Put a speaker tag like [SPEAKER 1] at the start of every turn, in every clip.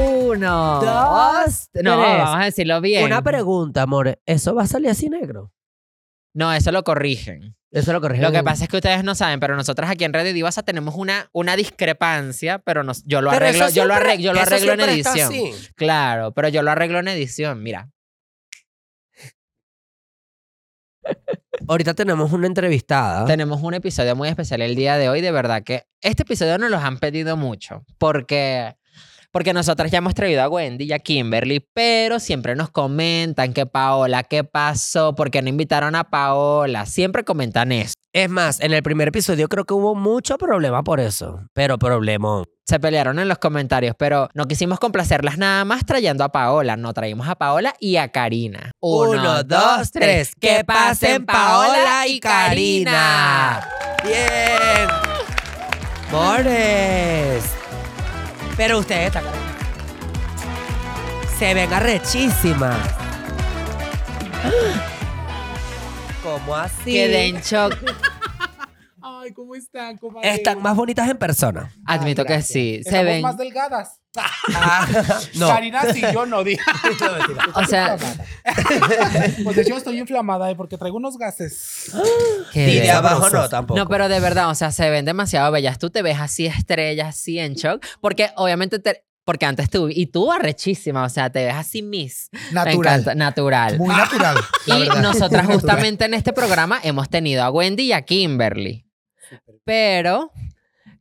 [SPEAKER 1] Uno,
[SPEAKER 2] Dos,
[SPEAKER 1] No,
[SPEAKER 2] tres.
[SPEAKER 1] vamos a decirlo bien.
[SPEAKER 2] Una pregunta, amor. ¿Eso va a salir así negro?
[SPEAKER 1] no, eso lo corrigen.
[SPEAKER 2] Eso lo corrigen.
[SPEAKER 1] Lo que pasa es que ustedes no saben, pero nosotras aquí en Red de Divasa tenemos una, una discrepancia, pero nos, yo lo
[SPEAKER 2] Pero
[SPEAKER 1] arreglo,
[SPEAKER 2] eso
[SPEAKER 1] yo lo
[SPEAKER 2] siempre-
[SPEAKER 1] arreglo, yo lo
[SPEAKER 2] eso
[SPEAKER 1] arreglo en
[SPEAKER 2] siempre está
[SPEAKER 1] edición.
[SPEAKER 2] así.
[SPEAKER 1] Claro, pero yo lo arreglo en edición, mira.
[SPEAKER 2] Ahorita tenemos una entrevistada.
[SPEAKER 1] Tenemos un episodio muy especial el día de hoy, de verdad que este episodio nos los han pedido mucho, porque porque nosotras ya hemos traído a Wendy y a Kimberly, pero siempre nos comentan que Paola, ¿qué pasó? ¿Por qué no invitaron a Paola? Siempre comentan eso.
[SPEAKER 2] Es más, en el primer episodio creo que hubo mucho problema por eso. Pero problemón.
[SPEAKER 1] Se pelearon en los comentarios, pero no quisimos complacerlas nada más trayendo a Paola. No traímos a Paola y a Karina.
[SPEAKER 2] Uno, dos, tres. Que pasen Paola y Karina. Bien. Mores. Pero ustedes están- Se ven arrechísimas. ¿Cómo así?
[SPEAKER 1] Quedé en shock.
[SPEAKER 3] Ay, ¿cómo están, comadre?
[SPEAKER 2] Están más bonitas en persona.
[SPEAKER 1] Admito que sí. Se
[SPEAKER 3] Estamos
[SPEAKER 1] ven.
[SPEAKER 3] más delgadas.
[SPEAKER 4] Ah,
[SPEAKER 2] no.
[SPEAKER 3] Karina sí, yo no dije.
[SPEAKER 1] O sea,
[SPEAKER 3] Pues yo estoy inflamada eh, porque traigo unos gases.
[SPEAKER 1] quedé-
[SPEAKER 2] Y de abajo
[SPEAKER 3] sabrosas.
[SPEAKER 2] no, tampoco.
[SPEAKER 1] No, pero de verdad, o sea, se ven demasiado bellas. Tú te ves así estrella, así en shock, porque obviamente te- porque antes tú y tú arrechísima, o sea, te ves así miss. Me encanta,
[SPEAKER 4] Natural.
[SPEAKER 1] natural.
[SPEAKER 4] Muy natural. la
[SPEAKER 1] Y
[SPEAKER 4] verdad.
[SPEAKER 1] nosotras
[SPEAKER 4] Muy natural.
[SPEAKER 1] justamente en este programa hemos tenido a Wendy y a Kimberly. Pero,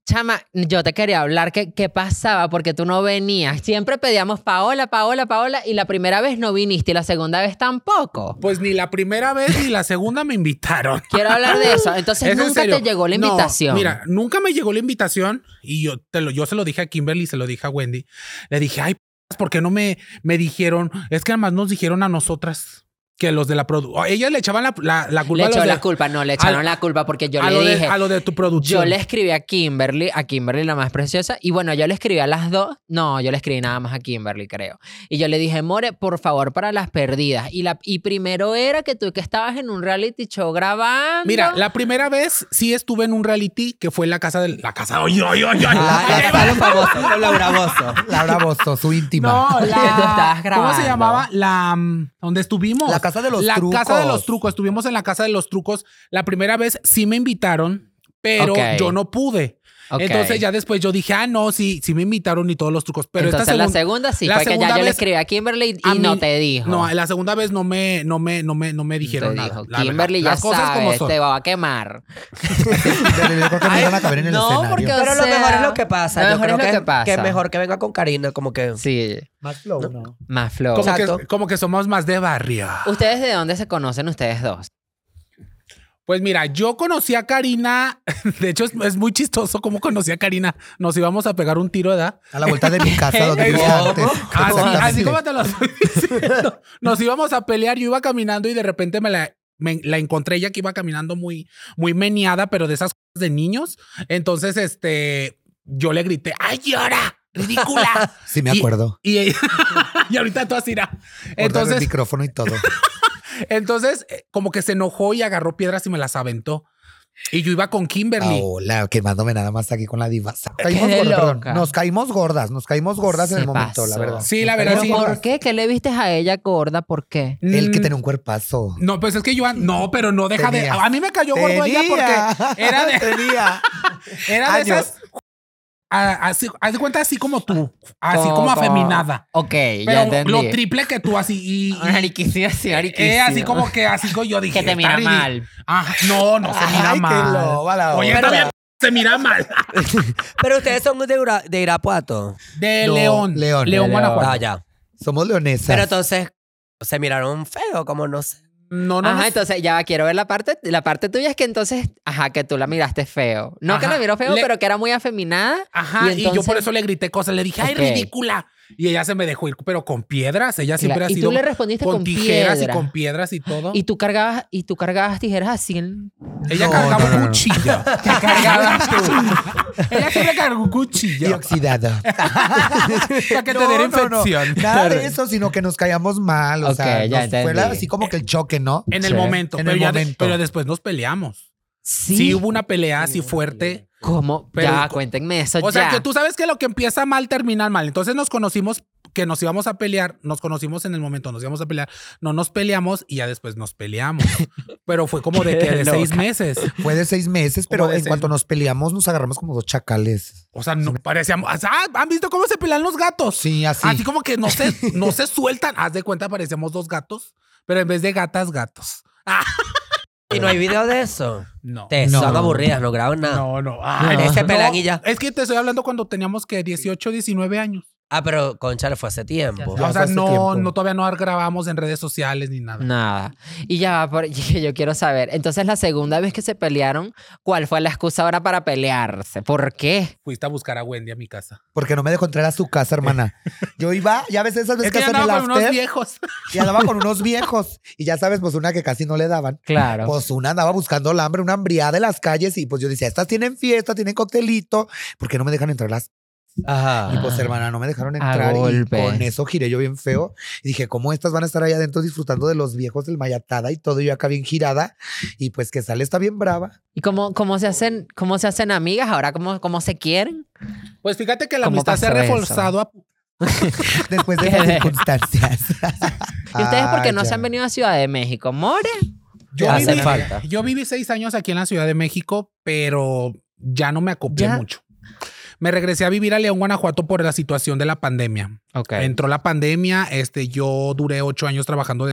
[SPEAKER 1] chama, yo te quería hablar que qué pasaba porque tú no venías. Siempre pedíamos Paola, Paola, Paola y la primera vez no viniste y la segunda vez tampoco.
[SPEAKER 3] Pues ni la primera vez ni la segunda me invitaron.
[SPEAKER 1] Quiero hablar de eso. Entonces
[SPEAKER 3] Es en
[SPEAKER 1] nunca
[SPEAKER 3] serio.
[SPEAKER 1] te llegó la
[SPEAKER 3] No,
[SPEAKER 1] invitación.
[SPEAKER 3] mira, nunca me llegó la invitación y yo, te lo, yo se lo dije a Kimberly, se lo dije a Wendy. Le dije, ay, p- ¿por qué no me, me dijeron? Es que además nos dijeron a nosotras que los de la producción. Ellas le echaban la, la- la culpa
[SPEAKER 1] le
[SPEAKER 3] a los
[SPEAKER 1] echó
[SPEAKER 3] de-
[SPEAKER 1] la culpa, no, le echaron
[SPEAKER 3] a-
[SPEAKER 1] la culpa porque yo
[SPEAKER 3] a
[SPEAKER 1] le
[SPEAKER 3] lo de-
[SPEAKER 1] dije.
[SPEAKER 3] a lo de tu producción.
[SPEAKER 1] Yo le escribí a Kimberly, a Kimberly la más preciosa, y bueno, yo le escribí a las dos, no, yo le escribí nada más a Kimberly, creo. Y yo le dije, More, por favor, para las perdidas. Y, la, y primero era que tú que estabas en un reality show grabando.
[SPEAKER 3] Mira, la primera vez sí estuve en un reality que fue en la casa de la casa. ¡Ay, ay, ay, ay!
[SPEAKER 2] Ah,
[SPEAKER 4] La, la
[SPEAKER 3] Ay,
[SPEAKER 4] casa de los famosos con Laura Bozo. Laura Bozo, su íntima.
[SPEAKER 3] No, la,
[SPEAKER 1] Tú estabas
[SPEAKER 3] ¿Cómo
[SPEAKER 1] grabando.
[SPEAKER 3] se llamaba? La mm, donde estuvimos.
[SPEAKER 4] La casa de los
[SPEAKER 3] la
[SPEAKER 4] trucos.
[SPEAKER 3] casa de los trucos. Estuvimos en la casa de los trucos. La primera vez sí me invitaron, pero
[SPEAKER 1] Ok.
[SPEAKER 3] yo no pude.
[SPEAKER 1] Ok.
[SPEAKER 3] Entonces ya después yo dije, ah, no, sí, sí me invitaron y todos los trucos. Pero
[SPEAKER 1] Entonces
[SPEAKER 3] esta
[SPEAKER 1] la segunda
[SPEAKER 3] segunda.
[SPEAKER 1] sí,
[SPEAKER 3] la
[SPEAKER 1] fue que ya
[SPEAKER 3] segunda
[SPEAKER 1] yo le
[SPEAKER 3] vez-
[SPEAKER 1] escribí a Kimberly y
[SPEAKER 3] a mí-
[SPEAKER 1] no te dijo.
[SPEAKER 3] No, la segunda vez no me, no me, no me, no me dijeron
[SPEAKER 1] te
[SPEAKER 3] nada.
[SPEAKER 1] dijo,
[SPEAKER 3] la verdad.
[SPEAKER 1] Kimberly ya
[SPEAKER 3] Las cosas como
[SPEAKER 1] sabes, este
[SPEAKER 3] son.
[SPEAKER 1] te va a quemar.
[SPEAKER 4] Yo creo que me van a caber en el
[SPEAKER 1] no,
[SPEAKER 4] escenario.
[SPEAKER 1] porque-
[SPEAKER 2] Pero
[SPEAKER 1] O
[SPEAKER 2] lo
[SPEAKER 1] sea,
[SPEAKER 2] mejor es lo que pasa.
[SPEAKER 1] lo
[SPEAKER 2] Yo
[SPEAKER 1] mejor
[SPEAKER 2] creo
[SPEAKER 1] es lo
[SPEAKER 2] que,
[SPEAKER 1] que pasa.
[SPEAKER 2] que mejor que venga con Karina, como que.
[SPEAKER 1] Sí,
[SPEAKER 4] Más flow, ¿no?
[SPEAKER 1] más flow.
[SPEAKER 3] Como que,
[SPEAKER 2] Exacto.
[SPEAKER 3] como que somos más de barrio.
[SPEAKER 1] ¿Ustedes de dónde se conocen ustedes dos?
[SPEAKER 3] Pues mira, yo conocí a Karina. De hecho, es, es muy chistoso cómo conocí a Karina. Nos íbamos a pegar un tiro, ¿verdad?
[SPEAKER 4] A la vuelta de mi casa donde vivía
[SPEAKER 3] ¿Cómo?
[SPEAKER 4] antes.
[SPEAKER 3] Así, Ah, así
[SPEAKER 4] Exactamente.
[SPEAKER 3] como te lo estoy diciendo. Nos íbamos a pelear, yo iba caminando y de repente me la, me- la encontré ella que iba caminando muy, muy meneada, pero de esas cosas de niños. Entonces, este, yo le grité, ¡ay, llora! ¡Ridícula!
[SPEAKER 4] Sí, me
[SPEAKER 3] Y-
[SPEAKER 4] acuerdo.
[SPEAKER 3] y, ella- y ahorita tú así, mira.
[SPEAKER 4] Entonces, el
[SPEAKER 3] Entonces,
[SPEAKER 4] micrófono y todo.
[SPEAKER 3] entonces, eh, como que se enojó y agarró piedras y me las aventó. Y yo iba con Kimberly.
[SPEAKER 4] Paola, quemándome nada más aquí con la diva.
[SPEAKER 1] Qué
[SPEAKER 4] Caímos
[SPEAKER 1] de
[SPEAKER 4] gordas, perdón.
[SPEAKER 1] loca.
[SPEAKER 4] Nos caímos gordas, nos caímos gordas en
[SPEAKER 1] Se
[SPEAKER 4] el momento,
[SPEAKER 1] pasó.
[SPEAKER 4] la verdad.
[SPEAKER 3] Sí, la
[SPEAKER 4] Nos
[SPEAKER 3] verdad,
[SPEAKER 1] ¿Pero
[SPEAKER 4] caímos
[SPEAKER 3] sí.
[SPEAKER 1] por
[SPEAKER 4] gordas.
[SPEAKER 1] qué? ¿Qué le vistes a ella gorda? ¿Por qué?
[SPEAKER 4] El que
[SPEAKER 3] Mm.
[SPEAKER 4] tenía un cuerpazo.
[SPEAKER 3] No, pues es que yo. an- No, pero no deja de.
[SPEAKER 4] Tenías.
[SPEAKER 3] A mí me cayó gordo ella porque era de.
[SPEAKER 4] Tenía.
[SPEAKER 3] Era de
[SPEAKER 4] Años.
[SPEAKER 3] esas. a- Así, haz de cuenta así como tú, así
[SPEAKER 1] Como-
[SPEAKER 3] como afeminada.
[SPEAKER 1] Ok, ya
[SPEAKER 3] Pero
[SPEAKER 1] entendí.
[SPEAKER 3] lo triple que tú, así. Y, y-
[SPEAKER 1] Una ariquicia, sí,
[SPEAKER 3] eh,
[SPEAKER 1] ariquicia.
[SPEAKER 3] así como que así como yo dije.
[SPEAKER 1] Que te
[SPEAKER 3] "Está
[SPEAKER 1] mira
[SPEAKER 3] ridi-".
[SPEAKER 1] mal.
[SPEAKER 3] Ah, no, no se mira
[SPEAKER 4] Ay, qué
[SPEAKER 3] mal.
[SPEAKER 4] loba la
[SPEAKER 3] Oye,
[SPEAKER 4] otra.
[SPEAKER 3] también se mira mal.
[SPEAKER 2] Pero ustedes son de, Ura- de Irapuato.
[SPEAKER 3] De
[SPEAKER 4] No,
[SPEAKER 3] León.
[SPEAKER 4] León.
[SPEAKER 3] León,
[SPEAKER 1] De
[SPEAKER 3] Guanajuato.
[SPEAKER 2] Ah, ya.
[SPEAKER 4] Somos leonesas.
[SPEAKER 2] Pero entonces se miraron feo, como no sé.
[SPEAKER 3] No, no.
[SPEAKER 1] Ajá,
[SPEAKER 3] no.
[SPEAKER 1] entonces ya va, quiero ver la parte, la parte tuya es que entonces, ajá, que tú la miraste feo. No que
[SPEAKER 3] Ajá.
[SPEAKER 1] la miró feo,
[SPEAKER 3] Le-
[SPEAKER 1] pero que era muy afeminada.
[SPEAKER 3] Ajá,
[SPEAKER 1] Y
[SPEAKER 3] y, yo
[SPEAKER 1] entonces-
[SPEAKER 3] por eso le grité cosas, le dije, ay,
[SPEAKER 1] Ok.
[SPEAKER 3] ridícula. Y ella se me dejó ir, pero con piedras, ella siempre
[SPEAKER 1] Claro,
[SPEAKER 3] ha
[SPEAKER 1] Y
[SPEAKER 3] sido
[SPEAKER 1] tú le respondiste con,
[SPEAKER 3] con tijeras
[SPEAKER 1] piedra.
[SPEAKER 3] y con piedras y todo.
[SPEAKER 1] Y tú cargabas, y tú cargabas tijeras así en...
[SPEAKER 3] Ella
[SPEAKER 4] No,
[SPEAKER 3] cargaba
[SPEAKER 4] no, no, no.
[SPEAKER 3] cuchilla. Cargaba Ella siempre cargó cuchilla.
[SPEAKER 4] Y oxidada.
[SPEAKER 3] Para que
[SPEAKER 4] No,
[SPEAKER 3] te diera
[SPEAKER 4] no, no.
[SPEAKER 3] infección.
[SPEAKER 4] Nada de eso, sino que nos caíamos mal. O
[SPEAKER 1] Ok,
[SPEAKER 4] sea,
[SPEAKER 1] ya
[SPEAKER 4] nos fue la-
[SPEAKER 1] entendí.
[SPEAKER 4] así como que el choque, ¿no?
[SPEAKER 3] En el
[SPEAKER 1] Sí.
[SPEAKER 3] momento.
[SPEAKER 4] En
[SPEAKER 3] pero,
[SPEAKER 4] el
[SPEAKER 3] ya de-
[SPEAKER 4] momento.
[SPEAKER 3] pero después nos peleamos. Sí, hubo una pelea así fuerte.
[SPEAKER 1] ¿Cómo?
[SPEAKER 3] Pero-
[SPEAKER 1] ya, cuéntenme eso
[SPEAKER 3] O sea,
[SPEAKER 1] ya.
[SPEAKER 3] que tú sabes que lo que empieza mal termina mal. Entonces nos conocimos que nos íbamos a pelear, nos conocimos en el momento, nos íbamos a pelear, no nos peleamos y ya después nos peleamos. Pero fue como de que de
[SPEAKER 1] Loca.
[SPEAKER 3] seis meses.
[SPEAKER 4] Fue de seis meses, pero
[SPEAKER 3] de
[SPEAKER 4] en
[SPEAKER 3] seis
[SPEAKER 4] cuanto nos peleamos, nos agarramos como dos chacales.
[SPEAKER 3] O sea, no parecíamos. ah, ¿Han visto cómo se pelean los gatos?
[SPEAKER 4] Sí, así.
[SPEAKER 1] Ah,
[SPEAKER 3] Así como que no se, no se sueltan. Haz de cuenta, parecíamos dos gatos, pero en vez de gatas, gatos. Ah,
[SPEAKER 2] Y no hay video de eso.
[SPEAKER 3] No.
[SPEAKER 2] Te
[SPEAKER 4] No.
[SPEAKER 2] son aburridas, no graban nada.
[SPEAKER 3] No, no. Ay,
[SPEAKER 2] No. Ese pelan y ya.
[SPEAKER 3] Es que te estoy hablando cuando teníamos que 18, 19 años.
[SPEAKER 2] Ah, pero concha, le fue hace tiempo.
[SPEAKER 4] Ya
[SPEAKER 3] o sea,
[SPEAKER 4] hace
[SPEAKER 3] no,
[SPEAKER 4] tiempo. Mm.
[SPEAKER 3] no, todavía no grabamos en redes sociales ni nada.
[SPEAKER 1] Nada. Y ya va, por, yo quiero saber. Entonces, la segunda vez que se pelearon, ¿cuál fue la excusa ahora para pelearse? ¿Por qué?
[SPEAKER 3] Fuiste a buscar a Wendy a mi casa.
[SPEAKER 4] Porque no me dejó entrar a su casa, hermana. Yo iba, ya ves esas veces
[SPEAKER 3] Es que yo
[SPEAKER 4] que hacen el
[SPEAKER 3] andaba con unos
[SPEAKER 4] after
[SPEAKER 3] viejos.
[SPEAKER 4] y andaba con unos viejos. Y ya sabes, pues una que casi no le daban.
[SPEAKER 1] Claro.
[SPEAKER 4] Pues una andaba buscando el hambre, una hambriada en las calles. Y pues yo decía, estas tienen fiesta, tienen coctelito. ¿Por qué no me dejan entrar las? Y
[SPEAKER 2] Ajá.
[SPEAKER 4] pues,
[SPEAKER 1] Ah.
[SPEAKER 4] hermana, no me dejaron
[SPEAKER 1] A
[SPEAKER 4] entrar. Y
[SPEAKER 1] golpes.
[SPEAKER 4] con eso giré yo bien feo. Y dije, ¿cómo estas van a estar allá adentro disfrutando de los viejos del Mayatada y todo? Y Yo acá bien girada. Y pues que sale está bien brava.
[SPEAKER 1] ¿Y cómo, cómo, se hacen, cómo se hacen amigas ahora? ¿Cómo, cómo se quieren?
[SPEAKER 3] Pues fíjate que la
[SPEAKER 1] ¿Cómo
[SPEAKER 3] amistad se ha
[SPEAKER 1] pasó eso?
[SPEAKER 3] reforzado a
[SPEAKER 4] Después de esas circunstancias.
[SPEAKER 1] ¿Y ustedes por qué no
[SPEAKER 4] Ay,
[SPEAKER 3] Ah,
[SPEAKER 1] se han
[SPEAKER 4] ya.
[SPEAKER 1] venido a Ciudad de México? ¿More?
[SPEAKER 3] Yo
[SPEAKER 1] Hace
[SPEAKER 3] viví,
[SPEAKER 1] falta.
[SPEAKER 3] yo viví seis años aquí en la Ciudad de México, pero ya no me acoplé
[SPEAKER 1] Ya.
[SPEAKER 3] mucho. Me regresé a vivir a León, Guanajuato por la situación de la pandemia.
[SPEAKER 1] Ok.
[SPEAKER 3] Entró la pandemia, este, yo duré ocho años trabajando. De,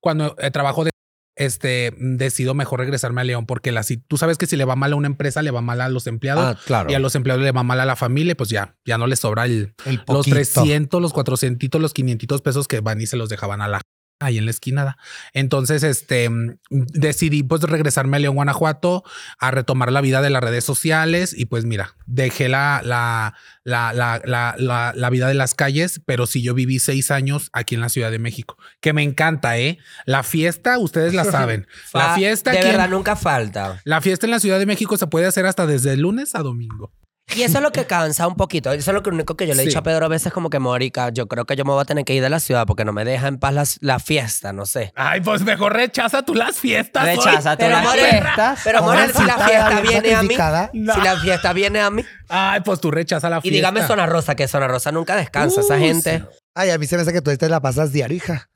[SPEAKER 3] cuando eh, trabajo de, este, decido mejor regresarme a León porque la, si, tú sabes que si le va mal a una empresa, le va mal a los empleados.
[SPEAKER 2] Ah, claro.
[SPEAKER 3] Y a los empleados le va mal a la familia, pues ya, ya no les sobra el,
[SPEAKER 4] El
[SPEAKER 3] los
[SPEAKER 4] poquito.
[SPEAKER 3] 300, los 400, los 500 pesos que van y se los dejaban a la ahí en la esquinada. Entonces, este, mm, decidí pues regresarme a León, Guanajuato, a retomar la vida de las redes sociales y pues mira, dejé la, la, la, la, la, la- la vida de las calles, pero sí yo viví seis años aquí en la Ciudad de México, que me encanta, ¿eh? La fiesta, ustedes la saben.
[SPEAKER 2] Fa-
[SPEAKER 3] la fiesta
[SPEAKER 2] De
[SPEAKER 3] aquí en-
[SPEAKER 2] verdad, nunca falta.
[SPEAKER 3] la fiesta en la Ciudad de México se puede hacer hasta desde el lunes a domingo.
[SPEAKER 2] Y eso es lo que cansa un poquito. Eso es lo que- único que yo le he
[SPEAKER 3] Sí.
[SPEAKER 2] dicho a Pedro a veces, como que, Mónica, yo creo que yo me voy a tener que ir de la ciudad porque no me deja en paz las- la, fiesta, no sé.
[SPEAKER 3] Ay, pues mejor rechaza tú las fiestas. hoy.
[SPEAKER 1] Rechaza
[SPEAKER 2] Pero,
[SPEAKER 1] todas las
[SPEAKER 2] More,
[SPEAKER 1] fiestas.
[SPEAKER 2] Pero,
[SPEAKER 4] Ahora
[SPEAKER 2] Morel, si la
[SPEAKER 4] sí,
[SPEAKER 2] fiesta
[SPEAKER 4] está bien
[SPEAKER 2] viene a mí,
[SPEAKER 4] sacrificada.
[SPEAKER 2] si la fiesta viene a mí,
[SPEAKER 3] Ay, pues tú rechaza la
[SPEAKER 2] y
[SPEAKER 3] fiesta.
[SPEAKER 2] dígame Zona Rosa, que Zona Rosa nunca descansa. Esa
[SPEAKER 3] Uh,
[SPEAKER 2] gente,
[SPEAKER 4] Ay, a mí se me hace que tú te la pasas diario, hija.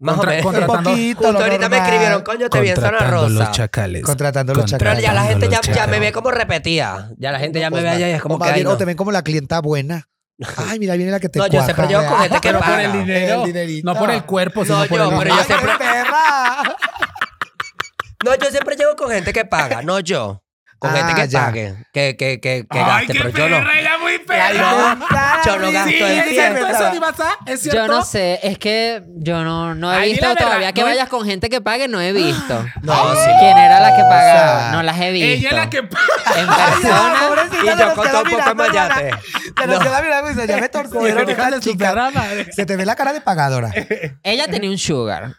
[SPEAKER 2] más o
[SPEAKER 3] Contra-
[SPEAKER 2] menos.
[SPEAKER 3] contra- Contratando-
[SPEAKER 4] poquito,
[SPEAKER 2] Justo
[SPEAKER 4] lo
[SPEAKER 2] ahorita me
[SPEAKER 4] normal.
[SPEAKER 2] escribieron, coño, te vi en Zona
[SPEAKER 3] Contratando
[SPEAKER 2] Rosa.
[SPEAKER 3] los chacales.
[SPEAKER 4] Contratando los
[SPEAKER 3] Contratando
[SPEAKER 2] Pero ya la gente ya,
[SPEAKER 3] los
[SPEAKER 2] ya me
[SPEAKER 3] chacales.
[SPEAKER 2] ve como repetida. Ya la gente ya me
[SPEAKER 4] Pues,
[SPEAKER 2] ve allá y es
[SPEAKER 3] oh,
[SPEAKER 4] o
[SPEAKER 2] como que.
[SPEAKER 4] más
[SPEAKER 2] ay,
[SPEAKER 4] bien,
[SPEAKER 2] no.
[SPEAKER 4] o te ven como la clienta buena. Ay, mira, ahí viene la que te
[SPEAKER 2] No, yo
[SPEAKER 4] cuaja.
[SPEAKER 2] siempre llevo con este gente que
[SPEAKER 3] Pero por
[SPEAKER 2] paga.
[SPEAKER 3] el dinero.
[SPEAKER 4] El dinerito.
[SPEAKER 3] no por el cuerpo, sino
[SPEAKER 2] No,
[SPEAKER 3] por
[SPEAKER 2] yo,
[SPEAKER 3] el
[SPEAKER 2] pero
[SPEAKER 3] dinero.
[SPEAKER 2] yo
[SPEAKER 4] Ay,
[SPEAKER 2] siempre-
[SPEAKER 4] qué perra!
[SPEAKER 2] No, yo siempre llevo con gente que paga, no yo. Con
[SPEAKER 4] Ah,
[SPEAKER 2] gente que
[SPEAKER 4] ya.
[SPEAKER 2] pague, que, que, que, que gaste, pero yo no.
[SPEAKER 3] era muy
[SPEAKER 2] Ay, no. Yo no gasto
[SPEAKER 3] Ah, Sí,
[SPEAKER 2] en
[SPEAKER 3] ¿es cierto
[SPEAKER 2] fiesta.
[SPEAKER 3] eso, Divaza? ¿Es cierto?
[SPEAKER 1] Yo no sé, es que yo no, no he
[SPEAKER 3] Ay, di
[SPEAKER 1] visto
[SPEAKER 3] la verdad,
[SPEAKER 1] todavía que
[SPEAKER 3] no he- Oh,
[SPEAKER 1] vayas con gente que pague, no he visto.
[SPEAKER 2] No, sí.
[SPEAKER 1] ¿Quién era la que
[SPEAKER 4] O
[SPEAKER 1] pagaba?
[SPEAKER 4] sea,
[SPEAKER 1] No las he visto.
[SPEAKER 3] Ella es la que
[SPEAKER 1] En
[SPEAKER 4] Ay, no,
[SPEAKER 1] persona.
[SPEAKER 4] pobrecita,
[SPEAKER 2] Y
[SPEAKER 4] se
[SPEAKER 2] yo
[SPEAKER 4] nos
[SPEAKER 2] con
[SPEAKER 4] queda
[SPEAKER 2] todo un poco de
[SPEAKER 4] mirando,
[SPEAKER 2] mayate.
[SPEAKER 4] hermana. Se nos
[SPEAKER 2] No.
[SPEAKER 4] queda mirando y dice, ya me torcieron
[SPEAKER 3] Déjale
[SPEAKER 4] esta
[SPEAKER 3] su
[SPEAKER 4] chica.
[SPEAKER 3] programa.
[SPEAKER 4] Se te ve la cara de pagadora.
[SPEAKER 1] Ella tenía un sugar.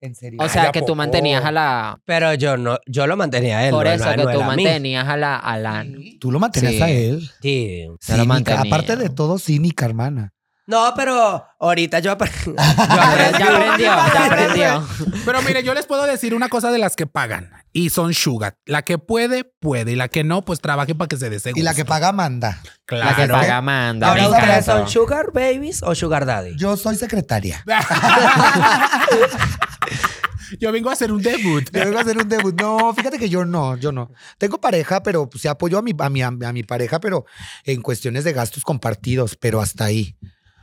[SPEAKER 4] En serio.
[SPEAKER 1] O
[SPEAKER 3] Ay,
[SPEAKER 1] sea,
[SPEAKER 3] ¿a
[SPEAKER 1] que tú
[SPEAKER 3] poco?
[SPEAKER 1] mantenías a la.
[SPEAKER 2] Pero yo no, yo lo mantenía a él.
[SPEAKER 1] Por
[SPEAKER 2] no,
[SPEAKER 1] eso
[SPEAKER 2] no,
[SPEAKER 1] que
[SPEAKER 2] no
[SPEAKER 1] tú
[SPEAKER 2] él a mí.
[SPEAKER 1] mantenías a la. A la...
[SPEAKER 4] Tú lo mantenías
[SPEAKER 1] Sí.
[SPEAKER 4] a él.
[SPEAKER 2] Sí.
[SPEAKER 1] Yo lo
[SPEAKER 4] Cínica.
[SPEAKER 1] mantenía.
[SPEAKER 4] Aparte de todo, cínica, hermana.
[SPEAKER 2] No, pero ahorita yo apre- yo
[SPEAKER 1] Ya
[SPEAKER 2] aprendí.
[SPEAKER 1] ya aprendió, ya aprendió.
[SPEAKER 3] Pero mire, yo les puedo decir una cosa de las que pagan. Y son sugar. La que puede, puede. Y la que no, pues trabaje para que se dé
[SPEAKER 4] Y la que
[SPEAKER 3] gusto.
[SPEAKER 4] paga manda.
[SPEAKER 1] La que
[SPEAKER 3] Claro.
[SPEAKER 1] paga manda. Me
[SPEAKER 2] Ahora ustedes
[SPEAKER 1] encanta.
[SPEAKER 2] son sugar babies o sugar daddy.
[SPEAKER 4] Yo soy secretaria.
[SPEAKER 3] Yo vengo a hacer un debut.
[SPEAKER 4] Yo vengo a hacer un debut. No, fíjate que yo no, yo no. Tengo pareja, pero pues, se apoyo a mi, a mi, a mi pareja, pero en cuestiones de gastos compartidos, pero hasta ahí.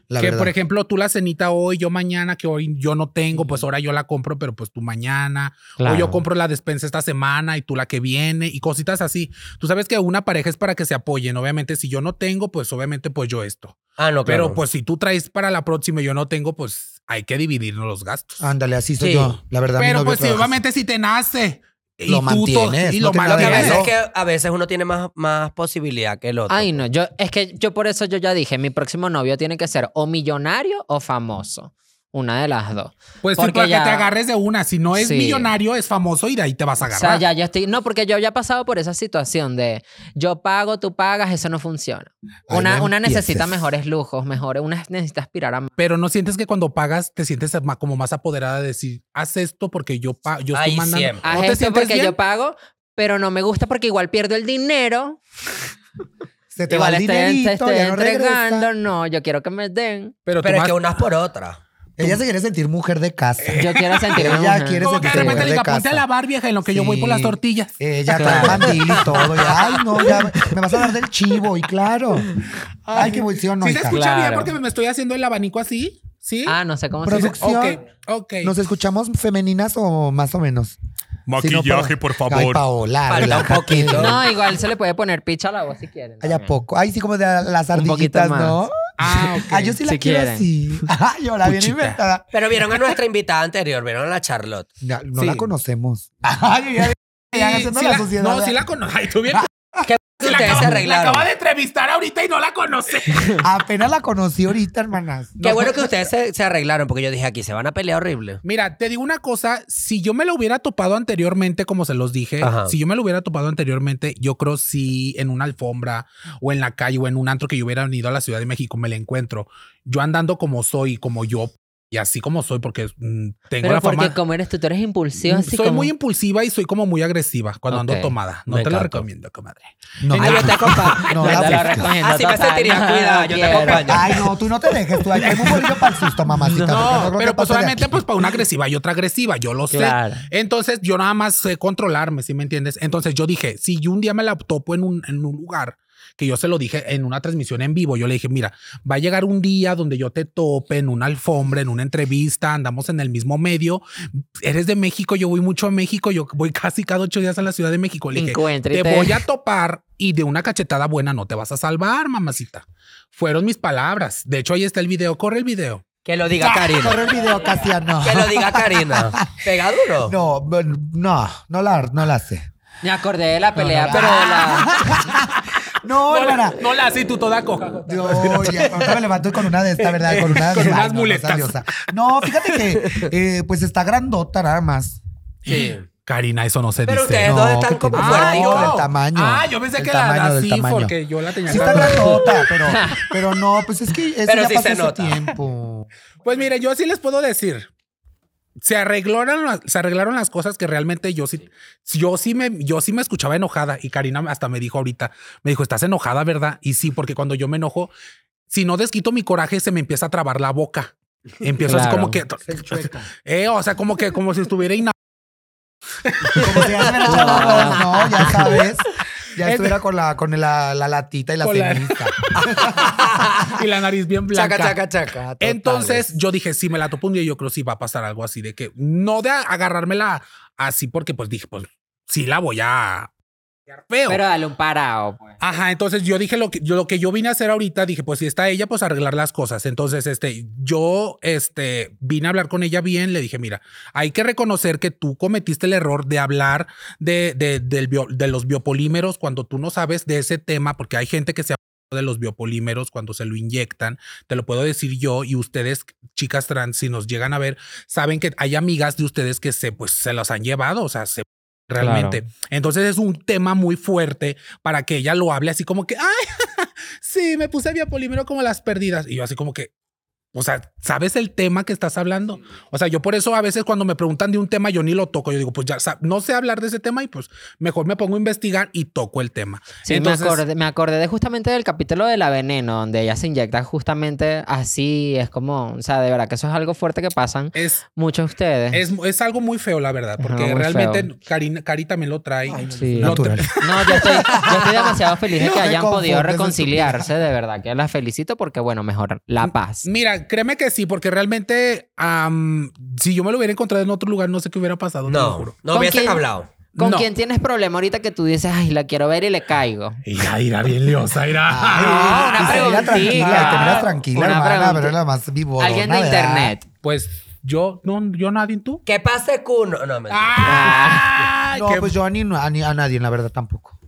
[SPEAKER 4] La
[SPEAKER 3] que
[SPEAKER 4] verdad.
[SPEAKER 3] por ejemplo, tú la cenita hoy, yo mañana, que hoy yo no tengo, pues ahora yo la compro, pero pues tú mañana.
[SPEAKER 1] Claro.
[SPEAKER 3] O yo compro la despensa esta semana y tú la que viene y cositas así. Tú sabes que una pareja es para que se apoyen. Obviamente, si yo no tengo, pues obviamente pues yo esto.
[SPEAKER 2] Ah, no,
[SPEAKER 3] Pero
[SPEAKER 2] claro.
[SPEAKER 3] pues si tú traes para la próxima y yo no tengo, pues hay que dividirnos los gastos.
[SPEAKER 4] Ándale, así soy
[SPEAKER 2] Sí.
[SPEAKER 4] yo. La verdad, mi
[SPEAKER 3] pero
[SPEAKER 4] novio
[SPEAKER 3] pues si
[SPEAKER 4] trabaja así.
[SPEAKER 3] obviamente si te nace. y
[SPEAKER 4] Lo
[SPEAKER 3] tú to-
[SPEAKER 4] mantienes,
[SPEAKER 3] Y
[SPEAKER 4] no
[SPEAKER 3] lo
[SPEAKER 4] te
[SPEAKER 3] malo
[SPEAKER 2] Porque
[SPEAKER 3] que
[SPEAKER 2] a
[SPEAKER 4] nada de
[SPEAKER 2] veces,
[SPEAKER 3] ves.
[SPEAKER 4] Claro.
[SPEAKER 2] que, a veces uno tiene más, más posibilidad que el otro.
[SPEAKER 1] Ay, no, yo es que yo por eso yo ya dije, mi próximo novio tiene que ser o millonario o famoso. Una de las dos.
[SPEAKER 3] Pues sí,
[SPEAKER 1] Porque
[SPEAKER 3] para
[SPEAKER 1] ya-
[SPEAKER 3] que te agarres de una. Si no es
[SPEAKER 1] Sí.
[SPEAKER 3] millonario, es famoso y de ahí te vas a
[SPEAKER 1] O sea,
[SPEAKER 3] agarrar.
[SPEAKER 1] ya, ya estoy. No, porque yo había pasado por esa situación de yo pago, tú pagas, eso no funciona.
[SPEAKER 4] Ahí
[SPEAKER 1] Una,
[SPEAKER 4] no
[SPEAKER 1] una necesita
[SPEAKER 4] empieces.
[SPEAKER 1] mejores lujos, mejores, una necesita aspirar a más.
[SPEAKER 3] Pero no sientes que cuando pagas te sientes ma- como más apoderada de decir, haz esto porque yo, pa- yo estoy
[SPEAKER 2] Ay,
[SPEAKER 3] mandando.
[SPEAKER 2] siempre.
[SPEAKER 3] ¿No
[SPEAKER 1] Haz
[SPEAKER 3] te
[SPEAKER 1] esto
[SPEAKER 3] sientes
[SPEAKER 1] porque
[SPEAKER 3] bien?
[SPEAKER 1] yo pago, pero no me gusta porque igual pierdo el dinero.
[SPEAKER 4] Se te
[SPEAKER 1] Igual este
[SPEAKER 4] va
[SPEAKER 1] estoy,
[SPEAKER 4] el
[SPEAKER 1] en- te
[SPEAKER 4] dinerito,
[SPEAKER 1] estoy
[SPEAKER 4] ya no regresa.
[SPEAKER 1] entregando, no, yo quiero que me den.
[SPEAKER 3] Pero, tú
[SPEAKER 2] Pero es
[SPEAKER 3] vas-
[SPEAKER 2] que unas por otras.
[SPEAKER 4] Ella se quiere sentir mujer de casa.
[SPEAKER 1] Yo quiero sentirme
[SPEAKER 4] Ella
[SPEAKER 1] mujer.
[SPEAKER 4] quiere
[SPEAKER 3] Como que de
[SPEAKER 4] sentirse
[SPEAKER 3] repente le
[SPEAKER 4] mujer de
[SPEAKER 3] diga, ponte a
[SPEAKER 4] casa.
[SPEAKER 3] lavar, vieja, en lo que yo voy por las
[SPEAKER 4] Sí.
[SPEAKER 3] tortillas.
[SPEAKER 4] Ella trae mandil y todo. y, ay, no, ya me- me vas a dar del chivo. Y claro. Ay, qué emoción, no,
[SPEAKER 3] ¿Sí se
[SPEAKER 4] hija.
[SPEAKER 3] escucha bien
[SPEAKER 1] Claro.
[SPEAKER 3] porque me estoy haciendo el abanico así? ¿Sí?
[SPEAKER 1] Ah, no sé cómo se
[SPEAKER 4] Produc-
[SPEAKER 1] dice.
[SPEAKER 3] ok, ok.
[SPEAKER 4] ¿Nos escuchamos femeninas o más o menos? Si no,
[SPEAKER 5] Maquillaje, por
[SPEAKER 4] Ay,
[SPEAKER 5] favor.
[SPEAKER 4] Paola,
[SPEAKER 2] Falta un
[SPEAKER 4] relájate.
[SPEAKER 2] poquito.
[SPEAKER 1] No, igual se le puede poner picha a la voz si quieren.
[SPEAKER 4] Ay, a
[SPEAKER 1] también.
[SPEAKER 4] poco. Ay, sí, como de las
[SPEAKER 1] Un poquito
[SPEAKER 4] ardillitas,
[SPEAKER 1] más.
[SPEAKER 4] ¿no?
[SPEAKER 3] Ah, ok.
[SPEAKER 4] Ay, yo sí la
[SPEAKER 1] Si
[SPEAKER 4] quiero
[SPEAKER 1] quieren.
[SPEAKER 4] así. Ay, ahora bien
[SPEAKER 3] Puchita.
[SPEAKER 4] inventada.
[SPEAKER 2] Pero vieron a nuestra invitada anterior, vieron a la Charlotte.
[SPEAKER 4] Ya, no
[SPEAKER 3] Sí.
[SPEAKER 4] la conocemos. Ay, ya, ya
[SPEAKER 3] Sí,
[SPEAKER 4] haciendo
[SPEAKER 3] sí
[SPEAKER 4] la,
[SPEAKER 3] la- Ah,
[SPEAKER 4] sociedad.
[SPEAKER 3] No, sí la conozco. Ay, tú bien. Sí, la,
[SPEAKER 2] Ustedes
[SPEAKER 3] acaba,
[SPEAKER 2] se
[SPEAKER 3] la
[SPEAKER 2] arreglaron.
[SPEAKER 3] acaba de entrevistar ahorita y no la conoce.
[SPEAKER 4] Apenas la conocí ahorita, hermanas.
[SPEAKER 2] Qué
[SPEAKER 3] No.
[SPEAKER 2] bueno que ustedes se, se arreglaron, porque yo dije, aquí se van a pelear horrible.
[SPEAKER 3] Mira, te digo una cosa. Si yo me lo hubiera topado anteriormente, como se los dije,
[SPEAKER 2] Ajá.
[SPEAKER 3] si yo me lo hubiera topado anteriormente, yo creo si en una alfombra o en la calle o en un antro que yo hubiera venido a la Ciudad de México me la encuentro. Yo andando como soy, como yo y así como soy, porque mm, tengo
[SPEAKER 1] Pero
[SPEAKER 3] la
[SPEAKER 1] porque
[SPEAKER 3] fama.
[SPEAKER 1] como eres tú, tú eres impulsivo, así
[SPEAKER 3] soy
[SPEAKER 1] como...
[SPEAKER 3] muy impulsiva y soy como muy agresiva cuando
[SPEAKER 1] Ok,
[SPEAKER 3] ando tomada. No
[SPEAKER 2] me
[SPEAKER 3] te lo
[SPEAKER 2] encanta.
[SPEAKER 3] recomiendo, comadre.
[SPEAKER 4] No,
[SPEAKER 2] Ay, yo te acompaño.
[SPEAKER 4] no,
[SPEAKER 1] Yo
[SPEAKER 4] la
[SPEAKER 1] te lo
[SPEAKER 4] busques.
[SPEAKER 1] recomiendo
[SPEAKER 2] Así me
[SPEAKER 1] total,
[SPEAKER 2] sentiría
[SPEAKER 1] no,
[SPEAKER 2] cuidada,
[SPEAKER 1] no
[SPEAKER 2] yo te
[SPEAKER 1] quiero.
[SPEAKER 2] acompaño.
[SPEAKER 4] Ay, no, tú no te dejes. Tú aquí hay un bolillo para el susto, mamacita. porque
[SPEAKER 3] No,
[SPEAKER 4] creo
[SPEAKER 3] pero pues
[SPEAKER 4] que pase de
[SPEAKER 3] obviamente
[SPEAKER 4] aquí.
[SPEAKER 3] pues para una agresiva y otra agresiva, yo lo
[SPEAKER 1] Claro.
[SPEAKER 3] sé. Entonces yo nada más sé controlarme, ¿sí me entiendes? Entonces yo dije, si yo un día me la topo en un, en un lugar, que yo se lo dije en una transmisión en vivo, yo le dije, mira, va a llegar un día donde yo te tope en una alfombra, en una entrevista, andamos en el mismo medio, eres de México, yo voy mucho a México, yo voy casi cada ocho días a la Ciudad de México, le dije,
[SPEAKER 1] Encuéntrate.
[SPEAKER 3] te voy a topar y de una cachetada buena no te vas a salvar, mamacita. Fueron mis palabras. De hecho, ahí está el video. Corre el video.
[SPEAKER 2] Que lo diga Karina.
[SPEAKER 4] Corre el video, Casiano.
[SPEAKER 2] Que lo diga Karina. Pega duro.
[SPEAKER 4] No, bueno, no, no la, no la sé.
[SPEAKER 1] Me acordé de la pelea,
[SPEAKER 4] no,
[SPEAKER 1] pero de la...
[SPEAKER 4] No,
[SPEAKER 3] no,
[SPEAKER 4] hermana.
[SPEAKER 3] la- no la así tú toda coja.
[SPEAKER 4] Yo ya, ahorita me levanto con una de esta, ¿verdad? Con una de
[SPEAKER 3] Con unas
[SPEAKER 4] ay, no, no,
[SPEAKER 3] muletas.
[SPEAKER 4] sabiosa. No, fíjate que eh, pues está grandota nada más.
[SPEAKER 3] Karina, eso no se
[SPEAKER 2] Pero
[SPEAKER 3] dice.
[SPEAKER 2] ustedes dos
[SPEAKER 4] No,
[SPEAKER 2] están
[SPEAKER 4] que
[SPEAKER 2] como
[SPEAKER 4] te-
[SPEAKER 2] fuera
[SPEAKER 4] Ay,
[SPEAKER 2] yo.
[SPEAKER 4] no. del tamaño.
[SPEAKER 3] Ah, yo pensé
[SPEAKER 4] Del
[SPEAKER 3] que la
[SPEAKER 4] tamaño, del
[SPEAKER 3] así
[SPEAKER 4] tamaño.
[SPEAKER 3] porque yo la tenía.
[SPEAKER 4] Sí está
[SPEAKER 3] grande.
[SPEAKER 4] grandota, pero, pero no, pues es que eso
[SPEAKER 2] Pero
[SPEAKER 4] ya
[SPEAKER 2] sí
[SPEAKER 4] pasó
[SPEAKER 2] se
[SPEAKER 4] hace
[SPEAKER 2] nota.
[SPEAKER 4] tiempo.
[SPEAKER 3] Pues mire, yo sí les puedo decir. Se arreglaron, las- se arreglaron las cosas que realmente yo sí, yo sí me, yo sí me escuchaba enojada y Karina hasta me dijo ahorita, me dijo, estás enojada, ¿verdad? Y sí, porque cuando yo me enojo, si no desquito mi coraje, se me empieza a trabar la boca. Empiezo así
[SPEAKER 1] Claro.
[SPEAKER 3] como que, eh, o sea, como que, como si estuviera ina-
[SPEAKER 4] Como si ya se hubiera echado dos, ¿no? Ya sabes. Ya estuviera con la, con la, la latita y la
[SPEAKER 3] Con la-
[SPEAKER 4] ceniza.
[SPEAKER 3] y la nariz bien blanca.
[SPEAKER 2] Chaca, chaca, chaca.
[SPEAKER 4] Acá,
[SPEAKER 3] Entonces
[SPEAKER 4] totales.
[SPEAKER 3] yo dije, si me la topo un día, yo creo si va a pasar algo así de que no de agarrármela así porque pues dije, pues sí la voy a pegar feo.
[SPEAKER 1] Pero dale un parado, pues.
[SPEAKER 3] Ajá, entonces yo dije lo que yo, lo que yo vine a hacer ahorita, dije, pues si está ella, pues arreglar las cosas. Entonces, este, yo este vine a hablar con ella bien, le dije, mira, hay que reconocer que tú cometiste el error de hablar de, de, del bio- de los biopolímeros cuando tú no sabes de ese tema, porque hay gente que se de los biopolímeros cuando se lo inyectan, te lo puedo decir yo y ustedes chicas trans si nos llegan a ver, saben que hay amigas de ustedes que se pues se las han llevado, o sea, se realmente. Entonces es un tema muy fuerte para que ella lo hable así como que, ay, sí, me puse biopolímero como las perdidas y yo así como que o sea, ¿sabes el tema que estás hablando? O sea, yo por eso a veces cuando me preguntan de un tema, yo ni lo toco. Yo digo, pues ya sa- no sé hablar de ese tema y pues mejor me pongo a investigar y toco el tema.
[SPEAKER 1] Sí, me, acordé, me acordé de justamente del capítulo de la veneno, donde ella se inyecta justamente así, es como, o sea, de verdad que eso es algo fuerte que pasan
[SPEAKER 3] es,
[SPEAKER 1] muchos de ustedes.
[SPEAKER 3] Es, es algo muy feo, la verdad,
[SPEAKER 1] Es
[SPEAKER 3] porque
[SPEAKER 1] algo muy
[SPEAKER 3] realmente
[SPEAKER 1] feo.
[SPEAKER 3] Karina, Cari también lo trae.
[SPEAKER 1] Sí.
[SPEAKER 3] Lo
[SPEAKER 4] Natural.
[SPEAKER 1] No, yo estoy, yo estoy demasiado feliz de
[SPEAKER 4] No
[SPEAKER 1] que
[SPEAKER 4] me
[SPEAKER 1] hayan
[SPEAKER 4] confundas,
[SPEAKER 1] podido
[SPEAKER 4] estúpida.
[SPEAKER 1] reconciliarse, de verdad, que las felicito porque, bueno, mejor la paz.
[SPEAKER 3] Mira, créeme que sí, porque realmente am, si yo me lo hubiera encontrado en otro lugar, no sé qué hubiera pasado, te lo
[SPEAKER 2] No,
[SPEAKER 3] juro.
[SPEAKER 2] no
[SPEAKER 1] ¿Con
[SPEAKER 2] hubiesen
[SPEAKER 1] quién?
[SPEAKER 2] hablado.
[SPEAKER 1] ¿Con
[SPEAKER 3] no.
[SPEAKER 1] quién tienes problema ahorita que tú dices, ay, la quiero ver y le caigo?
[SPEAKER 3] Irá, irá bien liosa, irá.
[SPEAKER 1] Ah, una
[SPEAKER 4] Y se mira
[SPEAKER 1] preguntita.
[SPEAKER 4] tranquila, te miras tranquila,
[SPEAKER 1] Una
[SPEAKER 4] hermana,
[SPEAKER 1] pregunta.
[SPEAKER 4] pero es la más vivo.
[SPEAKER 1] Alguien de internet.
[SPEAKER 3] Pues yo, no, yo nadie, ¿tú?
[SPEAKER 2] Que pase Cuno. No, mentira.
[SPEAKER 3] Ah,
[SPEAKER 4] No,
[SPEAKER 3] que-
[SPEAKER 4] pues yo a, ni, a, ni- a nadie, la verdad, tampoco.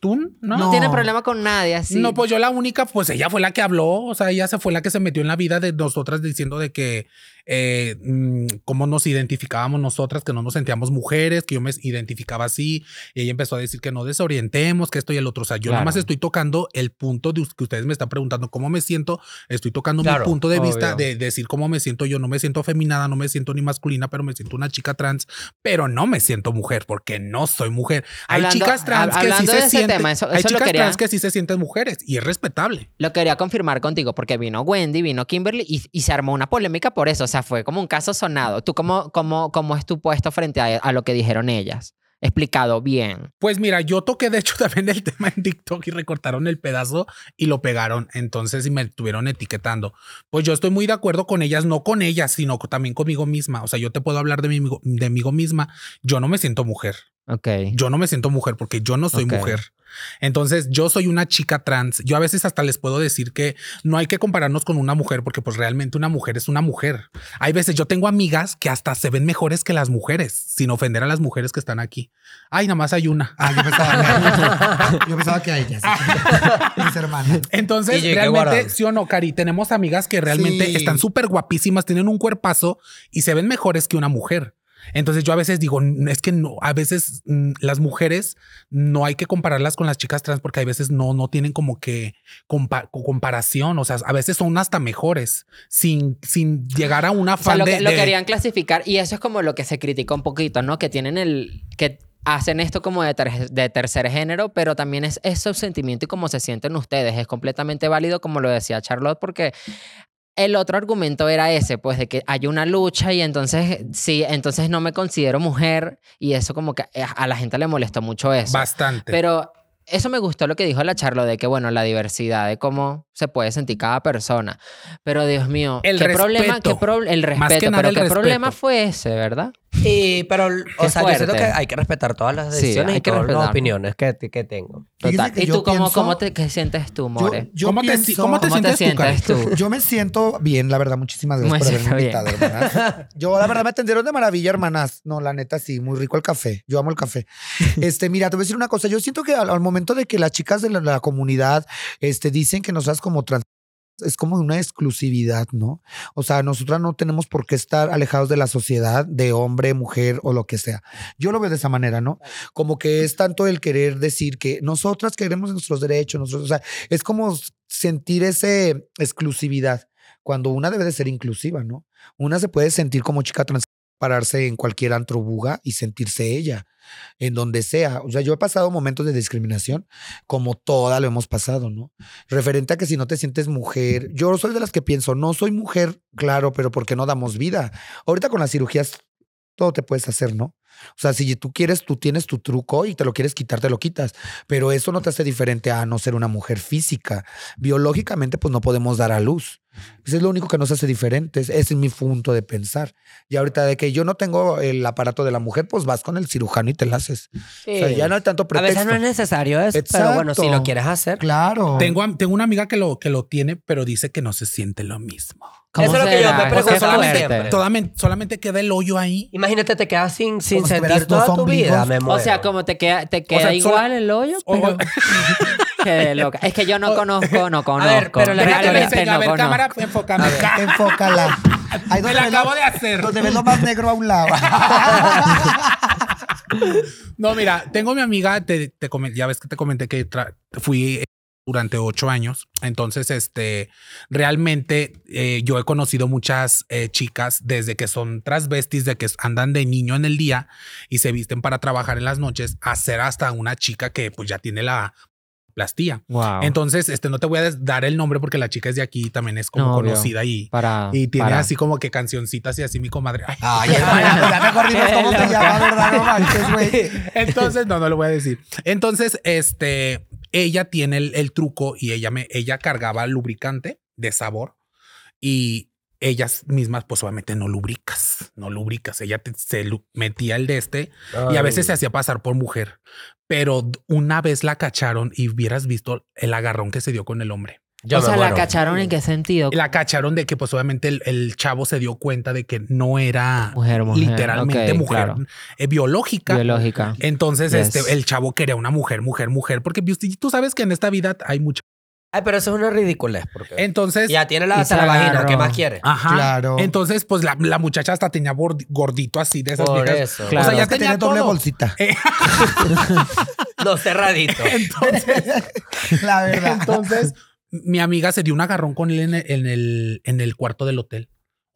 [SPEAKER 3] ¿Tú? No.
[SPEAKER 1] No,
[SPEAKER 3] no.
[SPEAKER 1] tiene problema con nadie así.
[SPEAKER 3] pues yo la única, pues ella fue la que habló, o sea, ella se fue la que se metió en la vida de nosotras diciendo de que eh, mm, cómo nos identificábamos nosotras, que no nos sentíamos mujeres, que yo me identificaba así. Y ella empezó a decir que no desorientemos, que esto y el otro. O sea, yo
[SPEAKER 1] Claro.
[SPEAKER 3] nada más estoy tocando el punto de us- que ustedes me están preguntando cómo me siento. Estoy tocando
[SPEAKER 2] Claro,
[SPEAKER 3] mi punto de vista
[SPEAKER 1] obvio.
[SPEAKER 3] de decir cómo me siento yo. No me siento feminada, no me siento ni masculina, pero me siento una chica trans, pero no me siento mujer porque no soy mujer. Hay
[SPEAKER 1] Hablando-
[SPEAKER 3] chicas trans
[SPEAKER 1] hab-
[SPEAKER 3] que sí
[SPEAKER 1] hablando
[SPEAKER 3] se
[SPEAKER 1] de ese
[SPEAKER 3] sienten.
[SPEAKER 1] tema, eso-
[SPEAKER 3] hay
[SPEAKER 1] eso lo
[SPEAKER 3] chicas
[SPEAKER 1] quería-
[SPEAKER 3] trans que sí se sienten mujeres y es respetable.
[SPEAKER 1] Lo quería confirmar contigo porque vino Wendy, vino Kimberly y, y se armó una polémica por eso. O sea, fue como un caso sonado. ¿Tú cómo, cómo, cómo es tu puesto frente a, a lo que dijeron ellas? Explicado bien.
[SPEAKER 3] Pues mira, yo toqué de hecho también el tema en TikTok y recortaron el pedazo y lo pegaron. Entonces y me estuvieron etiquetando. Pues yo estoy muy de acuerdo con ellas, no con ellas, sino co- también conmigo misma. O sea, yo te puedo hablar de mí, migo- de mí misma. Yo no me siento mujer.
[SPEAKER 1] Ok.
[SPEAKER 3] Yo no me siento mujer porque yo no soy
[SPEAKER 1] Ok.
[SPEAKER 3] mujer. Entonces, yo soy una chica trans. Yo a veces hasta les puedo decir que no hay que compararnos con una mujer porque pues realmente una mujer es una mujer. Hay veces yo tengo amigas que hasta se ven mejores que las mujeres, sin ofender a las mujeres que están aquí. Ay, nada más hay una.
[SPEAKER 4] Ah, yo pensaba, yo pensaba que a ellas. Mis hermanas.
[SPEAKER 3] Entonces,
[SPEAKER 2] Y llegué
[SPEAKER 3] realmente,
[SPEAKER 2] guardado.
[SPEAKER 3] sí o no, Cari, tenemos amigas que realmente
[SPEAKER 4] Sí.
[SPEAKER 3] están súper guapísimas, tienen un cuerpazo y se ven mejores que una mujer. Entonces yo a veces digo, "N- es que no, a veces mm, las mujeres no hay que compararlas con las chicas trans porque a veces no, no tienen como que compa- co- comparación, o sea, a veces son hasta mejores sin, sin llegar a una
[SPEAKER 1] O sea,
[SPEAKER 3] afán
[SPEAKER 1] lo,
[SPEAKER 3] de-
[SPEAKER 1] que- lo
[SPEAKER 3] de-
[SPEAKER 1] querían clasificar y eso es como lo que se critica un poquito, ¿no? Que tienen el... que hacen esto como de, ter- de tercer género, pero también es eso sentimiento y cómo se sienten ustedes. Es completamente válido, como lo decía Charlotte, porque el otro argumento era ese, pues de que hay una lucha y entonces, sí, entonces no me considero mujer y eso como que a- a la gente le molestó mucho eso.
[SPEAKER 3] bastante.
[SPEAKER 1] Pero eso me gustó lo que dijo la Charlo de que, bueno, la diversidad de cómo se puede sentir cada persona. Pero Dios mío,
[SPEAKER 3] El
[SPEAKER 1] ¿qué problema?
[SPEAKER 3] respeto.
[SPEAKER 1] Qué pro- el respeto.
[SPEAKER 3] Más que nada
[SPEAKER 1] pero
[SPEAKER 3] el
[SPEAKER 1] qué
[SPEAKER 3] respeto.
[SPEAKER 1] problema fue ese, ¿verdad?
[SPEAKER 2] Y, pero, o
[SPEAKER 1] Qué
[SPEAKER 2] sea, yo siento
[SPEAKER 1] fuerte.
[SPEAKER 2] que hay que respetar todas las
[SPEAKER 1] Sí,
[SPEAKER 2] decisiones
[SPEAKER 1] hay
[SPEAKER 2] y
[SPEAKER 1] que
[SPEAKER 2] todas las
[SPEAKER 1] respetar.
[SPEAKER 2] opiniones que, que tengo.
[SPEAKER 4] Fíjense
[SPEAKER 1] Total.
[SPEAKER 4] que
[SPEAKER 1] ¿Y
[SPEAKER 4] yo
[SPEAKER 1] tú cómo,
[SPEAKER 4] pienso-
[SPEAKER 1] cómo te qué sientes tú,
[SPEAKER 4] Yo,
[SPEAKER 1] More?
[SPEAKER 4] yo
[SPEAKER 3] ¿Cómo, te, si-
[SPEAKER 4] pienso-
[SPEAKER 3] cómo te
[SPEAKER 1] ¿Cómo te
[SPEAKER 3] sientes tú, Cari?
[SPEAKER 1] sientes tú?
[SPEAKER 4] Yo me siento bien, la verdad. Muchísimas gracias
[SPEAKER 1] Me
[SPEAKER 4] por haberme
[SPEAKER 1] siento
[SPEAKER 4] invitado, hermanas. Yo, la verdad, me atendieron de maravilla, hermanas. No, la neta, sí, muy rico el café. Yo amo el café. Este, mira, te voy a decir una cosa. Yo siento que al, al momento de que las chicas de la, la comunidad este, dicen que nosotras como trans. Es como una exclusividad, ¿no? O sea, nosotras no tenemos por qué estar alejados de la sociedad, de hombre, mujer o lo que sea. Yo lo veo de esa manera, ¿no? Como que es tanto el querer decir que nosotras queremos nuestros derechos, nosotros, o sea, es como sentir esa exclusividad cuando una debe de ser inclusiva, ¿no? Una se puede sentir como chica trans, pararse en cualquier antro buga y sentirse ella, en donde sea. O sea, yo he pasado momentos de discriminación, como toda lo hemos pasado, ¿no? Referente a que si no te sientes mujer, yo soy de las que pienso, no soy mujer, claro, pero ¿por qué no damos vida? Ahorita con las cirugías todo te puedes hacer, ¿no? O sea, si tú quieres, tú tienes tu truco y te lo quieres quitar, te lo quitas. Pero eso no te hace diferente a no ser una mujer física biológicamente pues no podemos dar a luz. Eso es lo único que nos hace diferentes. Ese es mi punto de pensar. Y ahorita de que yo no tengo el aparato de la mujer, pues vas con el cirujano y te la haces. O sea, ya no hay tanto
[SPEAKER 2] a
[SPEAKER 4] pretexto.
[SPEAKER 2] veces no es necesario eso, pero bueno, si
[SPEAKER 4] Exacto.
[SPEAKER 2] lo quieres hacer.
[SPEAKER 4] Claro.
[SPEAKER 3] Tengo, am- tengo una amiga que lo, que lo tiene, pero dice que no se siente lo mismo.
[SPEAKER 1] ¿Cómo
[SPEAKER 2] Eso es lo que yo
[SPEAKER 1] será?
[SPEAKER 2] me
[SPEAKER 1] Qué
[SPEAKER 2] pregunto
[SPEAKER 1] fuerte.
[SPEAKER 2] siempre.
[SPEAKER 3] Todamente, solamente queda el hoyo ahí.
[SPEAKER 2] Imagínate, te quedas sin, sin
[SPEAKER 4] Como si
[SPEAKER 2] sentir
[SPEAKER 4] tuvieras dos
[SPEAKER 2] toda tu
[SPEAKER 4] ombligos.
[SPEAKER 2] vida, me
[SPEAKER 1] O
[SPEAKER 2] muero.
[SPEAKER 1] sea, como te queda, te queda
[SPEAKER 3] sea, solo-
[SPEAKER 1] igual el hoyo,
[SPEAKER 3] o-
[SPEAKER 1] pero... Qué loca. Es que yo no conozco, no conozco.
[SPEAKER 2] ver, pero la-
[SPEAKER 1] Realmente
[SPEAKER 3] Venga,
[SPEAKER 1] no
[SPEAKER 3] a ver,
[SPEAKER 1] conozco.
[SPEAKER 3] cámara, enfócame.
[SPEAKER 4] Enfócala.
[SPEAKER 3] Me
[SPEAKER 4] Ahí donde
[SPEAKER 3] la
[SPEAKER 4] ves lo-
[SPEAKER 3] acabo de hacer.
[SPEAKER 4] Donde ves lo más negro a un lado.
[SPEAKER 3] No, mira, tengo mi amiga, te, te comen- ya ves que te comenté que tra- fui eh, durante ocho años. Entonces, este, realmente eh, yo he conocido muchas eh, chicas desde que son transvestis, de que andan de niño en el día y se visten para trabajar en las noches, a ser hasta una chica que pues ya tiene la plastía.
[SPEAKER 1] Wow.
[SPEAKER 3] Entonces, este, no te voy a des- dar el nombre porque la chica es de aquí y también es como
[SPEAKER 1] No, obvio.
[SPEAKER 3] conocida y,
[SPEAKER 1] para,
[SPEAKER 3] y tiene
[SPEAKER 1] para.
[SPEAKER 3] así como que cancioncitas y así mi comadre. Ay,
[SPEAKER 4] Ay, hermana, ya mejor dinos cómo te llama, ¿verdad? No manches, güey.
[SPEAKER 3] Entonces, no, no lo voy a decir. Entonces, este, ella tiene el, el truco y ella me, ella cargaba lubricante de sabor y ellas mismas, pues obviamente no lubricas, no lubricas. Ella te- se lu- metía el de este y a veces se hacía pasar por mujer, pero d- una vez la cacharon y hubieras visto el agarrón que se dio con el hombre.
[SPEAKER 2] Yo
[SPEAKER 1] o
[SPEAKER 2] me
[SPEAKER 1] sea, la
[SPEAKER 2] muero.
[SPEAKER 1] cacharon en qué sentido.
[SPEAKER 3] La cacharon de que, pues obviamente el, el chavo se dio cuenta de que no era
[SPEAKER 1] Mujer, mujer.
[SPEAKER 3] literalmente
[SPEAKER 1] Ok,
[SPEAKER 3] mujer
[SPEAKER 1] claro.
[SPEAKER 3] eh, biológica.
[SPEAKER 1] Biológica.
[SPEAKER 3] Entonces,
[SPEAKER 1] Yes.
[SPEAKER 3] este, el chavo quería una mujer, mujer, mujer, porque pues, tú sabes que en esta vida hay mucha
[SPEAKER 2] Ay, pero eso es una ridiculez. Porque...
[SPEAKER 3] Entonces,
[SPEAKER 2] ya tiene la,
[SPEAKER 1] Y
[SPEAKER 2] hasta la vagina,
[SPEAKER 1] claro.
[SPEAKER 2] ¿qué más quiere?
[SPEAKER 4] Ah,
[SPEAKER 3] ajá.
[SPEAKER 4] Claro.
[SPEAKER 3] Ah, Entonces, pues la, la muchacha hasta tenía bordi- gordito así de esas
[SPEAKER 2] Por
[SPEAKER 3] viejas.
[SPEAKER 2] eso.
[SPEAKER 1] Claro.
[SPEAKER 3] O sea, ya
[SPEAKER 4] Es que
[SPEAKER 3] tenía
[SPEAKER 4] tiene doble
[SPEAKER 3] todo.
[SPEAKER 4] bolsita.
[SPEAKER 2] Los cerraditos.
[SPEAKER 4] La verdad.
[SPEAKER 3] Entonces, mi amiga se dio un agarrón con él en el, en el, en el cuarto del hotel.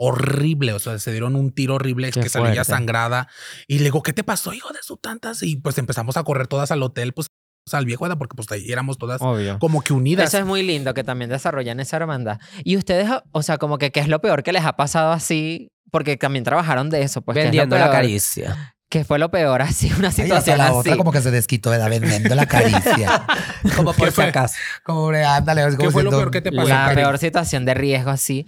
[SPEAKER 3] Horrible, o sea, se dieron un tiro horrible
[SPEAKER 1] Qué
[SPEAKER 3] que salía
[SPEAKER 1] fuerte.
[SPEAKER 3] sangrada. Y le digo, ¿qué te pasó, hijo de su tantas? Y pues empezamos a correr todas al hotel, pues al viejo, ¿verdad? porque pues ahí éramos todas
[SPEAKER 1] Obvio.
[SPEAKER 3] como que unidas.
[SPEAKER 1] Eso es muy lindo que también desarrollan esa hermandad. Y ustedes, o sea, como que qué es lo peor que les ha pasado así, porque también trabajaron de eso, pues ¿qué es lo
[SPEAKER 2] vendiendo la
[SPEAKER 1] peor?
[SPEAKER 2] caricia.
[SPEAKER 1] ¿Qué fue lo peor así, una
[SPEAKER 4] Ay, hasta
[SPEAKER 1] situación
[SPEAKER 4] la
[SPEAKER 1] así?
[SPEAKER 4] otra como que se desquitó, ¿verdad? Vendiendo la caricia.
[SPEAKER 2] Como por
[SPEAKER 3] ¿Qué
[SPEAKER 2] si
[SPEAKER 3] fue?
[SPEAKER 2] acaso.
[SPEAKER 4] Como, "Bre, ándale. es como
[SPEAKER 3] ¿Qué fue lo
[SPEAKER 4] siendo-
[SPEAKER 3] peor que te pasó?
[SPEAKER 1] La
[SPEAKER 3] Cari?
[SPEAKER 1] peor situación de riesgo así.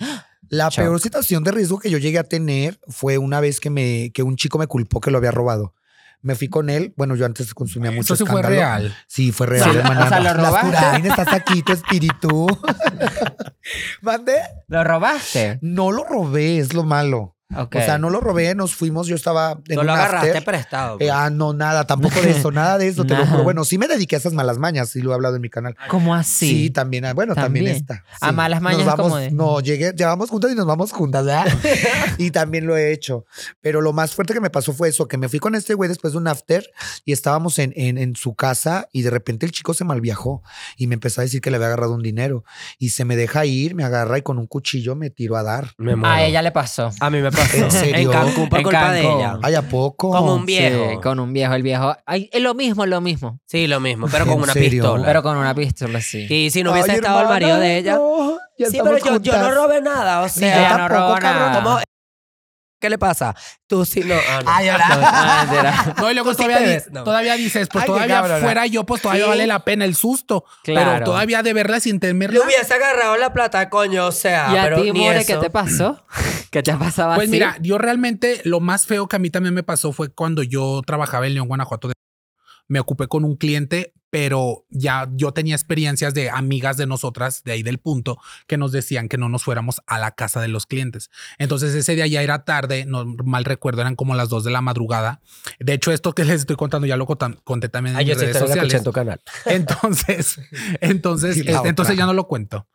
[SPEAKER 4] La
[SPEAKER 1] Chao.
[SPEAKER 4] peor situación de riesgo que yo llegué a tener fue una vez que, me, que un chico me culpó que lo había robado. Me fui con él. Bueno, yo antes consumía mucho
[SPEAKER 3] Eso sí fue
[SPEAKER 4] escándalo.
[SPEAKER 3] real.
[SPEAKER 4] Sí, fue real,
[SPEAKER 1] Sí,
[SPEAKER 4] hermana.
[SPEAKER 1] o sea, ¿lo
[SPEAKER 4] Las
[SPEAKER 1] robaste?
[SPEAKER 4] Kurain, estás aquí, tu espíritu. ¿Mande?
[SPEAKER 1] ¿Lo robaste?
[SPEAKER 4] No lo robé, es lo malo.
[SPEAKER 1] Ok.
[SPEAKER 4] O sea, no lo robé, nos fuimos, yo estaba en
[SPEAKER 2] No
[SPEAKER 4] un
[SPEAKER 2] lo agarraste
[SPEAKER 4] after.
[SPEAKER 2] prestado. pues.
[SPEAKER 4] Eh, ah, no, nada, tampoco de eso, nada de eso, te lo
[SPEAKER 1] Nada.
[SPEAKER 4] juro. Bueno, sí me dediqué a esas malas mañas, sí lo he hablado en mi canal.
[SPEAKER 1] ¿Cómo
[SPEAKER 4] Sí,
[SPEAKER 1] así?
[SPEAKER 4] también, ah, bueno, también,
[SPEAKER 1] También.
[SPEAKER 4] está.
[SPEAKER 1] A
[SPEAKER 4] sí.
[SPEAKER 1] malas mañas
[SPEAKER 4] Nos vamos-
[SPEAKER 1] como de-
[SPEAKER 4] No, llegué, llevamos juntas y nos vamos juntas, ¿verdad? y también lo he hecho. Pero lo más fuerte que me pasó fue eso, que me fui con este güey después de un after y estábamos en, en, en su casa y de repente el chico se malviajó y me empezó a decir que le había agarrado un dinero y se me deja ir, me agarra y con un cuchillo me tiró a dar.
[SPEAKER 2] Me muero.
[SPEAKER 1] a ella le pasó.
[SPEAKER 2] A mí me pasó.
[SPEAKER 4] ¿En serio?
[SPEAKER 2] Cancún por
[SPEAKER 1] En
[SPEAKER 2] culpa de
[SPEAKER 1] Cancún.
[SPEAKER 2] ella.
[SPEAKER 4] Ay, ¿a poco?
[SPEAKER 2] Como un viejo.
[SPEAKER 1] Sí, con un viejo, el viejo. Ay, es lo mismo, es lo mismo.
[SPEAKER 2] Sí, lo mismo, pero con
[SPEAKER 4] ¿En
[SPEAKER 2] una
[SPEAKER 4] serio?
[SPEAKER 2] pistola.
[SPEAKER 1] Pero con una pistola, sí.
[SPEAKER 2] y si no hubiese
[SPEAKER 4] Ay,
[SPEAKER 2] estado
[SPEAKER 4] hermana,
[SPEAKER 2] el marido de ella.
[SPEAKER 4] no, ya
[SPEAKER 2] sí, pero
[SPEAKER 4] estamos
[SPEAKER 2] yo, yo
[SPEAKER 4] juntas.
[SPEAKER 2] no robé nada. O
[SPEAKER 1] Ni ella
[SPEAKER 2] sea,
[SPEAKER 1] no
[SPEAKER 4] tampoco,
[SPEAKER 1] robó
[SPEAKER 4] cabrón,
[SPEAKER 1] nada.
[SPEAKER 2] ¿cómo- ¿qué le pasa? Tú sí no. ah, no.
[SPEAKER 4] Ay, ahora.
[SPEAKER 1] Ah, mentira.
[SPEAKER 3] No, y luego
[SPEAKER 2] Tú sí
[SPEAKER 3] todavía,
[SPEAKER 2] te
[SPEAKER 3] di-
[SPEAKER 2] ves, no.
[SPEAKER 3] todavía dices, pues
[SPEAKER 4] Ay, qué
[SPEAKER 3] todavía
[SPEAKER 4] cabrona.
[SPEAKER 3] fuera yo, pues todavía
[SPEAKER 2] Sí.
[SPEAKER 3] vale la pena el susto.
[SPEAKER 1] Claro.
[SPEAKER 3] Pero todavía de verla sin
[SPEAKER 2] Le
[SPEAKER 3] temerla.
[SPEAKER 2] hubiese agarrado la plata, coño. O sea,
[SPEAKER 1] ¿Y a
[SPEAKER 2] pero
[SPEAKER 1] ti,
[SPEAKER 2] ni
[SPEAKER 1] More,
[SPEAKER 2] eso.
[SPEAKER 1] qué te pasó? ¿Qué te ha
[SPEAKER 2] Ah,
[SPEAKER 1] pasado
[SPEAKER 3] Pues
[SPEAKER 1] así?
[SPEAKER 3] mira, yo realmente lo más feo que a mí también me pasó fue cuando yo trabajaba en León, Guanajuato. de- Me ocupé con un cliente, pero ya yo tenía experiencias de amigas de nosotras de ahí del punto que nos decían que no nos fuéramos a la casa de los clientes. Entonces ese día ya era tarde, no mal recuerdo, eran como las 2 de la madrugada. De hecho, esto que les estoy contando ya lo contam- conté también en
[SPEAKER 2] Ay, Ah, yo
[SPEAKER 3] mis
[SPEAKER 2] sí
[SPEAKER 3] redes
[SPEAKER 2] te lo escuché
[SPEAKER 3] sociales.
[SPEAKER 2] en tu canal.
[SPEAKER 3] Entonces, entonces,
[SPEAKER 4] Y la
[SPEAKER 3] este,
[SPEAKER 4] otra.
[SPEAKER 3] entonces ya no lo cuento.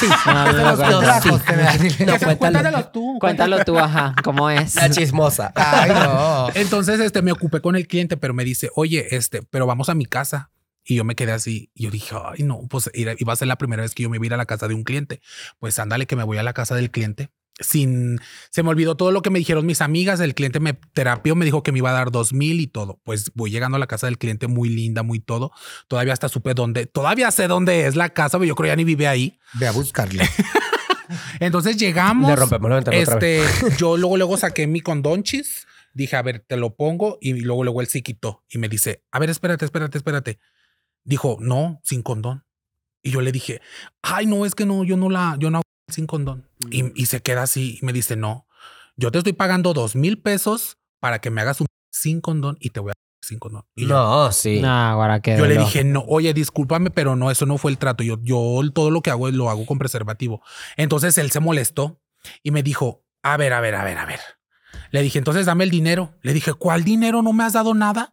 [SPEAKER 3] Sí.
[SPEAKER 1] No, no, no,
[SPEAKER 4] Los
[SPEAKER 1] no, sí.
[SPEAKER 4] trajos, te vean.
[SPEAKER 3] Que se-
[SPEAKER 2] cuéntalo.
[SPEAKER 3] cuéntanos tú.
[SPEAKER 1] Cuéntalo tú, ajá, ¿cómo es?
[SPEAKER 2] La chismosa.
[SPEAKER 4] Ay, no.
[SPEAKER 3] Entonces, este, me ocupé con el cliente, pero me dice, oye, este, pero vamos a mi casa. Y yo me quedé así. Y yo dije, ay, no, pues era- iba a ser la primera vez que yo me iba a ir a la casa de un cliente. Pues ándale, que me voy a la casa del cliente. Sin, se me olvidó todo lo que me dijeron mis amigas. El cliente me terapió, me dijo que me iba a dar dos mil y todo. Pues voy llegando a la casa del cliente muy linda, muy todo. Todavía hasta supe dónde, todavía sé dónde es la casa, pero yo creo ya ni vive ahí.
[SPEAKER 4] Ve a buscarle.
[SPEAKER 3] Entonces llegamos.
[SPEAKER 2] Le rompemos la ventana otra vez.
[SPEAKER 3] Este, yo luego, luego saqué mi condonchis, dije, a ver, te lo pongo, y luego, luego él sí quitó y me dice, a ver, espérate, espérate, espérate. Dijo, no, sin condón. Y yo le dije, ay, no, es que no, yo no la, yo no hago sin condón. Y, y se queda así y me dice, no, yo te estoy pagando dos mil pesos para que me hagas un sin condón y te voy a sin condón. Y
[SPEAKER 2] este,
[SPEAKER 3] yo,
[SPEAKER 2] No, sí.
[SPEAKER 1] No, ahora qué
[SPEAKER 3] yo le
[SPEAKER 1] dolor.
[SPEAKER 3] dije, no, oye, discúlpame, pero no, eso no fue el trato. Yo, yo todo lo que hago lo hago con preservativo. Entonces él se molestó y me dijo, a ver, a ver, a ver, a ver. Le dije, entonces dame el dinero. Le dije, ¿cuál dinero? ¿No me has dado nada?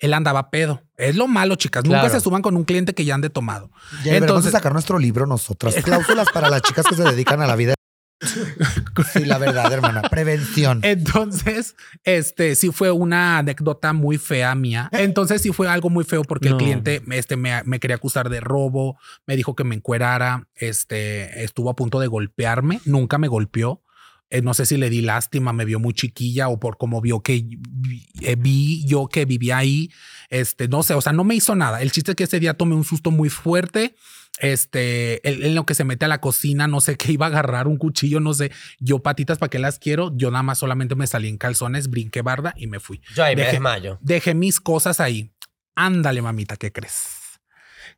[SPEAKER 3] Él andaba pedo. Es lo malo, chicas. Nunca
[SPEAKER 2] Claro.
[SPEAKER 3] se suban con un cliente que ya ande tomado.
[SPEAKER 4] Ya deberíamos de
[SPEAKER 3] Entonces-
[SPEAKER 4] sacar nuestro libro nosotras. Cláusulas para las chicas que se dedican a la vida. Sí, la verdad, hermana. Prevención.
[SPEAKER 3] Entonces, este sí fue una anécdota muy fea mía. Entonces sí fue algo muy feo porque
[SPEAKER 1] No.
[SPEAKER 3] el cliente este, me, me quería acusar de robo, me dijo que me encuerara, este, estuvo a punto de golpearme, nunca me golpeó. Eh, no sé si le di lástima, me vio muy chiquilla o por cómo vio que vi- eh, vi yo que vivía ahí. Este, no sé, o sea, no me hizo nada. El chiste es que ese día tomé un susto muy fuerte. Este, él- en lo que se mete a la cocina, no sé qué iba a agarrar, un cuchillo, no sé. Yo patitas, ¿para qué las quiero? Yo nada más solamente me salí en calzones, brinqué barda y me fui.
[SPEAKER 2] Yo ahí me
[SPEAKER 3] Deje-
[SPEAKER 2] desmayo.
[SPEAKER 3] Dejé mis cosas ahí. Ándale, mamita, ¿qué crees?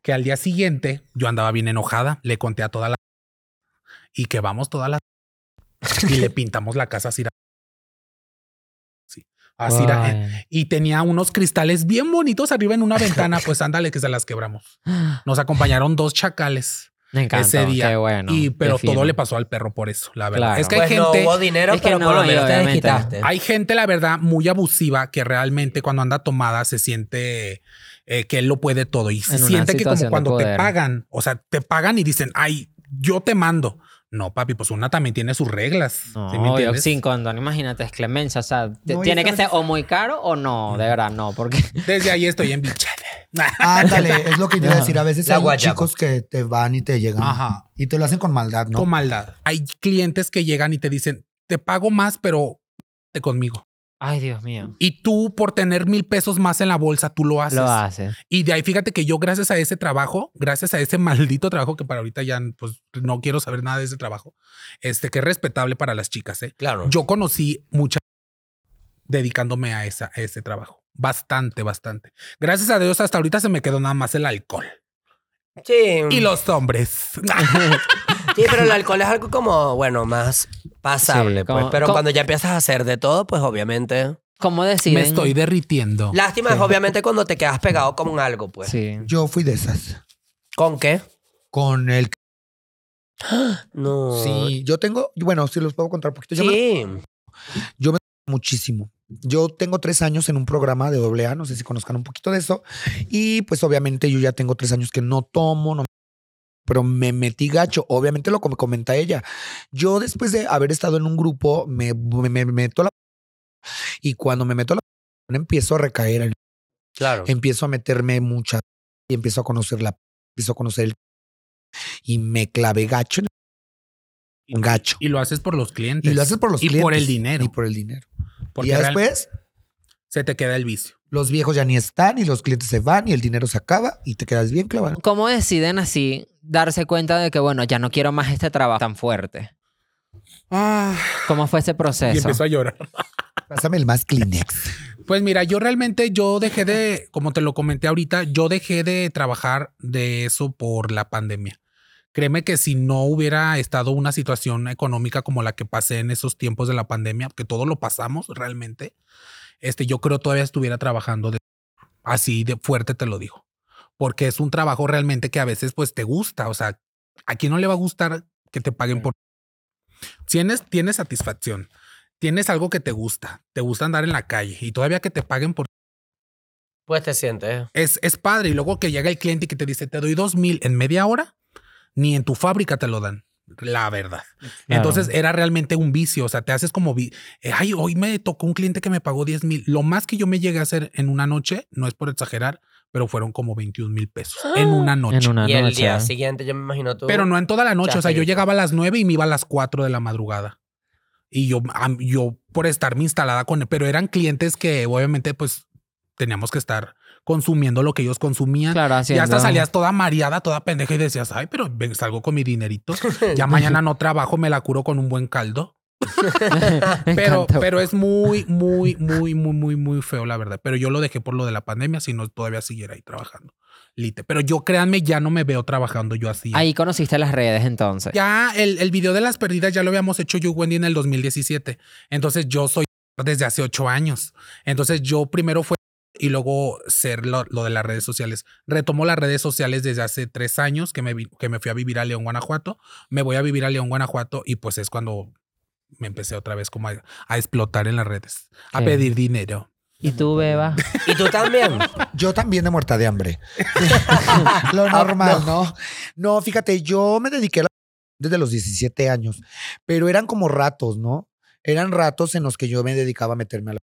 [SPEAKER 3] Que al día siguiente yo andaba bien enojada, le conté a toda la... Y que vamos toda la... Y le pintamos la casa así. "Ah, Sí, así era. eh,
[SPEAKER 1] Ay.
[SPEAKER 3] Y tenía unos cristales bien bonitos arriba en una ventana, pues ándale que se las quebramos. Nos acompañaron dos chacales.
[SPEAKER 1] Me encanta,
[SPEAKER 3] ese día.
[SPEAKER 1] qué bueno.
[SPEAKER 3] y,
[SPEAKER 1] qué
[SPEAKER 3] pero todo
[SPEAKER 1] fino.
[SPEAKER 3] le pasó al perro por eso, la verdad.
[SPEAKER 1] Claro.
[SPEAKER 3] Es que hay
[SPEAKER 2] Pues no
[SPEAKER 3] gente...
[SPEAKER 2] hubo dinero,
[SPEAKER 1] Es que
[SPEAKER 2] pero por
[SPEAKER 1] no,
[SPEAKER 2] lo
[SPEAKER 1] y
[SPEAKER 2] menos te
[SPEAKER 1] obviamente-
[SPEAKER 2] desquitaste.
[SPEAKER 3] Hay gente, la verdad, muy abusiva que realmente cuando anda tomada se siente eh, que él lo puede todo. Y
[SPEAKER 1] En una
[SPEAKER 3] siente que
[SPEAKER 1] situación
[SPEAKER 3] como
[SPEAKER 1] de
[SPEAKER 3] cuando te
[SPEAKER 1] poder.
[SPEAKER 3] pagan, o sea, te pagan y dicen, ay, yo te mando. No, papi, pues una también tiene sus reglas.
[SPEAKER 1] No,
[SPEAKER 3] ¿sí me
[SPEAKER 1] yo
[SPEAKER 3] entiendes?
[SPEAKER 1] sin condón, imagínate, es clemencia. O sea, te-
[SPEAKER 4] No, y
[SPEAKER 1] tiene que ser
[SPEAKER 4] sabes-
[SPEAKER 1] o muy caro o no,
[SPEAKER 3] Mm.
[SPEAKER 1] de verdad, no, porque
[SPEAKER 3] Desde ahí estoy en bichada.
[SPEAKER 4] Ándale, es lo que yo iba a decir. A veces
[SPEAKER 2] La
[SPEAKER 4] hay
[SPEAKER 2] guayaba.
[SPEAKER 4] chicos que te van y te llegan.
[SPEAKER 3] Ajá.
[SPEAKER 4] Y te lo hacen con maldad, ¿no?
[SPEAKER 3] Con maldad. Hay clientes que llegan y te dicen, te pago más, pero te conmigo.
[SPEAKER 1] Ay, Dios mío.
[SPEAKER 3] Y tú, por tener mil pesos más en la bolsa, tú lo haces.
[SPEAKER 1] Lo hace.
[SPEAKER 3] Y de ahí, fíjate que yo, gracias a ese trabajo, gracias a ese maldito trabajo que para ahorita ya pues, no quiero saber nada de ese trabajo, este que es respetable para las chicas, ¿eh?
[SPEAKER 2] Claro.
[SPEAKER 3] Yo conocí mucha dedicándome a, esa, a ese trabajo. Bastante, bastante. Gracias a Dios, hasta ahorita se me quedó nada más el alcohol.
[SPEAKER 2] sí.
[SPEAKER 4] Mm.
[SPEAKER 3] Y los hombres.
[SPEAKER 2] Sí, pero el alcohol es algo como, bueno, más pasable,
[SPEAKER 1] Sí, como-
[SPEAKER 2] pues. Pero
[SPEAKER 1] como-
[SPEAKER 2] cuando ya empiezas a hacer de todo, pues obviamente.
[SPEAKER 1] ¿Cómo deciden?
[SPEAKER 3] me estoy derritiendo.
[SPEAKER 2] Lástima es obviamente cuando te quedas pegado con algo, pues.
[SPEAKER 1] Sí.
[SPEAKER 4] Yo fui de esas.
[SPEAKER 2] ¿Con qué?
[SPEAKER 4] Con el.
[SPEAKER 2] No.
[SPEAKER 4] Sí, yo tengo. Bueno, si los puedo contar un poquito. Yo me
[SPEAKER 2] Sí.
[SPEAKER 4] muchísimo. Yo tengo tres años en un programa de doble A, no sé si conozcan un poquito de eso. Y pues obviamente yo ya tengo tres años que no tomo, no pero me metí gacho. Obviamente lo que me comenta ella. Yo después de haber estado en un grupo, me, me, me meto a la... Y cuando me meto a la... empiezo a recaer en
[SPEAKER 2] Claro.
[SPEAKER 3] Eh,
[SPEAKER 4] empiezo a meterme mucha y empiezo a conocer la empiezo a conocer el y me clavé gacho en el- gacho
[SPEAKER 3] Y lo haces por los clientes.
[SPEAKER 4] y lo haces por los
[SPEAKER 3] y
[SPEAKER 4] clientes
[SPEAKER 3] por el dinero.
[SPEAKER 4] y por el dinero
[SPEAKER 3] Porque
[SPEAKER 4] y ya
[SPEAKER 3] real-
[SPEAKER 4] después
[SPEAKER 3] se te queda el vicio.
[SPEAKER 4] los viejos ya ni están y los clientes se van y el dinero se acaba y te quedas bien clavado
[SPEAKER 1] ¿Cómo deciden así darse cuenta de que, bueno, ya no quiero más este trabajo tan fuerte?
[SPEAKER 2] Ah.
[SPEAKER 1] ¿Cómo fue ese
[SPEAKER 3] y
[SPEAKER 1] proceso?
[SPEAKER 3] empezó a llorar.
[SPEAKER 4] pásame el más Kleenex
[SPEAKER 3] Pues mira, yo realmente yo dejé de, como te lo comenté ahorita, yo dejé de trabajar de eso por la pandemia. Créeme que si no hubiera estado una situación económica como la que pasé en esos tiempos de la pandemia, que todo lo pasamos realmente, este, yo creo todavía estuviera trabajando de, así de fuerte, te lo digo, porque es un trabajo realmente que a veces pues te gusta, o sea, a quién no le va a gustar que te paguen por... Tienes, tienes satisfacción tienes algo que te gusta, te gusta andar en la calle y todavía que te paguen por...
[SPEAKER 2] Pues te sientes.
[SPEAKER 3] Es, es padre y luego que llega el cliente y que te dice, te doy dos mil en media hora, ni en tu fábrica te lo dan. La verdad. Entonces era realmente un vicio, o sea, te haces como, vi- eh, ay, hoy me tocó un cliente que me pagó 10 mil. Lo más que yo me llegué a hacer en una noche, no es por exagerar, pero fueron como 21 mil pesos en una noche.
[SPEAKER 1] en una
[SPEAKER 2] Y el día
[SPEAKER 1] noche.
[SPEAKER 2] siguiente, yo me imagino tú.
[SPEAKER 3] Pero no en toda la noche. o sea, yo
[SPEAKER 2] Chaferito.
[SPEAKER 3] llegaba a las 9 y me iba a las 4 de la madrugada. Y yo, am- yo por estarme instalada con él, pero eran clientes que obviamente pues teníamos que estar consumiendo lo que ellos consumían.
[SPEAKER 1] Claro,
[SPEAKER 3] Ya
[SPEAKER 1] haciendo...
[SPEAKER 3] hasta salías toda mareada, toda pendeja y decías, ay, pero ven, salgo con mi dinerito. Ya mañana no trabajo, me la curo con un buen caldo.
[SPEAKER 1] Me
[SPEAKER 3] Pero,
[SPEAKER 1] encanta.
[SPEAKER 3] pero es muy, muy, muy, muy, muy, muy feo, la verdad. Pero yo lo dejé por lo de la pandemia, si no todavía siguiera ahí trabajando. Lite. Pero yo créanme, ya no me veo trabajando yo así.
[SPEAKER 1] Ahí conociste las redes entonces.
[SPEAKER 3] Ya el, el video de las pérdidas ya lo habíamos hecho yo y Wendy en el 2017. Entonces yo soy desde hace ocho años. Entonces yo primero fue y luego ser lo, lo de las redes sociales. Retomo las redes sociales desde hace tres años que me, vi- que me fui a vivir a León, Guanajuato. Me voy a vivir a León, Guanajuato y pues es cuando me empecé otra vez como a, a explotar en las redes, a
[SPEAKER 1] Ok.
[SPEAKER 3] pedir dinero.
[SPEAKER 1] Y tú, Beba.
[SPEAKER 2] Y tú también.
[SPEAKER 4] Yo también de muerta de hambre.
[SPEAKER 2] Ah,
[SPEAKER 4] Lo normal, ¿no? No, fíjate, yo me dediqué a la desde los 17 años, pero eran como ratos, ¿no? Eran ratos en los que yo me dedicaba a meterme a la...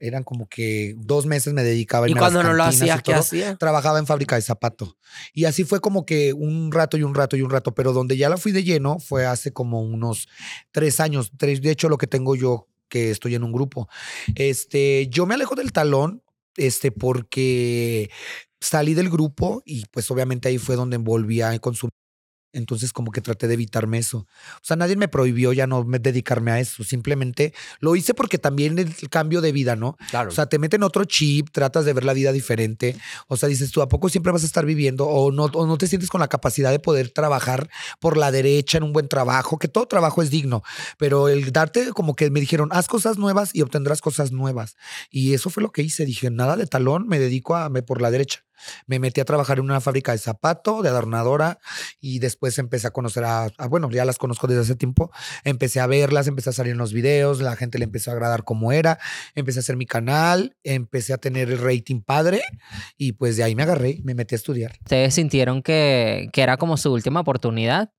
[SPEAKER 4] Eran como que dos meses me dedicaba a
[SPEAKER 2] y
[SPEAKER 4] irme a
[SPEAKER 2] cuando
[SPEAKER 4] las
[SPEAKER 2] no lo
[SPEAKER 4] cantinas y
[SPEAKER 2] hacías, ¿qué
[SPEAKER 4] todo.
[SPEAKER 2] hacías?
[SPEAKER 4] Trabajaba en fábrica de zapato. Y así fue como que un rato y un rato y un rato, pero donde ya la fui de lleno fue hace como unos tres años. Tres, de hecho, lo que tengo yo, que estoy en un grupo. Este, yo me alejo del talón, este, porque salí del grupo y pues obviamente ahí fue donde volví a consumir. Entonces como que traté de evitarme eso. O sea, nadie me prohibió ya no me- dedicarme a eso. Simplemente lo hice porque también el cambio de vida, ¿no?
[SPEAKER 2] Claro.
[SPEAKER 4] O sea, te meten otro chip, tratas de ver la vida diferente. O sea, dices tú, ¿a poco siempre vas a estar viviendo? O no, o no te sientes con la capacidad de poder trabajar por la derecha en un buen trabajo, que todo trabajo es digno. Pero el darte, como que me dijeron, haz cosas nuevas y obtendrás cosas nuevas. Y eso fue lo que hice. Dije, nada de talón, me dedico a me por la derecha. Me metí a trabajar en una fábrica de zapato, de adornadora, y después empecé a conocer a, a- bueno, ya las conozco desde hace tiempo, empecé a verlas, empecé a salir en los videos, la gente le empezó a agradar como era, empecé a hacer mi canal, empecé a tener el rating padre, y pues de ahí me agarré, y me metí a estudiar.
[SPEAKER 1] ¿Ustedes sintieron que, que era como su última oportunidad?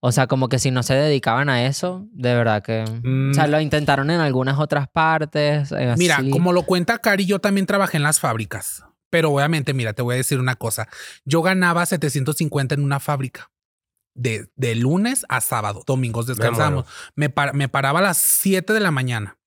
[SPEAKER 1] O sea, como que si no se dedicaban a eso, de verdad que... O sea, lo intentaron en algunas otras partes. eh,
[SPEAKER 3] Mm. Mira,
[SPEAKER 1] así.
[SPEAKER 3] como lo cuenta Cari, yo también trabajé en las fábricas. Pero obviamente, mira, te voy a decir una cosa. Yo ganaba 750 en una fábrica. De, de lunes a sábado. Domingos descansamos. Me, par- me paraba a las 7 de la mañana.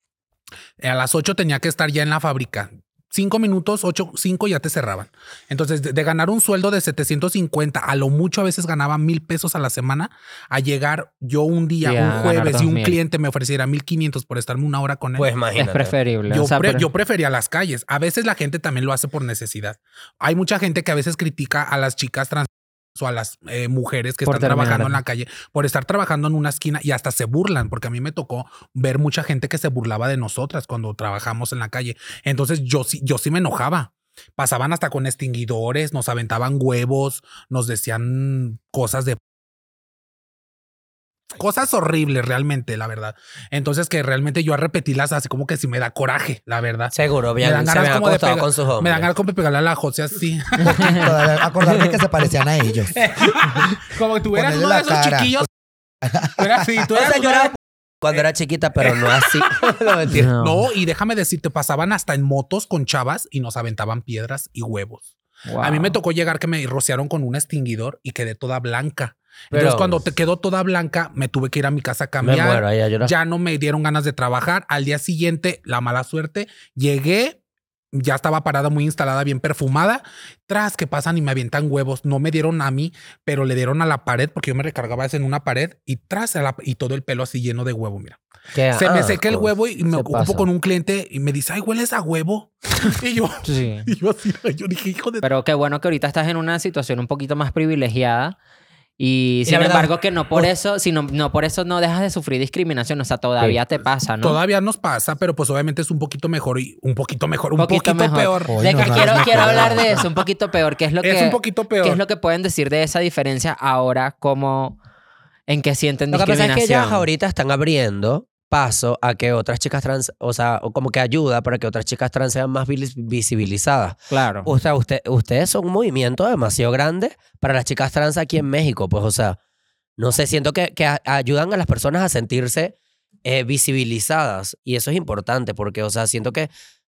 [SPEAKER 3] A las 8 tenía que estar ya en la fábrica. Cinco minutos, ocho, cinco ya te cerraban. Entonces, de, de ganar un sueldo de 750, a lo mucho a veces ganaba mil pesos a la semana, a llegar yo un día,
[SPEAKER 1] Sí, a
[SPEAKER 3] un
[SPEAKER 1] ganar
[SPEAKER 3] jueves, y un
[SPEAKER 1] 2,000.
[SPEAKER 3] cliente me ofreciera 1500 por estarme una hora con él.
[SPEAKER 2] Pues
[SPEAKER 1] Es
[SPEAKER 2] imagínate.
[SPEAKER 1] preferible.
[SPEAKER 3] Yo,
[SPEAKER 1] o sea,
[SPEAKER 3] pre-
[SPEAKER 1] pero-
[SPEAKER 3] yo prefería las calles. A veces la gente también lo hace por necesidad. Hay mucha gente que a veces critica a las chicas trans o a las eh, mujeres que
[SPEAKER 1] Por
[SPEAKER 3] están trabajando
[SPEAKER 1] terminar.
[SPEAKER 3] en la calle por estar trabajando en una esquina y hasta se burlan, porque a mí me tocó ver mucha gente que se burlaba de nosotras cuando trabajamos en la calle. Entonces yo sí, yo sí me enojaba. Pasaban hasta con extinguidores, nos aventaban huevos, nos decían cosas de... Cosas horribles realmente, la verdad. Entonces que realmente yo a repetirlas así como que si me da coraje, la verdad.
[SPEAKER 2] Seguro,
[SPEAKER 3] Me
[SPEAKER 2] bien,
[SPEAKER 3] dan
[SPEAKER 2] se
[SPEAKER 3] ganas
[SPEAKER 2] habían
[SPEAKER 3] como de
[SPEAKER 2] acostado
[SPEAKER 3] pegar-
[SPEAKER 2] con sus
[SPEAKER 3] Me dan
[SPEAKER 2] hombres.
[SPEAKER 3] ganas como de pegarle a la José así.
[SPEAKER 4] Todavía Acordarme que se parecían a ellos.
[SPEAKER 3] como que tú eras
[SPEAKER 4] Ponerle
[SPEAKER 3] uno de
[SPEAKER 4] la
[SPEAKER 3] esos
[SPEAKER 4] cara.
[SPEAKER 3] chiquillos. Tú eras así, tú
[SPEAKER 2] O
[SPEAKER 3] eras
[SPEAKER 2] sea, yo
[SPEAKER 3] uno de-
[SPEAKER 2] era cuando era chiquita, pero no así. no, mentira.
[SPEAKER 1] No.
[SPEAKER 3] No, y déjame decirte, pasaban hasta en motos con chavas y nos aventaban piedras y huevos. A mí
[SPEAKER 1] Wow.
[SPEAKER 3] me tocó llegar que me rociaron con un extinguidor y quedé toda blanca. Entonces,
[SPEAKER 2] Pero-
[SPEAKER 3] cuando te quedó toda blanca, me tuve que ir a mi casa a
[SPEAKER 2] Me
[SPEAKER 3] cambiar.
[SPEAKER 2] muero, ahí a llorar.
[SPEAKER 3] Ya no me dieron ganas de trabajar. Al día siguiente, la mala suerte, llegué, ya estaba parada muy instalada, bien perfumada. Tras que pasan y me avientan huevos, no me dieron a mí, pero le dieron a la pared porque yo me recargaba eso en una pared y tras a la- y todo el pelo así lleno de huevo, mira.
[SPEAKER 2] ¿Qué
[SPEAKER 3] Se me
[SPEAKER 2] asco.
[SPEAKER 3] seca el huevo y me
[SPEAKER 1] se
[SPEAKER 3] ocupo
[SPEAKER 1] pasa.
[SPEAKER 3] con un cliente y me dice, ay, hueles a huevo. y yo,
[SPEAKER 1] Sí.
[SPEAKER 3] y yo así, yo dije, hijo de...
[SPEAKER 1] Pero qué bueno que ahorita estás en una situación un poquito más privilegiada. Y sin
[SPEAKER 2] la verdad-
[SPEAKER 1] embargo, que no por eso, sino, no por eso no dejas de sufrir discriminación. O sea, todavía te pasa, ¿no?
[SPEAKER 3] Todavía nos pasa, pero pues obviamente es un poquito mejor y un poquito mejor, un poquito,
[SPEAKER 1] Poquito mejor.
[SPEAKER 3] peor.
[SPEAKER 4] Hoy
[SPEAKER 1] De
[SPEAKER 4] nos
[SPEAKER 1] que
[SPEAKER 4] vamos
[SPEAKER 1] quiero,
[SPEAKER 4] mejor.
[SPEAKER 1] quiero hablar de eso un poquito peor. ¿Qué es lo
[SPEAKER 3] Es
[SPEAKER 1] que,
[SPEAKER 3] un poquito peor.
[SPEAKER 1] qué es lo que pueden decir de esa diferencia ahora? como en que sienten
[SPEAKER 2] Lo que pasa es
[SPEAKER 1] discriminación?
[SPEAKER 2] que ellas ahorita están abriendo paso a que otras chicas trans, o sea, o como que ayuda para que otras chicas trans sean más vis- visibilizadas.
[SPEAKER 1] Claro.
[SPEAKER 2] O sea, usted- ustedes son un movimiento demasiado grande para las chicas trans aquí en México. Pues, o sea, no sé, siento que, que a- ayudan a las personas a sentirse eh, visibilizadas. Y eso es importante porque, o sea, siento que,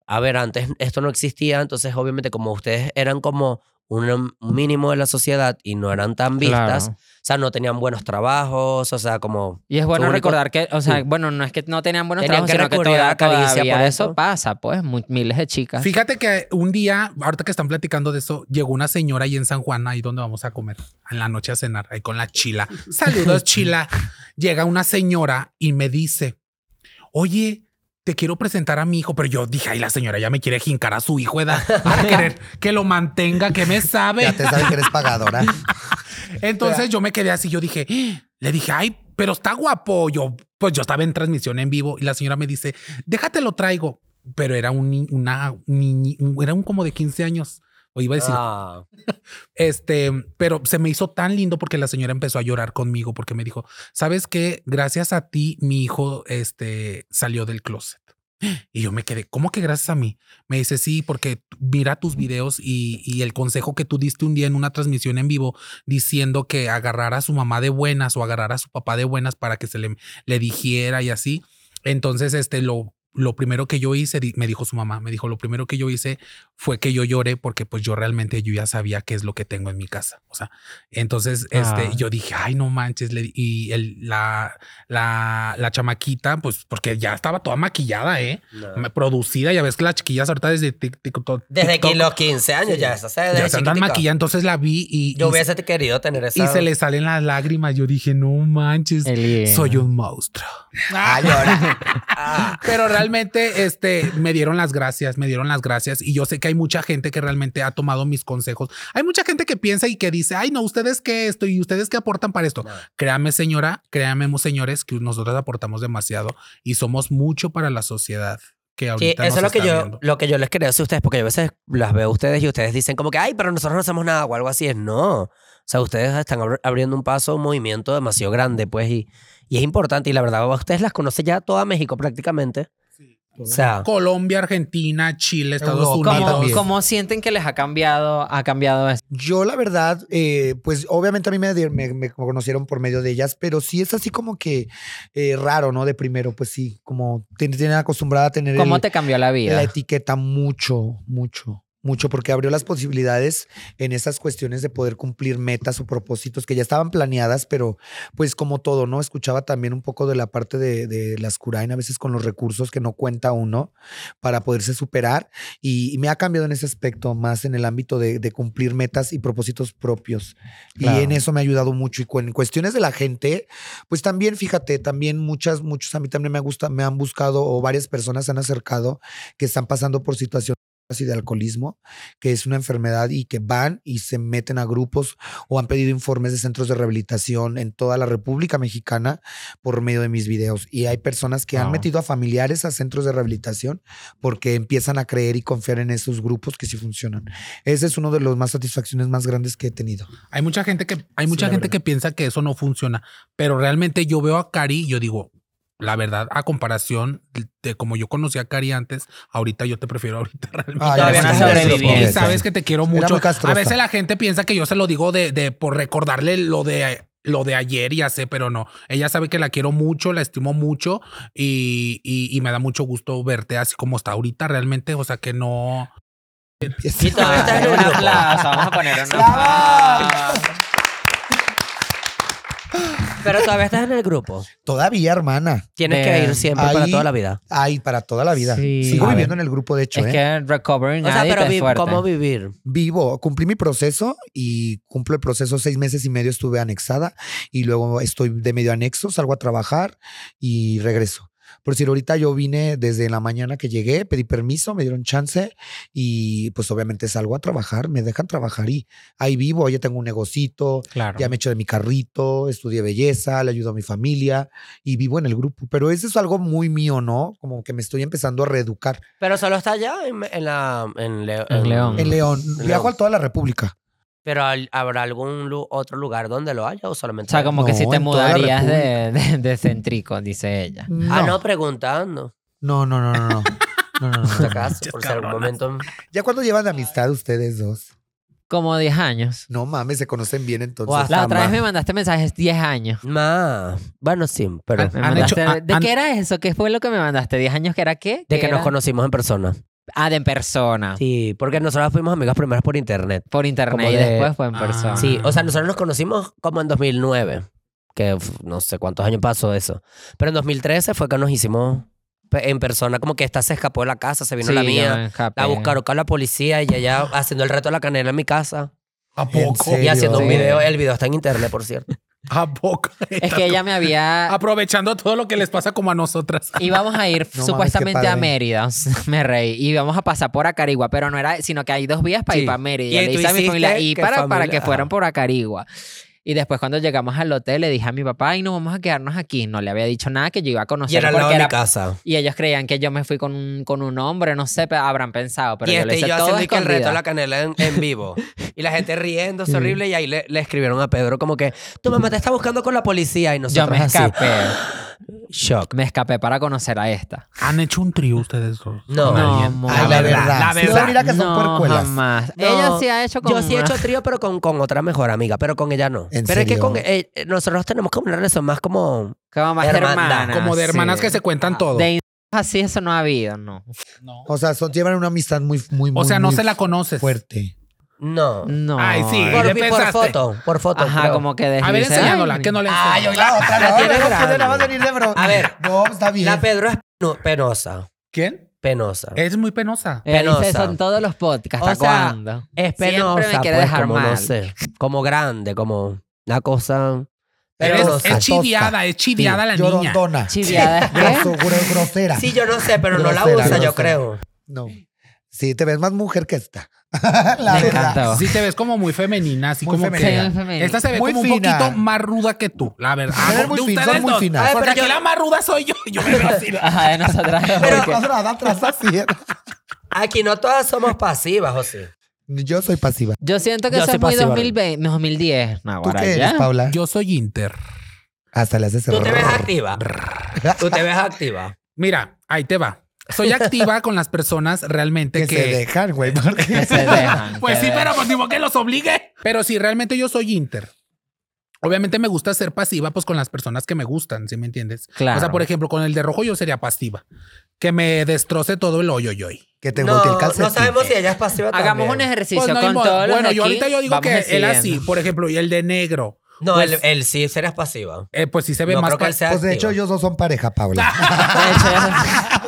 [SPEAKER 2] a ver, antes esto no existía, entonces obviamente como ustedes eran como un mínimo de la sociedad y no eran tan vistas,
[SPEAKER 1] Claro.
[SPEAKER 2] o sea, no tenían buenos trabajos, o sea, como...
[SPEAKER 1] Y es bueno
[SPEAKER 2] único-
[SPEAKER 1] recordar que, o sea,
[SPEAKER 2] Sí.
[SPEAKER 1] bueno, no es que no tenían buenos
[SPEAKER 2] Tenían
[SPEAKER 1] trabajos,
[SPEAKER 2] que
[SPEAKER 1] sino que
[SPEAKER 2] recurrir a
[SPEAKER 1] toda-
[SPEAKER 2] la caricia
[SPEAKER 1] todavía
[SPEAKER 2] por
[SPEAKER 1] eso
[SPEAKER 2] eso.
[SPEAKER 1] pasa, pues, mu- miles de chicas.
[SPEAKER 3] Fíjate que un día, ahorita que están platicando de eso, llegó una señora ahí en San Juan, ahí donde vamos a comer, en la noche a cenar, ahí con la chila. Saludos, chila. Llega una señora y me dice, oye, te quiero presentar a mi hijo, pero yo dije, ay, la señora ya me quiere jincar a su hijo, edad, a querer que lo mantenga, que me sabe.
[SPEAKER 4] Ya te saben que eres pagadora.
[SPEAKER 3] Entonces yo me quedé así, yo dije, "Ah". le dije, ay, pero está guapo. Yo, pues yo estaba en transmisión en vivo y la señora me dice, déjate lo traigo. Pero era un, ni- una, niñi- un- era un como de 15 años. O iba a decir,
[SPEAKER 2] Ah,
[SPEAKER 3] este, pero se me hizo tan lindo porque la señora empezó a llorar conmigo porque me dijo, ¿sabes qué? Gracias a ti, mi hijo, este, salió del closet. Y yo me quedé, ¿cómo que gracias a mí? Me dice, sí, porque t- mira tus videos y, y el consejo que tú diste un día en una transmisión en vivo diciendo que agarrara a su mamá de buenas o agarrara a su papá de buenas para que se le, le dijera y así. Entonces, este, lo, lo primero que yo hice, di- me dijo su mamá, me dijo, lo primero que yo hice fue que yo lloré porque pues yo realmente yo ya sabía qué es lo que tengo en mi casa. O sea, entonces
[SPEAKER 1] Ah.
[SPEAKER 3] este, yo dije, ay, no manches. le di- y el, la, la, la chamaquita, pues porque ya estaba toda maquillada, ¿eh?
[SPEAKER 2] no.
[SPEAKER 3] Producida, ya ves que las chiquillas ahorita desde tic- TikTok.
[SPEAKER 2] Desde que
[SPEAKER 3] TikTok,
[SPEAKER 2] los 15 años ya, eso se
[SPEAKER 3] Ya
[SPEAKER 2] desde
[SPEAKER 3] se andan
[SPEAKER 2] chiquitica.
[SPEAKER 3] maquillando, entonces la vi y,
[SPEAKER 2] Yo
[SPEAKER 3] y,
[SPEAKER 2] hubiese querido tener esa...
[SPEAKER 3] y se le salen las lágrimas. Yo dije, no manches,
[SPEAKER 1] Eli-
[SPEAKER 3] soy un monstruo.
[SPEAKER 4] Ah, llora.
[SPEAKER 2] Ah.
[SPEAKER 3] Pero realmente, este, me dieron las gracias, me dieron las gracias. Y yo sé que hay mucha gente que realmente ha tomado mis consejos. Hay mucha gente que piensa y que dice, ay, no, ustedes qué esto y ustedes qué aportan para esto.
[SPEAKER 2] No.
[SPEAKER 3] Créame, señora, créame, señores, que nosotros aportamos demasiado y somos mucho para la sociedad. que
[SPEAKER 2] Sí,
[SPEAKER 3] ahorita
[SPEAKER 2] eso es
[SPEAKER 3] nos
[SPEAKER 2] lo que,
[SPEAKER 3] está
[SPEAKER 2] yo,
[SPEAKER 3] viendo.
[SPEAKER 2] lo que yo les quería decir a ustedes, porque yo a veces las veo a ustedes y ustedes dicen como que, ay, pero nosotros no hacemos nada o algo así. Es no. O sea, ustedes están abri- abriendo un paso, un movimiento demasiado grande, pues, y, y es importante. Y la verdad, a ustedes las conoce ya toda México prácticamente. O sea,
[SPEAKER 3] Colombia, Argentina, Chile, Estados
[SPEAKER 4] Ah. Europa
[SPEAKER 3] Unidos.
[SPEAKER 1] ¿Cómo,
[SPEAKER 4] también.
[SPEAKER 1] cómo sienten que les ha cambiado, ha cambiado eso?
[SPEAKER 4] Yo, la verdad, eh, pues obviamente a mí me, di- me- me conocieron por medio de ellas, pero sí es así como que eh, raro, ¿no? De primero, pues sí, como te- tienen acostumbrada a tener
[SPEAKER 1] ¿Cómo
[SPEAKER 4] el-
[SPEAKER 1] te cambió la vida?
[SPEAKER 4] la etiqueta mucho, mucho, mucho, porque abrió las posibilidades en esas cuestiones de poder cumplir metas o propósitos que ya estaban planeadas, pero pues como todo, ¿no? Escuchaba también un poco de la parte de, de las curain, a veces con los recursos que no cuenta uno para poderse superar y, y me ha cambiado en ese aspecto, más en el ámbito de, de cumplir metas y propósitos propios.
[SPEAKER 2] Claro.
[SPEAKER 4] Y en eso me ha ayudado mucho y cu- en cuestiones de la gente, pues también, fíjate, también muchas, muchos a mí también me, gusta, me han buscado o varias personas se han acercado que están pasando por situaciones así de alcoholismo, que es una enfermedad y que van y se meten a grupos o han pedido informes de centros de rehabilitación en toda la República Mexicana por medio de mis videos. Y hay personas que han
[SPEAKER 2] Wow.
[SPEAKER 4] metido a familiares a centros de rehabilitación porque empiezan a creer y confiar en esos grupos que sí funcionan. Ese es uno de los más satisfacciones más grandes que he tenido.
[SPEAKER 3] Hay mucha gente que hay
[SPEAKER 4] Sí,
[SPEAKER 3] mucha
[SPEAKER 4] la
[SPEAKER 3] gente
[SPEAKER 4] verdad.
[SPEAKER 3] que piensa que eso no funciona, pero realmente yo veo a Cari y yo digo, la verdad, a comparación de como yo conocí a Cari antes, ahorita yo te prefiero ahorita realmente.
[SPEAKER 4] Ay,
[SPEAKER 1] todavía
[SPEAKER 4] no
[SPEAKER 1] no
[SPEAKER 4] sé cómo
[SPEAKER 1] sobreviví.
[SPEAKER 4] decirlo,
[SPEAKER 3] Y
[SPEAKER 1] sobreviviente.
[SPEAKER 3] sabes que te quiero mucho.
[SPEAKER 4] Ah, muy castrosa.
[SPEAKER 3] A veces la gente piensa que yo se lo digo de, de por recordarle lo de lo de ayer y hace, pero no. Ella sabe que la quiero mucho, la estimo mucho y, y- y me da mucho gusto verte así como está ahorita realmente. O sea que no.
[SPEAKER 1] Y todavía estás en un aplauso. Vamos a poner un aplauso.
[SPEAKER 2] pero todavía estás en el grupo.
[SPEAKER 4] Todavía, hermana.
[SPEAKER 2] Tienes
[SPEAKER 1] Vean,
[SPEAKER 2] que ir siempre para
[SPEAKER 4] ahí-
[SPEAKER 2] toda la vida.
[SPEAKER 4] Ay, para toda la vida.
[SPEAKER 1] Sí.
[SPEAKER 4] Sigo
[SPEAKER 1] A ver.
[SPEAKER 4] viviendo en el grupo, de hecho.
[SPEAKER 1] Es
[SPEAKER 4] ¿eh?
[SPEAKER 1] que recovering
[SPEAKER 2] O sea,
[SPEAKER 1] addict
[SPEAKER 2] pero
[SPEAKER 1] es
[SPEAKER 2] vi-
[SPEAKER 1] fuerte.
[SPEAKER 2] ¿cómo vivir?
[SPEAKER 4] vivo, cumplí mi proceso y cumplo el proceso seis meses y medio estuve anexada y luego estoy de medio anexo, salgo a trabajar y regreso. Por decir, ahorita yo vine desde la mañana que llegué, pedí permiso, me dieron chance y pues obviamente salgo a trabajar, me dejan trabajar y ahí vivo, ya tengo un negocito,
[SPEAKER 3] Claro.
[SPEAKER 4] ya me echo de mi carrito, estudié belleza, le ayudo a mi familia y vivo en el grupo. Pero eso es algo muy mío, ¿no? Como que me estoy empezando a reeducar.
[SPEAKER 2] Pero solo está allá en, en la, en, Leo-
[SPEAKER 1] En León.
[SPEAKER 4] Mm. En León, viajo a toda la República.
[SPEAKER 2] Pero al- habrá algún lu- otro lugar donde lo haya o
[SPEAKER 1] O
[SPEAKER 2] solamente.
[SPEAKER 1] sea, como que
[SPEAKER 4] No,
[SPEAKER 1] si te
[SPEAKER 4] en toda la
[SPEAKER 1] mudarías de, de, de céntrico, dice ella.
[SPEAKER 2] Ah, no, preguntando.
[SPEAKER 4] No, no, no, no, no. No, no, no,
[SPEAKER 2] Por si
[SPEAKER 4] no, no.
[SPEAKER 2] acaso, por si algún
[SPEAKER 3] cabronas.
[SPEAKER 2] momento.
[SPEAKER 4] ¿Ya cuándo llevan de amistad ustedes dos?
[SPEAKER 1] Como 10 años.
[SPEAKER 4] No mames, se conocen bien entonces.
[SPEAKER 2] Guau.
[SPEAKER 1] La otra
[SPEAKER 2] Tama.
[SPEAKER 1] vez me mandaste mensajes 10 años.
[SPEAKER 2] Ma, bueno, sí, pero
[SPEAKER 3] Ah,
[SPEAKER 1] Me
[SPEAKER 3] Han
[SPEAKER 1] mandaste-
[SPEAKER 3] hecho- han-
[SPEAKER 1] ¿De
[SPEAKER 3] han-
[SPEAKER 1] qué era eso? ¿Qué fue lo que me mandaste? ¿10 años que era qué?
[SPEAKER 2] de que
[SPEAKER 1] era?
[SPEAKER 2] nos conocimos en persona.
[SPEAKER 1] Ah, de en persona.
[SPEAKER 2] Sí, porque nosotros fuimos amigas primero por internet.
[SPEAKER 1] Por internet
[SPEAKER 2] Como
[SPEAKER 1] y
[SPEAKER 2] de-
[SPEAKER 1] después fue en
[SPEAKER 3] Ah.
[SPEAKER 1] persona.
[SPEAKER 2] Sí, o sea,
[SPEAKER 3] Ah.
[SPEAKER 2] nosotros nos conocimos como en 2009, que uf, no sé cuántos años pasó eso. Pero en 2013 fue que nos hicimos pe- en persona, como que esta se escapó de la casa, se vino
[SPEAKER 1] Sí,
[SPEAKER 2] la
[SPEAKER 1] yo me
[SPEAKER 2] mía,
[SPEAKER 1] escapé.
[SPEAKER 2] la buscaron con la policía y ella haciendo el reto de la canela en mi casa
[SPEAKER 3] ¿A
[SPEAKER 4] ¿En
[SPEAKER 3] poco?
[SPEAKER 4] serio?
[SPEAKER 2] y haciendo un
[SPEAKER 1] Sí.
[SPEAKER 2] video. El video está en internet, por cierto.
[SPEAKER 3] ¿A poco?
[SPEAKER 1] Es que ella me
[SPEAKER 2] Ah,
[SPEAKER 1] había...
[SPEAKER 3] Aprovechando todo lo que les pasa como a nosotras.
[SPEAKER 1] Íbamos a ir
[SPEAKER 4] No mames,
[SPEAKER 1] supuestamente
[SPEAKER 4] qué
[SPEAKER 1] a
[SPEAKER 4] padre.
[SPEAKER 1] Mérida, me reí, y íbamos a pasar por Acarigua, pero no era, sino que hay dos vías para
[SPEAKER 2] Sí.
[SPEAKER 1] ir para Mérida.
[SPEAKER 2] Y
[SPEAKER 1] Yo le
[SPEAKER 2] tú
[SPEAKER 1] hice a mi
[SPEAKER 2] hiciste
[SPEAKER 1] familia y
[SPEAKER 2] que
[SPEAKER 1] para, para
[SPEAKER 2] familia-
[SPEAKER 1] que fueran
[SPEAKER 2] ajá.
[SPEAKER 1] por Acarigua. Y después cuando llegamos al hotel le dije a mi papá, ay, no vamos a quedarnos aquí. No le había dicho nada que yo iba a
[SPEAKER 2] Y
[SPEAKER 1] conocer
[SPEAKER 2] era al lado
[SPEAKER 1] porque
[SPEAKER 2] de mi
[SPEAKER 1] era
[SPEAKER 2] casa.
[SPEAKER 1] Y ellos creían que yo me fui con un, con un hombre, no sé, pe- habrán pensado, pero
[SPEAKER 2] y
[SPEAKER 1] yo le
[SPEAKER 2] este, y
[SPEAKER 1] hice
[SPEAKER 2] yo
[SPEAKER 1] todo
[SPEAKER 2] haciendo y que el reto
[SPEAKER 1] escondida.
[SPEAKER 2] a la canela en, en vivo. Y la gente riendo, es
[SPEAKER 1] Sí.
[SPEAKER 2] horrible. Y ahí le, le escribieron a Pedro como que, tu mamá te está buscando con la policía. Y
[SPEAKER 1] Yo
[SPEAKER 2] nosotros
[SPEAKER 1] me
[SPEAKER 2] así,
[SPEAKER 1] escapé,
[SPEAKER 2] shock.
[SPEAKER 1] me escapé para conocer a esta.
[SPEAKER 3] ¿Han hecho un trío ustedes dos?
[SPEAKER 2] No.
[SPEAKER 3] ¿Con
[SPEAKER 1] No,
[SPEAKER 3] alguien?
[SPEAKER 1] amor.
[SPEAKER 4] Ay, Ah, la verdad.
[SPEAKER 3] La
[SPEAKER 4] Sí,
[SPEAKER 3] verdad.
[SPEAKER 4] mira que son
[SPEAKER 1] no,
[SPEAKER 4] puercuelas.
[SPEAKER 1] jamás.
[SPEAKER 2] No,
[SPEAKER 1] Ella sí ha hecho como
[SPEAKER 2] Yo sí he hecho trío, pero con, con otra mejor amiga, pero con ella no.
[SPEAKER 4] ¿En
[SPEAKER 2] pero es que
[SPEAKER 4] serio?
[SPEAKER 2] con eh, eh, nosotros tenemos como una relación más como...
[SPEAKER 1] como más
[SPEAKER 2] hermandad,
[SPEAKER 1] hermanas,
[SPEAKER 3] Como de
[SPEAKER 1] sí.
[SPEAKER 3] hermanas que se
[SPEAKER 4] Ah,
[SPEAKER 3] cuentan todo.
[SPEAKER 1] De in- así eso no ha habido, no.
[SPEAKER 4] O sea, son, llevan una amistad muy, muy, muy,
[SPEAKER 3] o sea, no
[SPEAKER 4] muy
[SPEAKER 3] se la conoces.
[SPEAKER 4] fuerte.
[SPEAKER 2] No.
[SPEAKER 1] No.
[SPEAKER 3] Ay, sí.
[SPEAKER 2] Por,
[SPEAKER 3] ¿le
[SPEAKER 2] por
[SPEAKER 3] pensaste?
[SPEAKER 2] foto, por foto.
[SPEAKER 1] Ajá,
[SPEAKER 2] creo.
[SPEAKER 1] como que
[SPEAKER 3] A ver,
[SPEAKER 1] deslice,
[SPEAKER 3] enseñándola,
[SPEAKER 1] ay,
[SPEAKER 3] que no le
[SPEAKER 2] Ay,
[SPEAKER 3] enseño?
[SPEAKER 2] oye, la otra, la, tiene grande. A ver,
[SPEAKER 4] No, está bien.
[SPEAKER 2] la Pedro es penu- penosa,
[SPEAKER 3] ¿Quién?
[SPEAKER 2] penosa.
[SPEAKER 3] Es muy penosa.
[SPEAKER 1] Ella dice
[SPEAKER 2] penosa.
[SPEAKER 1] eso en todos los podcasts, ¿hasta
[SPEAKER 2] O sea,
[SPEAKER 1] cuándo?
[SPEAKER 2] Es
[SPEAKER 1] Siempre me
[SPEAKER 2] penosa,
[SPEAKER 1] quiere
[SPEAKER 2] pues,
[SPEAKER 1] dejar
[SPEAKER 2] como,
[SPEAKER 1] mal.
[SPEAKER 2] no sé, como grande, como una cosa...
[SPEAKER 3] Eres-
[SPEAKER 2] penosa.
[SPEAKER 3] es chiviada, es chiviada la niña.
[SPEAKER 4] Llorondona.
[SPEAKER 1] Chiviada es
[SPEAKER 4] Grosso, gro- grosera.
[SPEAKER 2] Sí, yo no sé, pero no la
[SPEAKER 4] Grosera,
[SPEAKER 2] usa, yo
[SPEAKER 4] grosera.
[SPEAKER 2] creo.
[SPEAKER 4] No. Sí, te ves más mujer que esta. La
[SPEAKER 1] Me
[SPEAKER 4] verdad.
[SPEAKER 1] encantó.
[SPEAKER 3] Sí te ves como muy femenina, así
[SPEAKER 4] Muy
[SPEAKER 3] como
[SPEAKER 4] femenina.
[SPEAKER 1] Sí,
[SPEAKER 3] que...
[SPEAKER 1] muy femenina.
[SPEAKER 3] Esta se ve
[SPEAKER 4] Muy
[SPEAKER 3] como un
[SPEAKER 4] fina.
[SPEAKER 3] poquito más ruda que tú, la verdad.
[SPEAKER 4] Se ven
[SPEAKER 3] Ah,
[SPEAKER 4] muy
[SPEAKER 3] de
[SPEAKER 4] fin, son
[SPEAKER 3] ustedes
[SPEAKER 4] muy
[SPEAKER 3] dos.
[SPEAKER 4] finas.
[SPEAKER 2] Ay,
[SPEAKER 3] Porque
[SPEAKER 2] pero
[SPEAKER 3] aquí
[SPEAKER 2] yo-
[SPEAKER 3] la más ruda soy yo. Yo me veo así. la-
[SPEAKER 1] Ajá, de nosotras.
[SPEAKER 4] Pero
[SPEAKER 1] porque-
[SPEAKER 4] atrás, atrás, así.
[SPEAKER 2] Aquí no todas somos pasivas, José.
[SPEAKER 4] Yo soy pasiva.
[SPEAKER 1] Yo siento que
[SPEAKER 2] Yo
[SPEAKER 1] eso
[SPEAKER 2] soy
[SPEAKER 1] es muy
[SPEAKER 2] pasiva,
[SPEAKER 1] 2020, 2010. No,
[SPEAKER 4] ¿Tú
[SPEAKER 1] ahora
[SPEAKER 4] qué
[SPEAKER 1] ya.
[SPEAKER 4] eres, Paula?
[SPEAKER 3] Yo soy inter.
[SPEAKER 4] Hasta le haces
[SPEAKER 2] Tú te ves
[SPEAKER 4] error.
[SPEAKER 2] activa. Tú te ves activa.
[SPEAKER 3] Mira, ahí te va. Soy activa con las personas realmente
[SPEAKER 4] que
[SPEAKER 3] que...
[SPEAKER 4] se dejan, güey.
[SPEAKER 1] Que
[SPEAKER 4] Porque...
[SPEAKER 1] se dejan,
[SPEAKER 3] Pues
[SPEAKER 1] que
[SPEAKER 3] sí,
[SPEAKER 1] de-
[SPEAKER 3] pero pues ni modo que los obligue. Pero sí, realmente yo soy Inter. Obviamente me gusta ser pasiva, pues con las personas que me gustan, ¿sí me entiendes?
[SPEAKER 1] Claro.
[SPEAKER 3] O sea, por ejemplo, con el de rojo yo sería pasiva. Que me destroce todo el hoyo, yo.
[SPEAKER 4] Que te
[SPEAKER 2] no,
[SPEAKER 4] voltee el calcetín.
[SPEAKER 2] no sabemos si ella es pasiva
[SPEAKER 1] Hagamos un
[SPEAKER 2] también.
[SPEAKER 1] ejercicio
[SPEAKER 3] Pues no hay
[SPEAKER 1] con
[SPEAKER 3] modo.
[SPEAKER 1] todos los
[SPEAKER 3] Bueno,
[SPEAKER 1] de
[SPEAKER 3] yo
[SPEAKER 1] aquí,
[SPEAKER 3] ahorita yo digo
[SPEAKER 1] vamos
[SPEAKER 3] que él así,
[SPEAKER 1] decidiendo.
[SPEAKER 3] por ejemplo, y el de negro,
[SPEAKER 2] No,
[SPEAKER 3] Pues-
[SPEAKER 2] él, él sí serás pasiva.
[SPEAKER 3] eh, pues sí se ve
[SPEAKER 2] No
[SPEAKER 3] más
[SPEAKER 2] creo que él
[SPEAKER 3] pas-
[SPEAKER 2] sea
[SPEAKER 4] Pues de
[SPEAKER 2] activo.
[SPEAKER 4] hecho, ellos dos son pareja, Paula.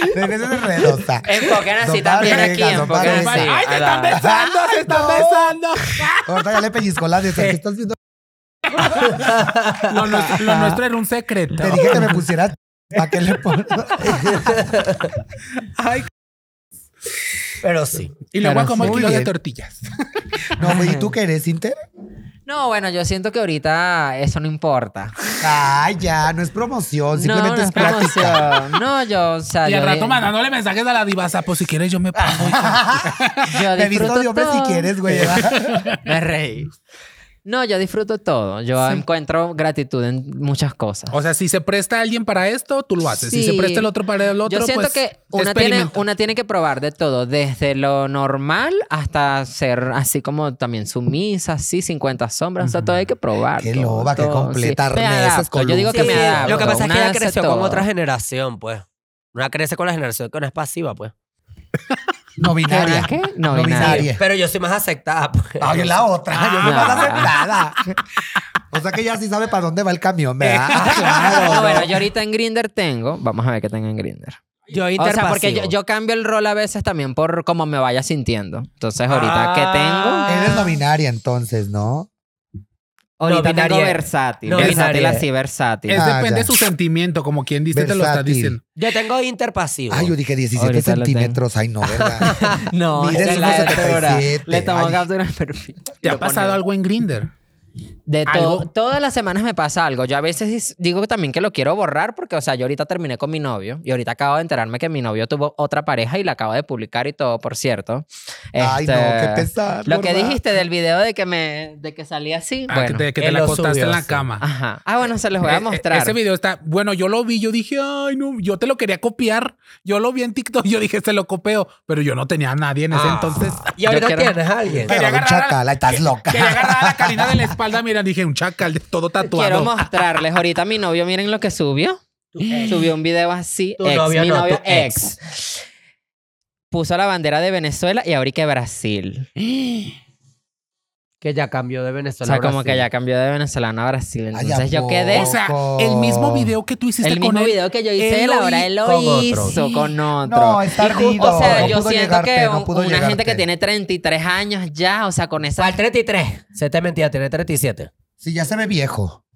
[SPEAKER 1] De hecho,
[SPEAKER 4] Regreses enredosa.
[SPEAKER 1] Enfoquen así
[SPEAKER 4] Son
[SPEAKER 1] también
[SPEAKER 4] parejas,
[SPEAKER 1] aquí,
[SPEAKER 4] son
[SPEAKER 1] enfoquen
[SPEAKER 4] parejas.
[SPEAKER 1] así.
[SPEAKER 3] ¡Ay,
[SPEAKER 1] a la-
[SPEAKER 3] se están besando! ¡Se están besando!
[SPEAKER 4] Ahorita ya le pellizcó la de ¿Qué estás viendo?
[SPEAKER 3] Lo nuestro, lo nuestro era un secreto.
[SPEAKER 4] Te dije que me pusieras. ¿Para qué le pones?
[SPEAKER 3] Ay,
[SPEAKER 2] Pero sí.
[SPEAKER 3] y luego
[SPEAKER 1] Pero
[SPEAKER 3] como el
[SPEAKER 4] muy
[SPEAKER 3] kilo de
[SPEAKER 4] bien.
[SPEAKER 3] tortillas.
[SPEAKER 4] No, güey, ¿y tú qué eres, Inter?
[SPEAKER 1] No, bueno, yo siento que ahorita eso no importa.
[SPEAKER 4] Ay, ya, no es promoción, simplemente
[SPEAKER 1] no,
[SPEAKER 4] es práctica.
[SPEAKER 1] promoción. No, yo, o sea,
[SPEAKER 3] Y al
[SPEAKER 1] Ah, yo,
[SPEAKER 3] rato mandándole mensajes a la divasa, pues si quieres yo me pongo.
[SPEAKER 1] yo
[SPEAKER 4] Te he visto de
[SPEAKER 1] disfruto
[SPEAKER 4] hombre si
[SPEAKER 1] todo.
[SPEAKER 4] quieres, güey.
[SPEAKER 1] Me reí. No, yo disfruto todo. Yo encuentro gratitud en muchas cosas.
[SPEAKER 3] O sea, si se presta alguien para esto, tú lo haces. Si
[SPEAKER 1] Sí.
[SPEAKER 3] se presta el otro para el otro,
[SPEAKER 1] Yo siento
[SPEAKER 3] pues,
[SPEAKER 1] que una tiene,
[SPEAKER 3] experimenta.
[SPEAKER 1] una tiene que probar de todo, desde lo normal hasta ser así como también sumisa, así, 50 sombras, o sea, todo hay que probar.
[SPEAKER 4] Qué
[SPEAKER 1] todo,
[SPEAKER 4] loba, qué
[SPEAKER 1] todo,
[SPEAKER 4] completa,
[SPEAKER 1] Me
[SPEAKER 4] arneses,
[SPEAKER 1] adapto, Yo digo que
[SPEAKER 4] columnas.
[SPEAKER 1] me
[SPEAKER 4] Sí,
[SPEAKER 1] adapto.
[SPEAKER 2] lo que pasa es que
[SPEAKER 1] una
[SPEAKER 2] ella
[SPEAKER 1] hace
[SPEAKER 2] creció con
[SPEAKER 1] todo.
[SPEAKER 2] otra generación, pues. Una crece con la generación que no es pasiva, pues.
[SPEAKER 4] No binaria.
[SPEAKER 1] ¿Una qué? No
[SPEAKER 4] No
[SPEAKER 1] binaria.
[SPEAKER 4] binaria.
[SPEAKER 2] Pero yo soy más aceptada. Pues.
[SPEAKER 4] Ay, la otra. Yo
[SPEAKER 1] Ah.
[SPEAKER 4] no vas a hacer nada. O sea que ya sí sabe para dónde va el camión, ¿verdad? Ah,
[SPEAKER 1] No,
[SPEAKER 4] claro.
[SPEAKER 1] bueno, yo ahorita en Grinder tengo, vamos a ver qué tengo en Grinder.
[SPEAKER 2] Yo
[SPEAKER 1] O sea, porque yo,
[SPEAKER 2] interpasivo.
[SPEAKER 1] yo cambio el rol a veces también por cómo me vaya sintiendo. Entonces, ahorita
[SPEAKER 2] Ah.
[SPEAKER 1] que tengo,
[SPEAKER 4] Eres no binaria entonces, ¿no?
[SPEAKER 1] ahorita tengo
[SPEAKER 2] binaria.
[SPEAKER 1] versátil.
[SPEAKER 2] No
[SPEAKER 1] versátil
[SPEAKER 2] binaria.
[SPEAKER 1] así, versátil.
[SPEAKER 3] Es
[SPEAKER 4] Ah,
[SPEAKER 3] depende
[SPEAKER 4] ya.
[SPEAKER 3] de su sentimiento, como quien dice, te lo está
[SPEAKER 4] Versátil.
[SPEAKER 3] diciendo.
[SPEAKER 2] Yo tengo interpasivo.
[SPEAKER 4] Ay, yo dije 17
[SPEAKER 1] Ahorita lo
[SPEAKER 4] centímetros. Ay, no, ¿verdad?
[SPEAKER 1] No,
[SPEAKER 4] Mide
[SPEAKER 1] esa es la
[SPEAKER 4] 1,77.
[SPEAKER 1] doctora. Le tomó
[SPEAKER 4] Ay.
[SPEAKER 1] captura al perfil.
[SPEAKER 3] ¿Te
[SPEAKER 1] Lo
[SPEAKER 3] ha pasado
[SPEAKER 1] pone-
[SPEAKER 3] algo en Ah, Grinder?
[SPEAKER 1] De to-
[SPEAKER 3] algo?
[SPEAKER 1] Todas las semanas me pasa algo. Yo a veces dis- digo también que lo quiero borrar porque, o sea, yo ahorita terminé con mi novio y ahorita acabo de enterarme que mi novio tuvo otra pareja y la acabo de publicar y todo, por cierto.
[SPEAKER 4] Ay, no,
[SPEAKER 1] Este,
[SPEAKER 4] qué pesar.
[SPEAKER 1] Lo que
[SPEAKER 4] ¿verdad?
[SPEAKER 1] dijiste del video de que me de que salí así.
[SPEAKER 3] Ah,
[SPEAKER 1] bueno.
[SPEAKER 3] que te, que te
[SPEAKER 2] él
[SPEAKER 3] la
[SPEAKER 2] lo
[SPEAKER 3] acostaste
[SPEAKER 2] subió,
[SPEAKER 3] en la
[SPEAKER 2] sí.
[SPEAKER 3] cama.
[SPEAKER 1] Ajá. Ah, bueno, se los voy
[SPEAKER 3] Eh,
[SPEAKER 1] a
[SPEAKER 3] eh,
[SPEAKER 1] mostrar.
[SPEAKER 3] Ese video está. Bueno, yo lo vi, yo dije, ay, no, yo te lo quería copiar. Yo lo vi en TikTok, yo dije, se lo copeo. Pero yo no tenía a nadie en ese
[SPEAKER 2] Ah.
[SPEAKER 3] entonces.
[SPEAKER 2] Y ahorita
[SPEAKER 1] Yo quiero-
[SPEAKER 2] tienes a alguien.
[SPEAKER 4] Pero
[SPEAKER 3] Quería
[SPEAKER 4] un
[SPEAKER 3] agarrar a-
[SPEAKER 4] chacal, ay, estás loca.
[SPEAKER 3] Quería agarrar a la carina de la espalda, mira, dije, un chacal, todo
[SPEAKER 1] Quiero
[SPEAKER 3] tatuado.
[SPEAKER 1] mostrarles. Ahorita mi novio, miren lo que subió.
[SPEAKER 2] eh.
[SPEAKER 1] Subió un video así.
[SPEAKER 2] Tu
[SPEAKER 1] ex,
[SPEAKER 2] novio
[SPEAKER 1] mi
[SPEAKER 2] no,
[SPEAKER 1] novio,
[SPEAKER 2] tu
[SPEAKER 1] ex. Puso la bandera de Venezuela y ahorita que Brasil.
[SPEAKER 2] Que ya cambió de
[SPEAKER 1] O
[SPEAKER 2] Venezuela.
[SPEAKER 1] sea, como que ya cambió de venezolano a Brasil.
[SPEAKER 4] Ay, ¿a
[SPEAKER 1] Entonces yo
[SPEAKER 4] poco?
[SPEAKER 1] quedé.
[SPEAKER 3] O sea, el mismo video que tú hiciste
[SPEAKER 1] El
[SPEAKER 3] con
[SPEAKER 1] mismo
[SPEAKER 3] él.
[SPEAKER 1] video que yo hice
[SPEAKER 3] él
[SPEAKER 1] él,
[SPEAKER 3] lo
[SPEAKER 1] ahora
[SPEAKER 3] hi-
[SPEAKER 1] él lo
[SPEAKER 2] con otro.
[SPEAKER 1] hizo con otro.
[SPEAKER 4] No, está
[SPEAKER 1] Y ju-
[SPEAKER 4] ardido.
[SPEAKER 1] O sea,
[SPEAKER 4] No
[SPEAKER 1] yo
[SPEAKER 4] pudo
[SPEAKER 1] siento
[SPEAKER 4] llegarte,
[SPEAKER 1] que
[SPEAKER 4] no
[SPEAKER 1] un-
[SPEAKER 4] pudo
[SPEAKER 1] una gente
[SPEAKER 4] llegarte.
[SPEAKER 1] que tiene 33 años ya, o sea, con esa
[SPEAKER 2] ¿Cuál 33? Se te mentía, tiene 37.
[SPEAKER 4] Sí, ya se ve viejo.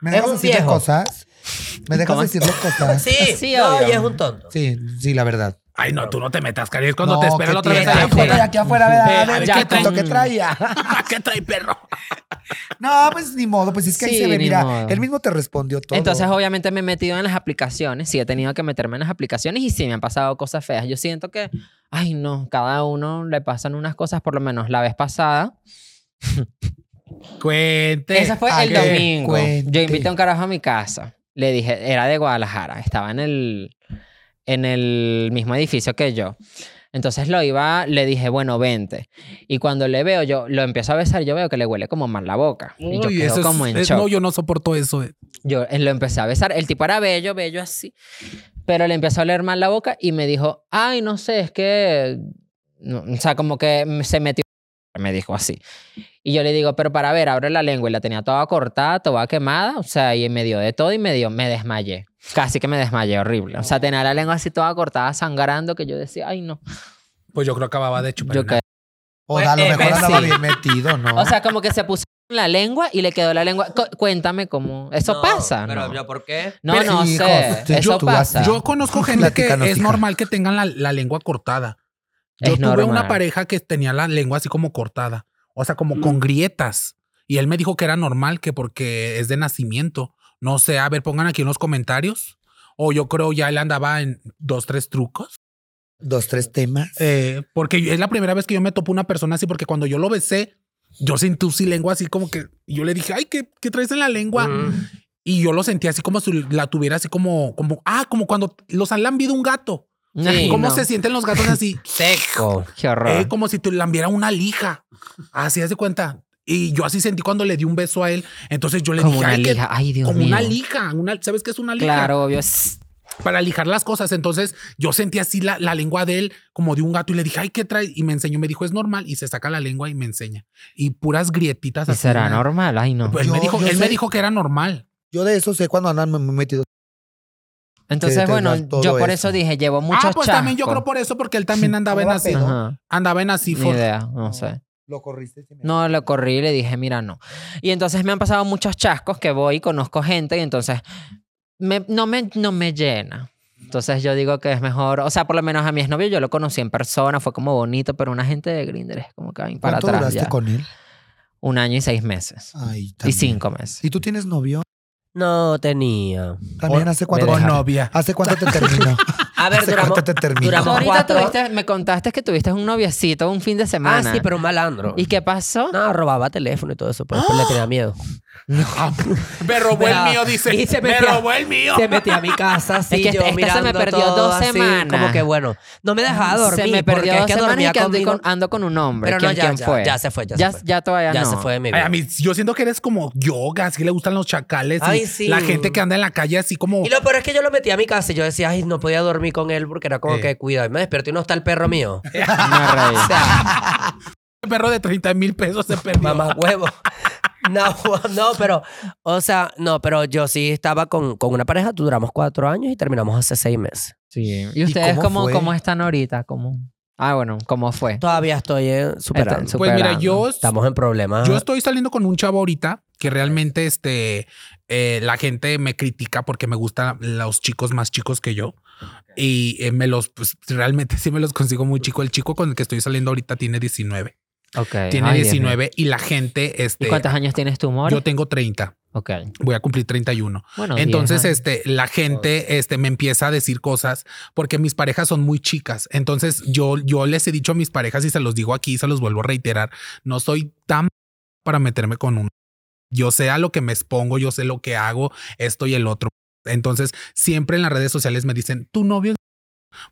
[SPEAKER 4] ¿Me
[SPEAKER 2] Es
[SPEAKER 4] dejas
[SPEAKER 2] un
[SPEAKER 4] decirle
[SPEAKER 2] viejo.
[SPEAKER 4] cosas? ¿Me dejas
[SPEAKER 1] ¿Cómo?
[SPEAKER 4] decirle cosas?
[SPEAKER 2] Sí,
[SPEAKER 1] Sí,
[SPEAKER 2] no,
[SPEAKER 1] obvio.
[SPEAKER 2] y es un tonto.
[SPEAKER 4] Sí, sí, la verdad.
[SPEAKER 3] Ay, no, tú no te metas, cariño. Es cuando
[SPEAKER 4] No,
[SPEAKER 3] te espera
[SPEAKER 4] ¿qué
[SPEAKER 3] la otra vez
[SPEAKER 4] tiene?
[SPEAKER 3] allá
[SPEAKER 4] Ay, ¿qué trae
[SPEAKER 3] afuera.
[SPEAKER 4] aquí afuera, ¿verdad?
[SPEAKER 3] Eh,
[SPEAKER 4] Ve,
[SPEAKER 3] ya
[SPEAKER 4] ¿Qué tanto
[SPEAKER 1] con-
[SPEAKER 4] pues, que traía?
[SPEAKER 3] ¿Qué trae, perro?
[SPEAKER 4] No, pues ni modo, pues es que ahí
[SPEAKER 1] Sí,
[SPEAKER 4] se ve,
[SPEAKER 1] ni
[SPEAKER 4] mira,
[SPEAKER 1] modo.
[SPEAKER 4] él mismo te respondió todo.
[SPEAKER 1] Entonces, obviamente, me he metido en las aplicaciones. Sí, he tenido que meterme en las aplicaciones y sí, me han pasado cosas feas. Yo siento que, ay, no, cada uno le pasan unas cosas, por lo menos la vez pasada.
[SPEAKER 3] Cuente.
[SPEAKER 1] Ese fue
[SPEAKER 4] a
[SPEAKER 1] el
[SPEAKER 4] que
[SPEAKER 1] domingo.
[SPEAKER 4] cuente.
[SPEAKER 1] Yo invité a un carajo a mi casa. Le dije, era de Guadalajara, estaba en el, en el mismo edificio que yo. Entonces lo iba, le dije, bueno, vente. Y cuando le veo, yo lo empiezo a besar, yo veo que le huele como mal la boca. y yo
[SPEAKER 3] Uy,
[SPEAKER 1] quedo
[SPEAKER 3] eso es-
[SPEAKER 1] como en
[SPEAKER 3] es-
[SPEAKER 1] shock.
[SPEAKER 3] No, yo no soporto eso. eh.
[SPEAKER 1] Yo eh, lo empecé a besar. El tipo era bello, bello así. Pero le empezó a oler mal la boca y me dijo, ay, no sé, es que... no, o sea, como que mm, se metió... Me dijo así. Y yo le digo, pero para ver, abre la lengua. Y la tenía toda cortada, toda quemada. O sea, y me dio de todo y me dio, me desmayé. Casi que me desmayé, horrible. O sea, tenía la lengua así toda cortada, sangrando, que yo decía, ay, no.
[SPEAKER 3] Pues yo creo que acababa de chupar.
[SPEAKER 1] Yo
[SPEAKER 3] una-
[SPEAKER 1] quedé-
[SPEAKER 4] O da, a lo
[SPEAKER 2] Pues, eh,
[SPEAKER 4] mejor
[SPEAKER 2] pues,
[SPEAKER 4] andaba
[SPEAKER 1] sí.
[SPEAKER 4] bien metido, ¿no?
[SPEAKER 1] O sea, como que se puso en la lengua y le quedó la lengua. Cu- Cuéntame cómo... Eso
[SPEAKER 2] No,
[SPEAKER 1] pasa,
[SPEAKER 2] Pero
[SPEAKER 1] ¿no?
[SPEAKER 2] yo, ¿por qué?
[SPEAKER 1] No,
[SPEAKER 3] Pero,
[SPEAKER 1] no
[SPEAKER 4] hijos,
[SPEAKER 1] sé.
[SPEAKER 4] yo-
[SPEAKER 1] Eso
[SPEAKER 4] tú
[SPEAKER 1] pasa.
[SPEAKER 4] haces-
[SPEAKER 3] Yo conozco gente que
[SPEAKER 4] Platícanos,
[SPEAKER 3] es
[SPEAKER 4] hija.
[SPEAKER 3] normal que tengan la, la lengua cortada. Yo
[SPEAKER 1] Es
[SPEAKER 3] tuve
[SPEAKER 1] normal.
[SPEAKER 3] una pareja que tenía la lengua así como cortada, o sea, como con grietas. Y él me dijo que era normal, que porque es de nacimiento. No sé, a ver, pongan aquí en los comentarios. O yo creo ya él andaba en dos, tres trucos.
[SPEAKER 4] Dos, tres temas.
[SPEAKER 3] Eh, porque es la primera vez que yo me topo una persona así, porque cuando yo lo besé, yo sentí su lengua así como que yo le dije, ay, ¿qué, qué traes en la lengua?
[SPEAKER 2] Mm.
[SPEAKER 3] Y yo lo sentí así como si la tuviera así como, como, ah, como cuando los han lambido un gato.
[SPEAKER 1] Ay,
[SPEAKER 3] ¿Cómo
[SPEAKER 1] no.
[SPEAKER 3] se sienten los gatos así?
[SPEAKER 2] Seco.
[SPEAKER 1] Qué horror.
[SPEAKER 3] Eh, como si te lambiera una lija. Así haz de cuenta. Y yo así sentí cuando le di un beso a él. Entonces yo le
[SPEAKER 1] como
[SPEAKER 3] dije,
[SPEAKER 1] una
[SPEAKER 3] "Ay, que-
[SPEAKER 1] lija. Ay, Dios
[SPEAKER 3] como
[SPEAKER 1] mío.
[SPEAKER 3] una lija. Una, ¿Sabes qué es una lija?
[SPEAKER 1] Claro, obvio. Sss.
[SPEAKER 3] Para lijar las cosas. Entonces yo sentí así la, la lengua de él, como de un gato. Y le dije, ay, ¿qué trae? Y me enseñó, me dijo, es normal. Y se saca la lengua y me enseña. Y puras grietitas
[SPEAKER 1] ¿Y
[SPEAKER 3] así.
[SPEAKER 1] será
[SPEAKER 3] ¿no?
[SPEAKER 1] normal? Ay, no.
[SPEAKER 3] Pues él me
[SPEAKER 4] Yo-
[SPEAKER 3] dijo,
[SPEAKER 4] yo
[SPEAKER 3] él me
[SPEAKER 4] sé-
[SPEAKER 3] dijo que era normal.
[SPEAKER 4] Yo de eso sé cuando andan muy metidos.
[SPEAKER 1] Entonces,
[SPEAKER 4] te
[SPEAKER 1] bueno,
[SPEAKER 4] das todo
[SPEAKER 1] yo por
[SPEAKER 4] eso.
[SPEAKER 1] eso dije, llevo muchos
[SPEAKER 3] ah, pues también yo creo
[SPEAKER 1] chascos.
[SPEAKER 3] por eso, porque él también andaba en
[SPEAKER 4] Andaba
[SPEAKER 3] así.
[SPEAKER 4] pedo.
[SPEAKER 1] Ajá.
[SPEAKER 3] Andaba en así.
[SPEAKER 1] Ni
[SPEAKER 3] for-
[SPEAKER 1] idea, no sé.
[SPEAKER 4] Lo corriste. sí, mira.
[SPEAKER 1] No, lo corrí y le dije, mira, no. Y entonces me han pasado muchos chascos que voy y conozco gente y entonces me- no, me, no me llena. Entonces yo digo que es mejor, o sea, por lo menos a mi exnovio yo lo conocí en persona, fue como bonito, pero una gente de Grindr es como que ay, para
[SPEAKER 4] ¿Cuánto
[SPEAKER 1] atrás
[SPEAKER 4] duraste
[SPEAKER 1] ya.
[SPEAKER 4] con él?
[SPEAKER 1] Un año y seis meses.
[SPEAKER 3] Ah,
[SPEAKER 4] Ay,
[SPEAKER 1] Y
[SPEAKER 4] también.
[SPEAKER 1] cinco meses.
[SPEAKER 4] ¿Y tú tienes novio?
[SPEAKER 2] No tenía.
[SPEAKER 4] También hace cuánto.
[SPEAKER 3] O
[SPEAKER 1] Déjame.
[SPEAKER 3] novia.
[SPEAKER 4] ¿Hace cuánto te terminó?
[SPEAKER 2] A ver,
[SPEAKER 4] ¿Hace
[SPEAKER 2] duramos.
[SPEAKER 4] cuánto te terminó?
[SPEAKER 1] Tú
[SPEAKER 2] duramos- Éramos
[SPEAKER 1] ahorita
[SPEAKER 2] cuatro.
[SPEAKER 1] tuviste, me contaste que tuviste un noviecito un fin de
[SPEAKER 2] Ah,
[SPEAKER 1] semana.
[SPEAKER 2] sí, pero un malandro.
[SPEAKER 1] ¿Y qué pasó?
[SPEAKER 2] No, robaba teléfono y todo eso, pero después le tenía miedo.
[SPEAKER 3] Me robó el
[SPEAKER 2] Mira,
[SPEAKER 3] mío, dice.
[SPEAKER 2] y se
[SPEAKER 3] me
[SPEAKER 2] metía-
[SPEAKER 3] robó el mío.
[SPEAKER 2] Se metía a mi casa, sí,
[SPEAKER 1] Es que
[SPEAKER 2] yo
[SPEAKER 1] esta- esta se me
[SPEAKER 2] mirando
[SPEAKER 1] perdió
[SPEAKER 2] todo
[SPEAKER 1] dos
[SPEAKER 2] así,
[SPEAKER 1] semanas.
[SPEAKER 2] Como que bueno, no me dejaba dormir
[SPEAKER 1] se me perdió
[SPEAKER 2] porque
[SPEAKER 1] dos
[SPEAKER 2] es que
[SPEAKER 1] semanas y
[SPEAKER 2] dormía
[SPEAKER 1] que ando
[SPEAKER 2] conmigo.
[SPEAKER 1] con, ando con un hombre.
[SPEAKER 2] Pero no,
[SPEAKER 1] ¿Quién,
[SPEAKER 2] ya,
[SPEAKER 1] quién
[SPEAKER 2] ya,
[SPEAKER 1] fue?
[SPEAKER 2] ya se fue, ya se fue.
[SPEAKER 1] Ya todavía
[SPEAKER 2] ya
[SPEAKER 1] no.
[SPEAKER 2] se fue de mi
[SPEAKER 3] Ay,
[SPEAKER 2] vida.
[SPEAKER 3] a mí, yo siento que eres como yogas, que le gustan los chacales y
[SPEAKER 2] Ay, sí.
[SPEAKER 3] la gente que anda en la calle así como.
[SPEAKER 2] Y lo peor es que yo lo metí a mi casa y yo decía, ay, no podía dormir con él porque era como
[SPEAKER 3] Eh.
[SPEAKER 2] que cuidado. Y me desperté y no está el perro mío.
[SPEAKER 1] Una raíz.
[SPEAKER 2] O sea,
[SPEAKER 3] El perro de 30 mil pesos se perdió.
[SPEAKER 2] mamá huevo. No, no, pero, o sea, no, pero yo sí estaba con, con una pareja, duramos cuatro años y terminamos hace seis meses.
[SPEAKER 1] Sí. ¿Y ustedes
[SPEAKER 4] cómo
[SPEAKER 1] cómo,
[SPEAKER 4] fue?
[SPEAKER 1] cómo, están ahorita? ¿Cómo? Ah, bueno, ¿cómo fue?
[SPEAKER 2] Todavía estoy eh, superando.
[SPEAKER 1] Está-
[SPEAKER 3] Pues mira,
[SPEAKER 1] superando.
[SPEAKER 3] yo,
[SPEAKER 2] Estamos en problemas.
[SPEAKER 1] Ah.
[SPEAKER 3] yo estoy saliendo con un chavo ahorita que realmente este, eh, la gente me critica porque me gustan los chicos más chicos que yo. Y eh, me los, pues realmente sí me los consigo muy chico. El chico con el que estoy saliendo ahorita tiene 19.
[SPEAKER 1] Ok.
[SPEAKER 3] Tiene
[SPEAKER 1] Ay, Dios mío.
[SPEAKER 3] 19 y la gente, este,
[SPEAKER 1] ¿Y cuántos años tienes tú, Mori?
[SPEAKER 3] yo tengo 30.
[SPEAKER 1] Ok.
[SPEAKER 3] Voy a cumplir 31.
[SPEAKER 1] Bueno,
[SPEAKER 3] Entonces,
[SPEAKER 1] 10 años.
[SPEAKER 3] este, la gente, este, me empieza a decir cosas porque mis parejas son muy chicas. Entonces, yo, yo les he dicho a mis parejas y se los digo aquí, se los vuelvo a reiterar. No soy tan para meterme con uno. Yo sé a lo que me expongo, yo sé lo que hago, esto y el otro. Entonces, siempre en las redes sociales me dicen, tu novio es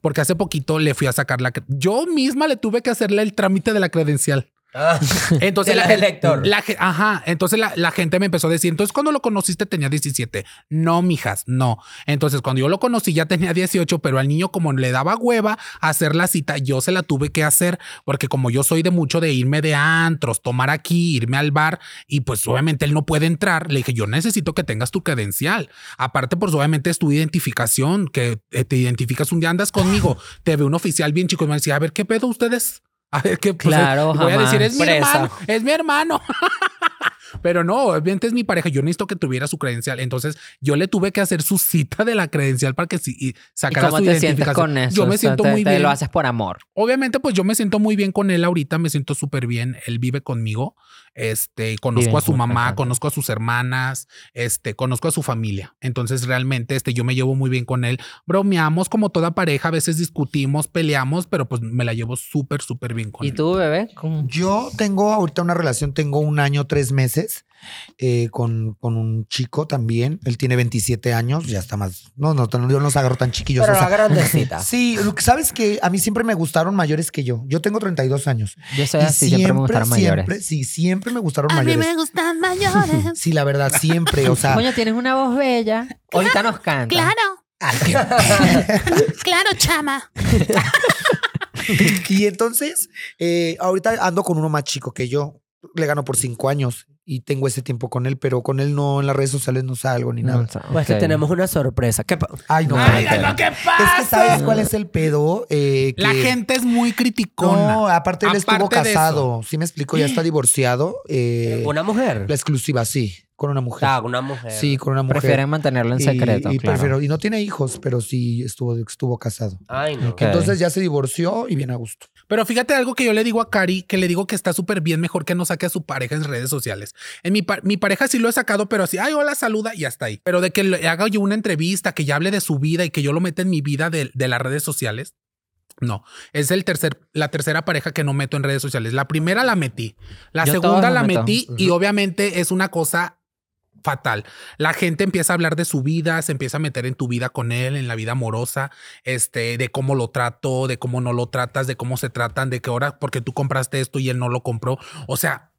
[SPEAKER 3] porque hace poquito le fui a sacar la... cre- Yo misma le tuve que hacerle el trámite de la credencial.
[SPEAKER 2] Ah,
[SPEAKER 3] Entonces
[SPEAKER 2] De la
[SPEAKER 3] gen-
[SPEAKER 2] elector.
[SPEAKER 3] la ge- ajá, entonces la, la gente me empezó a decir, entonces cuando lo conociste tenía 17. No, mijas, no. Entonces cuando yo lo conocí ya tenía 18, pero al niño como le daba hueva hacer la cita, yo se la tuve que hacer porque como yo soy de mucho de irme de antros, tomar aquí, irme al bar y pues obviamente él no puede entrar, le dije, yo necesito que tengas tu credencial. Aparte, pues obviamente es tu identificación, que eh, te identificas un día andas conmigo, te ve un oficial bien chico y me decía, a ver, ¿qué pedo ustedes? A ver, ¿qué pues,
[SPEAKER 1] Claro,
[SPEAKER 3] Voy a
[SPEAKER 1] jamás.
[SPEAKER 3] decir, es mi
[SPEAKER 2] Presa.
[SPEAKER 3] hermano, es mi hermano. Pero no, obviamente es mi pareja. Yo necesito que tuviera su credencial. Entonces, yo le tuve que hacer su cita de la credencial para que sí, y
[SPEAKER 1] ¿Y
[SPEAKER 3] sacara
[SPEAKER 1] cómo
[SPEAKER 3] su
[SPEAKER 1] te sientes
[SPEAKER 3] identificación.
[SPEAKER 1] con eso?
[SPEAKER 3] Yo
[SPEAKER 1] O
[SPEAKER 3] me
[SPEAKER 1] sea,
[SPEAKER 3] siento
[SPEAKER 1] te-
[SPEAKER 3] muy
[SPEAKER 1] te
[SPEAKER 3] bien.
[SPEAKER 1] lo haces por amor.
[SPEAKER 3] Obviamente, pues yo me siento muy bien con él ahorita, me siento súper bien. Él vive conmigo. Este, conozco
[SPEAKER 1] Viven
[SPEAKER 3] a su
[SPEAKER 1] juntos,
[SPEAKER 3] mamá,
[SPEAKER 1] ajá.
[SPEAKER 3] conozco a sus hermanas, este, conozco a su familia. Entonces, realmente, este, yo me llevo muy bien con él. Bromeamos como toda pareja, a veces discutimos, peleamos, pero pues me la llevo súper, súper bien con
[SPEAKER 1] ¿Y
[SPEAKER 3] él.
[SPEAKER 1] tú, bebé? ¿Cómo?
[SPEAKER 4] Yo tengo ahorita una relación, tengo un año, tres meses eh, con, con un chico también. Él tiene 27 años, ya está más. No, no, yo no los agarro tan chiquillos.
[SPEAKER 2] pero
[SPEAKER 4] o sea,
[SPEAKER 2] la grandecita.
[SPEAKER 4] sí, lo que- sabes que a mí siempre me gustaron mayores que yo. Yo tengo 32 años.
[SPEAKER 1] Yo soy
[SPEAKER 4] Y
[SPEAKER 1] así, siempre, me gustaron mayores.
[SPEAKER 4] siempre, sí, siempre me gustaron mayores.
[SPEAKER 5] gustan
[SPEAKER 1] ¿eh?
[SPEAKER 5] mayores.
[SPEAKER 4] Sí, la verdad, siempre. O sea,
[SPEAKER 1] Coño, tienes una voz bella. Ahorita nos canta.
[SPEAKER 5] claro,
[SPEAKER 4] ay, qué
[SPEAKER 5] claro, chama.
[SPEAKER 4] Y entonces, eh, ahorita ando con uno más chico que yo. Le gano por cinco años y tengo ese tiempo con él, pero con él no, en las redes sociales no salgo ni nada.
[SPEAKER 1] No, está-
[SPEAKER 2] Pues que
[SPEAKER 1] ok.
[SPEAKER 2] tenemos una sorpresa. ¿Qué pa-
[SPEAKER 4] Ay, no.
[SPEAKER 1] Ay,
[SPEAKER 4] pero-
[SPEAKER 1] ay, no,
[SPEAKER 3] ¿qué
[SPEAKER 4] es que sabes cuál es el pedo. Eh,
[SPEAKER 3] La
[SPEAKER 4] que-
[SPEAKER 3] gente es muy criticona.
[SPEAKER 4] No, aparte él estuvo
[SPEAKER 3] Aparte de eso.
[SPEAKER 4] casado. Sí me explico, ya está divorciado. eh,
[SPEAKER 2] ¿Una mujer?
[SPEAKER 4] La exclusiva, sí, con una mujer.
[SPEAKER 2] Ah, una mujer.
[SPEAKER 4] Sí, con una mujer.
[SPEAKER 1] Prefieren mantenerlo en
[SPEAKER 4] Y-
[SPEAKER 1] secreto.
[SPEAKER 4] Y,
[SPEAKER 1] claro.
[SPEAKER 4] prefiero- y no tiene hijos, pero sí estuvo, estuvo casado.
[SPEAKER 2] Ay, no.
[SPEAKER 1] Ok.
[SPEAKER 4] Entonces ya se divorció y bien a gusto.
[SPEAKER 3] Pero fíjate algo que yo le digo a Cari, que le digo que está súper bien, mejor que no saque a su pareja en redes sociales. En mi, pa- mi pareja sí lo he sacado, pero así, ay, hola, saluda y hasta ahí. Pero de que le haga yo una entrevista, que ya hable de su vida y que yo lo meta en mi vida de, de las redes sociales. No, es el tercer, la tercera pareja que no meto en redes sociales. La primera la metí, la
[SPEAKER 1] Yo
[SPEAKER 3] segunda
[SPEAKER 1] todas
[SPEAKER 3] la
[SPEAKER 1] las meto.
[SPEAKER 3] metí y obviamente es una cosa fatal. La gente empieza a hablar de su vida, se empieza a meter en tu vida con él, en la vida amorosa, este, de cómo lo trato, de cómo no lo tratas, de cómo se tratan, de qué hora, porque tú compraste esto y él no lo compró. O sea,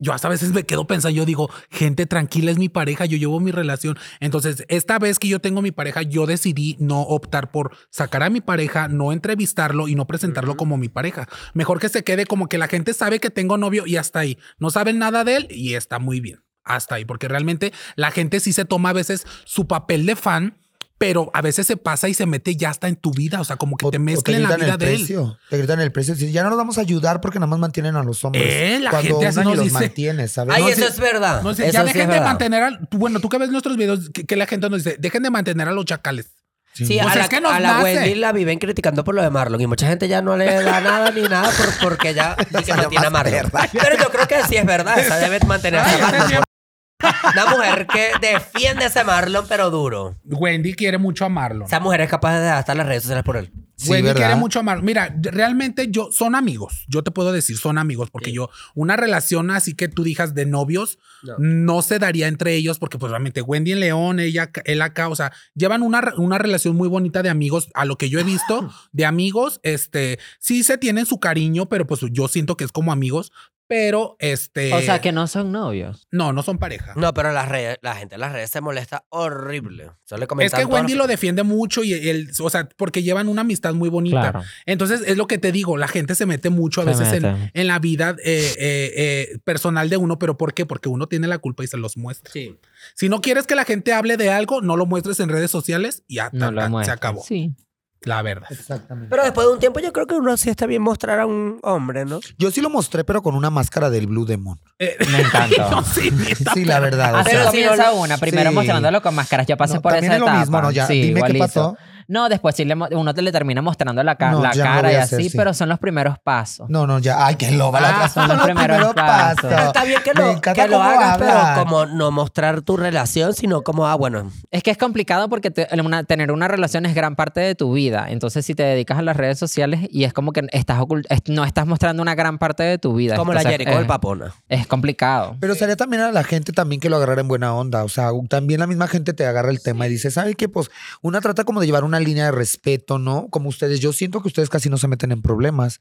[SPEAKER 3] yo hasta a veces me quedo pensando, yo digo, gente tranquila es mi pareja, yo llevo mi relación. Entonces, esta vez que yo tengo mi pareja, yo decidí no optar por sacar a mi pareja, no entrevistarlo y no presentarlo como mi pareja. Mejor que se quede como que la gente sabe que tengo novio y hasta ahí. No saben nada de él y está muy bien. Hasta ahí, porque realmente la gente sí se toma a veces su papel de fan, pero a veces se pasa y se mete ya hasta en tu vida. O sea, como que
[SPEAKER 4] O-
[SPEAKER 3] te
[SPEAKER 4] o
[SPEAKER 3] mezcla en la
[SPEAKER 4] gritan
[SPEAKER 3] vida
[SPEAKER 4] el
[SPEAKER 3] de él.
[SPEAKER 4] precio, Te gritan el precio. dicen, ya no nos vamos a ayudar porque nada más mantienen a los hombres.
[SPEAKER 3] Eh, la
[SPEAKER 4] Cuando
[SPEAKER 3] gente así
[SPEAKER 4] uno
[SPEAKER 3] nos
[SPEAKER 4] los
[SPEAKER 3] dice.
[SPEAKER 4] mantiene, ¿sabes?
[SPEAKER 2] Ay,
[SPEAKER 4] No,
[SPEAKER 2] eso
[SPEAKER 4] sí,
[SPEAKER 2] es verdad.
[SPEAKER 3] No sé,
[SPEAKER 2] Eso
[SPEAKER 3] ya
[SPEAKER 2] sí es
[SPEAKER 3] dejen de
[SPEAKER 2] verdad.
[SPEAKER 3] mantener al. Bueno, tú que ves nuestros videos, que, que la gente nos dice, dejen de mantener a los chacales.
[SPEAKER 2] Sí,
[SPEAKER 3] O
[SPEAKER 2] a,
[SPEAKER 3] sea,
[SPEAKER 2] la,
[SPEAKER 3] Pues es que nos
[SPEAKER 2] a la
[SPEAKER 3] nace.
[SPEAKER 2] Wendy la viven criticando por lo de Marlon y mucha gente ya no le da nada ni nada por- porque ya ni que mantiene a Marlon. Pero yo creo que sí es verdad, esa debe mantenerse a Marlon. Una mujer que defiende a ese Marlon pero duro.
[SPEAKER 3] Wendy quiere mucho amarlo.
[SPEAKER 2] Esa mujer es capaz de hasta las redes sociales por él.
[SPEAKER 4] sí,
[SPEAKER 3] Wendy
[SPEAKER 4] ¿verdad?
[SPEAKER 3] quiere mucho amar. Mira, realmente yo son amigos. Yo te puedo decir, son amigos, porque yo, una relación así que tú digas de novios, no.
[SPEAKER 2] No.
[SPEAKER 3] se daría entre ellos, porque pues realmente Wendy en León, ella, ac- él acá, o sea, llevan una, re- una relación muy bonita de amigos, a lo que yo he visto, de amigos, este, sí se tienen su cariño, pero pues yo siento que es como amigos, pero este.
[SPEAKER 1] O sea, que no son novios.
[SPEAKER 3] No, no son pareja.
[SPEAKER 2] No, pero las redes, la gente en las redes se molesta horrible. Eso le
[SPEAKER 3] Es
[SPEAKER 2] comentan
[SPEAKER 3] que
[SPEAKER 2] todas
[SPEAKER 3] Wendy lo
[SPEAKER 2] las-
[SPEAKER 3] defiende mucho y él, o sea, porque llevan una amistad muy bonita.
[SPEAKER 1] Claro.
[SPEAKER 3] Entonces, es lo que te digo, la gente se mete mucho a
[SPEAKER 1] Se
[SPEAKER 3] veces en,
[SPEAKER 1] mete.
[SPEAKER 3] en la vida eh, eh, eh, personal de uno, pero ¿por qué? Porque uno tiene la culpa y se los muestra.
[SPEAKER 2] Sí.
[SPEAKER 3] Si no quieres que la gente hable de algo, no lo muestres en redes sociales y ya
[SPEAKER 1] No
[SPEAKER 3] tan,
[SPEAKER 1] lo
[SPEAKER 3] tan, se
[SPEAKER 1] muestran.
[SPEAKER 3] acabó.
[SPEAKER 1] Sí.
[SPEAKER 3] La verdad.
[SPEAKER 4] Exactamente.
[SPEAKER 2] Pero después de un tiempo yo creo que uno sí está bien mostrar a un hombre, ¿no?
[SPEAKER 4] Yo sí lo mostré, pero con una máscara del Blue Demon.
[SPEAKER 3] Eh,
[SPEAKER 1] Me
[SPEAKER 3] no,
[SPEAKER 1] encantó.
[SPEAKER 3] sí, neta,
[SPEAKER 4] Sí, la
[SPEAKER 3] pero-
[SPEAKER 4] verdad. o
[SPEAKER 1] Así
[SPEAKER 4] sea,
[SPEAKER 2] Pero si
[SPEAKER 1] comienza
[SPEAKER 2] lo-
[SPEAKER 1] una, primero
[SPEAKER 4] sí.
[SPEAKER 1] mostrándolo con máscaras. Yo pasé
[SPEAKER 4] no,
[SPEAKER 1] por esa
[SPEAKER 4] también
[SPEAKER 1] etapa.
[SPEAKER 4] es lo mismo, ¿no? Ya,
[SPEAKER 1] Sí,
[SPEAKER 4] dime qué
[SPEAKER 1] igualito.
[SPEAKER 4] pasó.
[SPEAKER 1] No, después sí le, mo- uno te le termina mostrando la, ca-
[SPEAKER 4] No,
[SPEAKER 1] la
[SPEAKER 4] ya no lo
[SPEAKER 1] cara y
[SPEAKER 4] voy a
[SPEAKER 1] así,
[SPEAKER 4] hacer, sí.
[SPEAKER 1] pero son los primeros pasos.
[SPEAKER 4] No, no, ya. Ay, que loba la
[SPEAKER 1] Ah,
[SPEAKER 4] otra.
[SPEAKER 1] son los
[SPEAKER 4] Los
[SPEAKER 1] primeros
[SPEAKER 4] primeros
[SPEAKER 1] pasos.
[SPEAKER 4] pasos.
[SPEAKER 2] Está bien que
[SPEAKER 4] Me
[SPEAKER 2] lo,
[SPEAKER 4] encanta
[SPEAKER 2] que lo
[SPEAKER 4] cómo
[SPEAKER 2] hagas,
[SPEAKER 4] hablan.
[SPEAKER 2] pero como no mostrar tu relación, sino como, ah, bueno,
[SPEAKER 1] Es que es complicado porque te- una- tener una relación es gran parte de tu vida. Entonces, si te dedicas a las redes sociales y es como que estás ocult- es- no estás mostrando una gran parte de tu vida.
[SPEAKER 2] como la
[SPEAKER 1] Entonces,
[SPEAKER 2] Jericho del
[SPEAKER 1] eh,
[SPEAKER 2] Papona.
[SPEAKER 1] Es complicado.
[SPEAKER 4] Pero sería también a la gente también que lo agarrara en buena onda. O sea, también la misma gente te agarra el tema y dice, ¿sabe qué? Pues una trata como de llevar una línea de respeto, ¿no? Como ustedes. Yo siento que ustedes casi no se meten en problemas.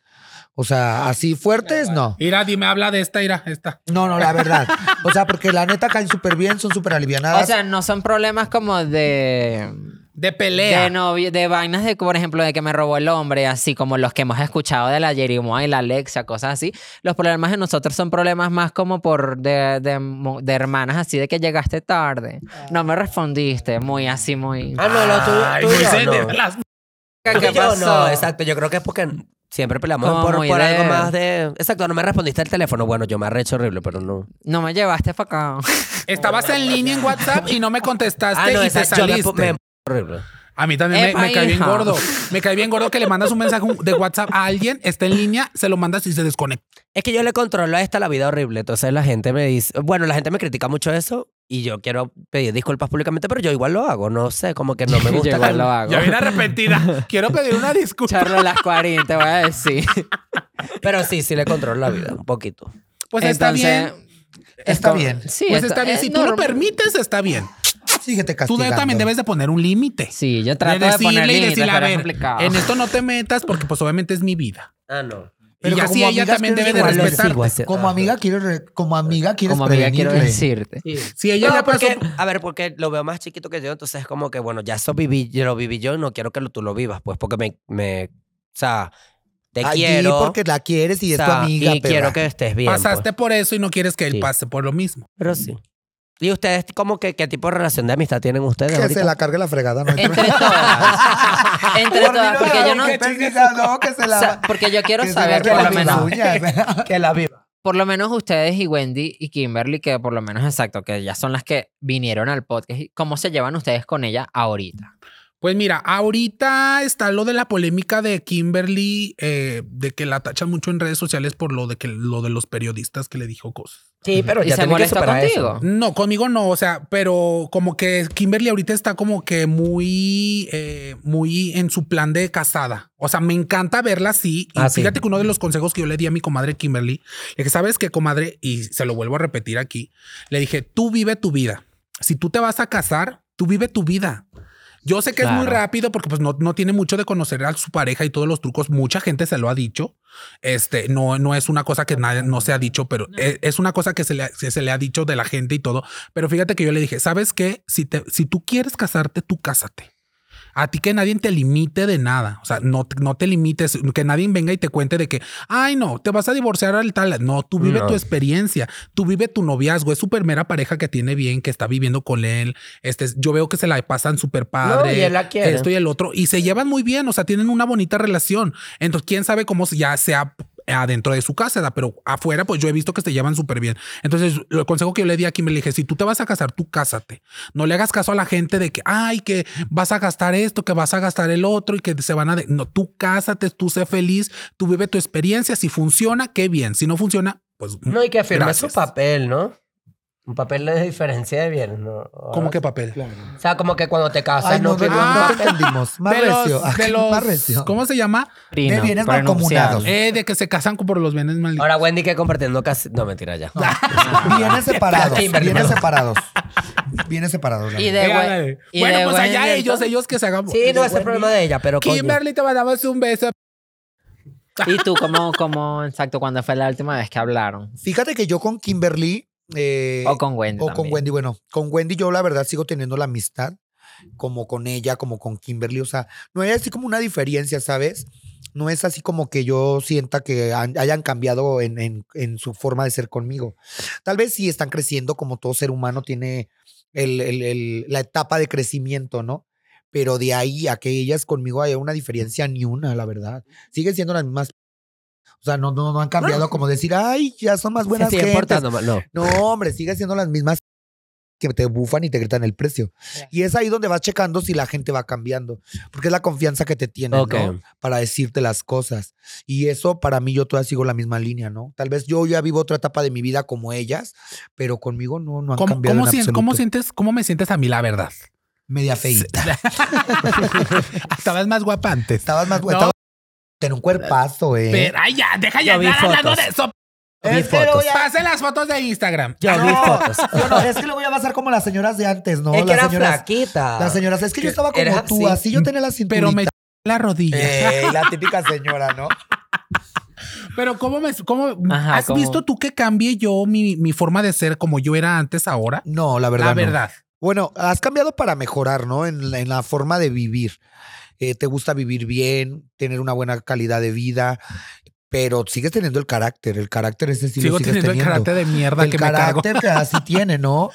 [SPEAKER 4] O sea, así fuertes, no.
[SPEAKER 3] Ira, dime, habla de esta, Ira, esta.
[SPEAKER 4] No, no, la verdad. O sea, porque la neta caen súper bien, son súper alivianadas.
[SPEAKER 1] O sea, no son problemas como de.
[SPEAKER 3] De pelea.
[SPEAKER 1] De, novio- de vainas de, por ejemplo, de que me robó el hombre, así como los que hemos escuchado de la Jerimoa y la Alexa, cosas así. Los problemas de nosotros son problemas más como por de, de mo- de hermanas, así de que llegaste tarde. No me respondiste, muy así, muy.
[SPEAKER 2] Ah, no, lo tuyo.
[SPEAKER 3] Ay,
[SPEAKER 2] tú y yo
[SPEAKER 3] Moisés,
[SPEAKER 2] no.
[SPEAKER 3] de las-
[SPEAKER 1] ¿Qué,
[SPEAKER 2] Tú y yo
[SPEAKER 1] pasó?
[SPEAKER 2] no, exacto. Yo creo que es porque siempre peleamos
[SPEAKER 1] Como
[SPEAKER 2] por,
[SPEAKER 1] muy
[SPEAKER 2] por
[SPEAKER 1] de-
[SPEAKER 2] algo más de. Exacto, no me respondiste al teléfono. Bueno, yo me arrecho horrible, pero no.
[SPEAKER 1] No me llevaste para acá.
[SPEAKER 3] Estabas en línea en WhatsApp y no me contestaste
[SPEAKER 2] Ah, no,
[SPEAKER 3] y te
[SPEAKER 2] exacto. Yo me,
[SPEAKER 3] saliste.
[SPEAKER 2] me horrible.
[SPEAKER 3] A mí también me,
[SPEAKER 1] Epa,
[SPEAKER 3] me cae bien
[SPEAKER 1] hija.
[SPEAKER 3] gordo. Me cae bien gordo que le mandas un mensaje de WhatsApp a alguien, está en línea, se lo mandas y se desconecta.
[SPEAKER 2] Es que yo le controlo a esta la vida horrible. Entonces la gente me dice. Bueno, la gente me critica mucho eso. Y yo quiero pedir disculpas públicamente, pero yo igual lo hago. No sé, como que no me gusta.
[SPEAKER 1] Yo
[SPEAKER 4] Pues
[SPEAKER 1] igual lo hago.
[SPEAKER 3] Ya viene arrepentida. Quiero pedir una disculpa.
[SPEAKER 1] Charlo las 40, te voy a decir.
[SPEAKER 2] Pero sí, sí le controlo la vida, un poquito.
[SPEAKER 3] Pues está bien.
[SPEAKER 4] Está bien.
[SPEAKER 1] Sí,
[SPEAKER 3] Pues
[SPEAKER 1] esto-
[SPEAKER 3] está bien.
[SPEAKER 1] eh,
[SPEAKER 3] Si tú lo
[SPEAKER 1] norm-
[SPEAKER 3] permites, está bien.
[SPEAKER 4] Síguete
[SPEAKER 3] Tú
[SPEAKER 4] castigando.
[SPEAKER 3] de- también debes de poner un límite.
[SPEAKER 1] Sí, yo
[SPEAKER 3] De
[SPEAKER 1] trato de, poner
[SPEAKER 3] decirle y
[SPEAKER 1] límites,
[SPEAKER 3] decirle, a
[SPEAKER 1] pero es
[SPEAKER 3] ver,
[SPEAKER 1] complicado.
[SPEAKER 3] en esto no te metas porque pues obviamente es mi vida.
[SPEAKER 2] Ah, no.
[SPEAKER 4] Pero
[SPEAKER 3] y
[SPEAKER 4] que
[SPEAKER 3] así
[SPEAKER 4] como
[SPEAKER 3] ella
[SPEAKER 4] amigas
[SPEAKER 3] también debe
[SPEAKER 4] quieres
[SPEAKER 3] de
[SPEAKER 4] igual lo
[SPEAKER 3] respetar.
[SPEAKER 2] sigo haciendo. Ah,
[SPEAKER 4] Como amiga quieres, re- como amiga quieres
[SPEAKER 1] Como amiga quiero
[SPEAKER 4] prevenirle.
[SPEAKER 1] decirte.
[SPEAKER 3] Si ella
[SPEAKER 2] No,
[SPEAKER 3] ya pasó...
[SPEAKER 2] porque- a ver, porque lo veo más chiquito que yo, entonces es como que, bueno, ya eso viví, yo lo viví yo y no quiero que lo- tú lo vivas, pues, porque me, me o sea, te
[SPEAKER 4] Allí
[SPEAKER 2] quiero.
[SPEAKER 4] porque la quieres y es
[SPEAKER 2] o
[SPEAKER 4] tu
[SPEAKER 2] sea,
[SPEAKER 4] amiga,
[SPEAKER 2] Y
[SPEAKER 4] perra.
[SPEAKER 2] quiero que estés bien.
[SPEAKER 3] Pasaste
[SPEAKER 2] pues.
[SPEAKER 3] por eso y no quieres que él
[SPEAKER 2] Sí.
[SPEAKER 3] pase por lo mismo.
[SPEAKER 2] Pero sí. ¿Y ustedes, como que, qué tipo de relación de amistad tienen ustedes
[SPEAKER 4] Que se
[SPEAKER 2] ahorita?
[SPEAKER 4] la cargue la fregada, no hay
[SPEAKER 1] Entre todas. Entre
[SPEAKER 4] Por mí
[SPEAKER 1] todas.
[SPEAKER 4] no
[SPEAKER 1] Porque
[SPEAKER 4] la
[SPEAKER 1] yo no.
[SPEAKER 4] hago, que chingas, no, que se la-
[SPEAKER 1] o sea, porque yo quiero
[SPEAKER 4] que se
[SPEAKER 1] saber,
[SPEAKER 4] la- que
[SPEAKER 1] por
[SPEAKER 4] la
[SPEAKER 1] lo
[SPEAKER 4] viva.
[SPEAKER 1] menos.
[SPEAKER 4] Uñas. que la viva.
[SPEAKER 1] Por lo menos ustedes y Wendy y Kimberly, que por lo menos exacto, que ya son las que vinieron al podcast, ¿cómo se llevan ustedes con ella ahorita?
[SPEAKER 3] Pues mira, ahorita está lo de la polémica de Kimberly, eh, de que la tachan mucho en redes sociales por lo de que lo de los periodistas que le dijo cosas.
[SPEAKER 2] Sí, pero
[SPEAKER 1] ¿Y se molesta contigo?
[SPEAKER 3] No, conmigo no, o sea, pero como que Kimberly ahorita está como que muy, eh, muy en su plan de casada. O sea, me encanta verla así. Y
[SPEAKER 2] Ah, sí.
[SPEAKER 3] fíjate que uno de los consejos que yo le di a mi comadre Kimberly, le dije, sabes que comadre, y se lo vuelvo a repetir aquí, le dije, tú vive tu vida. Si tú te vas a casar, tú vive tu vida. Yo sé que es muy
[SPEAKER 2] Claro.
[SPEAKER 3] rápido porque pues no, no tiene mucho de conocer a su pareja y todos los trucos. Mucha gente se lo ha dicho. Este no, no es una cosa que nadie no se ha dicho, pero e- es, una cosa que se, le, ha- que se le ha dicho de la gente y todo. Pero fíjate que yo le dije, ¿sabes qué? Si, te, si tú quieres casarte, tú cásate. A ti que nadie te limite de nada. O sea, no, te- no te limites, que nadie venga y te cuente de que, ay, no, te vas a divorciar al tal. No, tú vive
[SPEAKER 2] No.
[SPEAKER 3] tu experiencia, tú vive tu noviazgo. Es su primera pareja que tiene bien, que está viviendo con él. Este, yo veo que se la pasan súper padre.
[SPEAKER 2] No, y él la quiere.
[SPEAKER 3] Esto y el otro. Y se llevan muy bien, o sea, tienen una bonita relación. Entonces, quién sabe cómo se- ya sea adentro de su casa, ¿verdad? pero afuera, pues yo he visto que se llevan súper bien. Entonces, el consejo que yo le di aquí me le dije, si tú te vas a casar, tú cásate. No le hagas caso a la gente de que, ay, que vas a gastar esto, que vas a gastar el otro y que se van a... de-". No, tú cásate, tú sé feliz, tú vive tu experiencia, si funciona, qué bien, si no funciona, pues...
[SPEAKER 2] No, y que firme
[SPEAKER 3] Gracias.
[SPEAKER 2] su papel, ¿no? Un papel de diferencia de bienes, ¿no?
[SPEAKER 3] ¿Cómo que papel?
[SPEAKER 2] O sea, como que cuando te casas
[SPEAKER 4] Ay,
[SPEAKER 2] no,
[SPEAKER 4] no, no,
[SPEAKER 2] firmas
[SPEAKER 4] no, no
[SPEAKER 2] un
[SPEAKER 4] te
[SPEAKER 2] papel.
[SPEAKER 4] entendimos. Más
[SPEAKER 3] de los,
[SPEAKER 4] recio.
[SPEAKER 3] de
[SPEAKER 4] Más
[SPEAKER 3] los-
[SPEAKER 4] recio.
[SPEAKER 3] ¿Cómo se llama?
[SPEAKER 1] Primo,
[SPEAKER 4] De bienes
[SPEAKER 1] pronunciado.
[SPEAKER 4] mancomunados.
[SPEAKER 3] Eh, de que se casan por los bienes malditos.
[SPEAKER 2] Ahora Wendy que compartiendo casi... No, mentira, ya.
[SPEAKER 4] Ah, Vienes separados.
[SPEAKER 2] Kimberly,
[SPEAKER 4] Vienes
[SPEAKER 2] perdón.
[SPEAKER 4] separados. Vienes separados. la
[SPEAKER 1] Y
[SPEAKER 4] verdad.
[SPEAKER 1] de,
[SPEAKER 3] Eh,
[SPEAKER 1] güey-
[SPEAKER 3] ándale.
[SPEAKER 1] y
[SPEAKER 3] bueno,
[SPEAKER 1] de
[SPEAKER 3] pues
[SPEAKER 1] güey-
[SPEAKER 3] allá ellos, ellos que se hagan.
[SPEAKER 2] Sí, no, ese es el problema de ella, pero coño.
[SPEAKER 3] Kimberly, te mandamos un beso.
[SPEAKER 1] ¿Y tú cómo, cómo, exacto, cuándo fue la última vez que hablaron?
[SPEAKER 4] Fíjate que yo con Kimberly. eh,
[SPEAKER 1] O con Wendy.
[SPEAKER 4] O con
[SPEAKER 1] también.
[SPEAKER 4] Wendy, bueno, con Wendy yo la verdad sigo teniendo la amistad, como con ella, como con Kimberly, o sea, no hay así como una diferencia, ¿sabes? No es así como que yo sienta que han- hayan cambiado en, en- en su forma de ser conmigo. Tal vez sí están creciendo, como todo ser humano tiene el- el- el- la etapa de crecimiento, ¿no? Pero de ahí a que ellas conmigo haya una diferencia ni una, la verdad. Siguen siendo las mismas. O sea, no, no, no han cambiado como decir, ay, ya son más buenas
[SPEAKER 2] Se sigue
[SPEAKER 4] gentes".
[SPEAKER 2] portando mal, No.
[SPEAKER 4] No, hombre, sigue siendo las mismas que te bufan y te gritan el precio.
[SPEAKER 1] Ya.
[SPEAKER 4] Y es ahí donde vas checando si la gente va cambiando, porque es la confianza que te tienen,
[SPEAKER 2] Ok.
[SPEAKER 4] ¿no? Para decirte las cosas. Y eso para mí yo todavía sigo la misma línea, ¿no? Tal vez yo ya vivo otra etapa de mi vida como ellas, pero conmigo no, no han
[SPEAKER 3] ¿Cómo,
[SPEAKER 4] cambiado
[SPEAKER 3] cómo
[SPEAKER 4] en
[SPEAKER 3] sien-
[SPEAKER 4] absoluto.
[SPEAKER 3] cómo sientes, ¿Cómo me sientes a mí, la verdad?
[SPEAKER 4] Media feita.
[SPEAKER 3] Estabas más guapa antes.
[SPEAKER 4] Estabas más...
[SPEAKER 3] No.
[SPEAKER 4] Estabas en un cuerpazo, ¿eh?
[SPEAKER 3] Pero, ay, ya, deja ya
[SPEAKER 2] Yo vi
[SPEAKER 3] estar hablando
[SPEAKER 2] fotos.
[SPEAKER 3] de eso.
[SPEAKER 2] vi
[SPEAKER 4] Es que luego ya-
[SPEAKER 3] Pase las fotos de Instagram.
[SPEAKER 2] Yo vi
[SPEAKER 4] No,
[SPEAKER 2] fotos.
[SPEAKER 4] yo no, es que le voy a pasar como las señoras de antes, ¿no?
[SPEAKER 2] es que
[SPEAKER 4] las
[SPEAKER 2] era
[SPEAKER 4] señoras...
[SPEAKER 2] flaquita.
[SPEAKER 4] Las señoras, es que yo
[SPEAKER 2] Que
[SPEAKER 4] estaba como
[SPEAKER 2] eras
[SPEAKER 4] tú,
[SPEAKER 2] así.
[SPEAKER 4] así yo tenía la cinturita.
[SPEAKER 3] Pero me la
[SPEAKER 1] Eh.
[SPEAKER 3] rodilla.
[SPEAKER 4] Ey, la típica señora, ¿no?
[SPEAKER 3] Pero cómo me cómo
[SPEAKER 1] Ajá,
[SPEAKER 3] has
[SPEAKER 1] ¿cómo?
[SPEAKER 3] visto tú que cambié yo mi, mi forma de ser como yo era antes ahora?
[SPEAKER 4] No, la verdad.
[SPEAKER 3] la
[SPEAKER 4] no.
[SPEAKER 3] verdad.
[SPEAKER 4] Bueno, has cambiado para mejorar, ¿no? En, la- en la forma de vivir. Eh, te gusta vivir bien, tener una buena calidad de vida, pero sigues teniendo el carácter. El carácter ese sí
[SPEAKER 3] Sigo
[SPEAKER 4] lo sigues
[SPEAKER 3] teniendo,
[SPEAKER 4] teniendo.
[SPEAKER 3] el carácter de mierda
[SPEAKER 4] El
[SPEAKER 3] que me cargo.
[SPEAKER 4] carácter que así tiene, ¿no?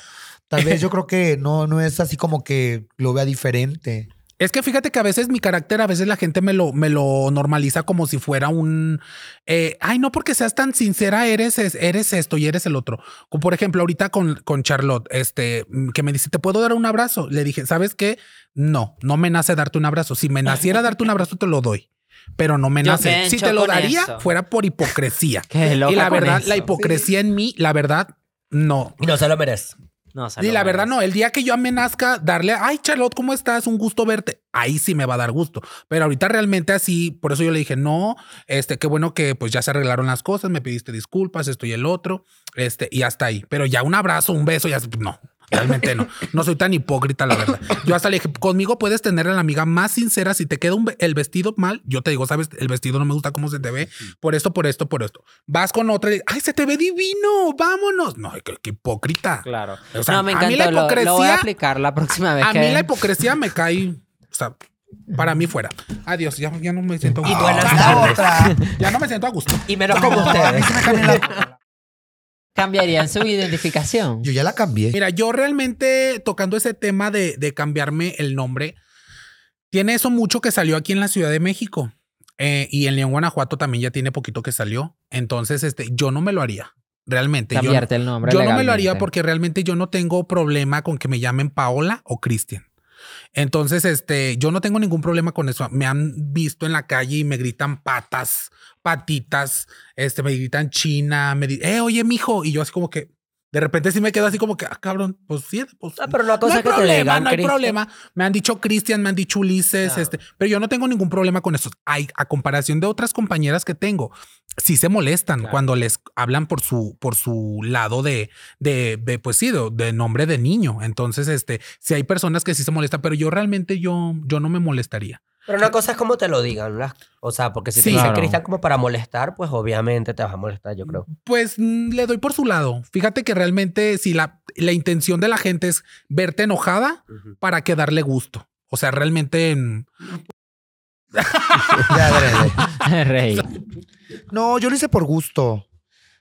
[SPEAKER 4] Tal vez yo creo que no, no es así como que lo vea diferente.
[SPEAKER 3] Es que fíjate que a veces mi carácter, a veces la gente me lo, me lo normaliza como si fuera un. eh, Ay, no, porque seas tan sincera, eres, es- eres esto y eres el otro. Como por ejemplo, ahorita con, con Charlotte, este, mm, que me dice, ¿te puedo dar un abrazo? Le dije, ¿sabes qué? No, no me nace darte un abrazo. Si me naciera darte un abrazo, te lo doy. Pero no me
[SPEAKER 1] Yo
[SPEAKER 3] nace.
[SPEAKER 1] qué
[SPEAKER 3] Si
[SPEAKER 1] hecho
[SPEAKER 3] te lo
[SPEAKER 1] con
[SPEAKER 3] daría,
[SPEAKER 1] eso.
[SPEAKER 3] fuera por hipocresía.
[SPEAKER 1] Qué loca
[SPEAKER 3] y la
[SPEAKER 1] con
[SPEAKER 3] verdad,
[SPEAKER 1] eso.
[SPEAKER 3] la hipocresía en mí, la verdad, no.
[SPEAKER 2] Y no se lo merece.
[SPEAKER 1] No, se
[SPEAKER 3] Y
[SPEAKER 1] lo
[SPEAKER 3] la verdad,
[SPEAKER 1] merece.
[SPEAKER 3] no, el día que yo amenazca, darle, ay, Charlotte, ¿cómo estás? Un gusto verte. Ahí sí me va a dar gusto. Pero ahorita realmente así, por eso yo le dije, no, este, qué bueno que pues ya se arreglaron las cosas, me pediste disculpas, esto y el otro, este, y hasta ahí. Pero ya un abrazo, un beso, ya, no, realmente no. No soy tan hipócrita, la verdad. Yo hasta le dije, conmigo puedes tener a la amiga más sincera. Si te queda un ve- el vestido mal, yo te digo, sabes, el vestido no me gusta cómo se te ve, por esto, por esto, por esto. Vas con otra y, ay, se te ve divino, vámonos. No, qué, qué hipócrita.
[SPEAKER 1] Claro.
[SPEAKER 3] O sea,
[SPEAKER 1] no, me
[SPEAKER 3] a mí
[SPEAKER 1] encantó. lo- Lo, voy
[SPEAKER 3] la
[SPEAKER 1] a
[SPEAKER 3] hipocresía-
[SPEAKER 1] aplicar la próxima vez
[SPEAKER 3] A
[SPEAKER 1] que...
[SPEAKER 3] mí la hipocresía me cae. O sea, para mí fuera. Adiós, ya, ya no me siento a
[SPEAKER 2] Y
[SPEAKER 3] gusto.
[SPEAKER 2] buenas
[SPEAKER 3] Ah,
[SPEAKER 2] tardes.
[SPEAKER 4] otra.
[SPEAKER 3] Ya no me siento a gusto.
[SPEAKER 2] Y menos como ustedes.
[SPEAKER 1] ¿Cambiarían su identificación?
[SPEAKER 4] Yo ya la cambié.
[SPEAKER 3] Mira, yo realmente tocando ese tema de, de cambiarme el nombre, tiene eso mucho que salió aquí en la Ciudad de México. Eh, y en León, Guanajuato también ya tiene poquito que salió. Entonces, este, yo no me lo haría. Realmente. Yo,
[SPEAKER 1] Cambiarte el nombre
[SPEAKER 3] yo no me lo haría
[SPEAKER 1] legalmente.
[SPEAKER 3] porque realmente yo no tengo problema con que me llamen Paola o Cristian. Entonces, este, yo no tengo ningún problema con eso. Me han visto en la calle y me gritan patas, patitas, este, me gritan china, me dicen, eh, oye, mijo. Y yo así como que, de repente sí me quedo así como que, ah, cabrón, pues sí, pues.
[SPEAKER 2] Ah, pero una
[SPEAKER 3] No
[SPEAKER 2] cosa
[SPEAKER 3] hay
[SPEAKER 2] que
[SPEAKER 3] problema,
[SPEAKER 2] te digan,
[SPEAKER 3] no hay
[SPEAKER 2] Cristo.
[SPEAKER 3] problema. Me han dicho Cristian, me han dicho Ulises,
[SPEAKER 2] Claro.
[SPEAKER 3] este, pero yo no tengo ningún problema con eso. Hay, a comparación de otras compañeras que tengo, sí se molestan
[SPEAKER 2] Claro.
[SPEAKER 3] cuando les hablan por su, por su lado de, de, de, pues sí, de, de nombre de niño. Entonces, este, sí hay personas que sí se molestan, pero yo realmente yo, yo no me molestaría.
[SPEAKER 2] Pero una cosa es cómo te lo digan, ¿verdad? O sea, porque si
[SPEAKER 3] Sí.
[SPEAKER 2] te dicen
[SPEAKER 1] Claro.
[SPEAKER 2] Cristian como para molestar, pues obviamente te vas a molestar, yo creo.
[SPEAKER 3] Pues mm, le doy por su lado. Fíjate que realmente si la, la intención de la gente es verte enojada para que darle gusto. O sea, realmente mm,
[SPEAKER 1] Rey.
[SPEAKER 4] No, yo lo hice por gusto.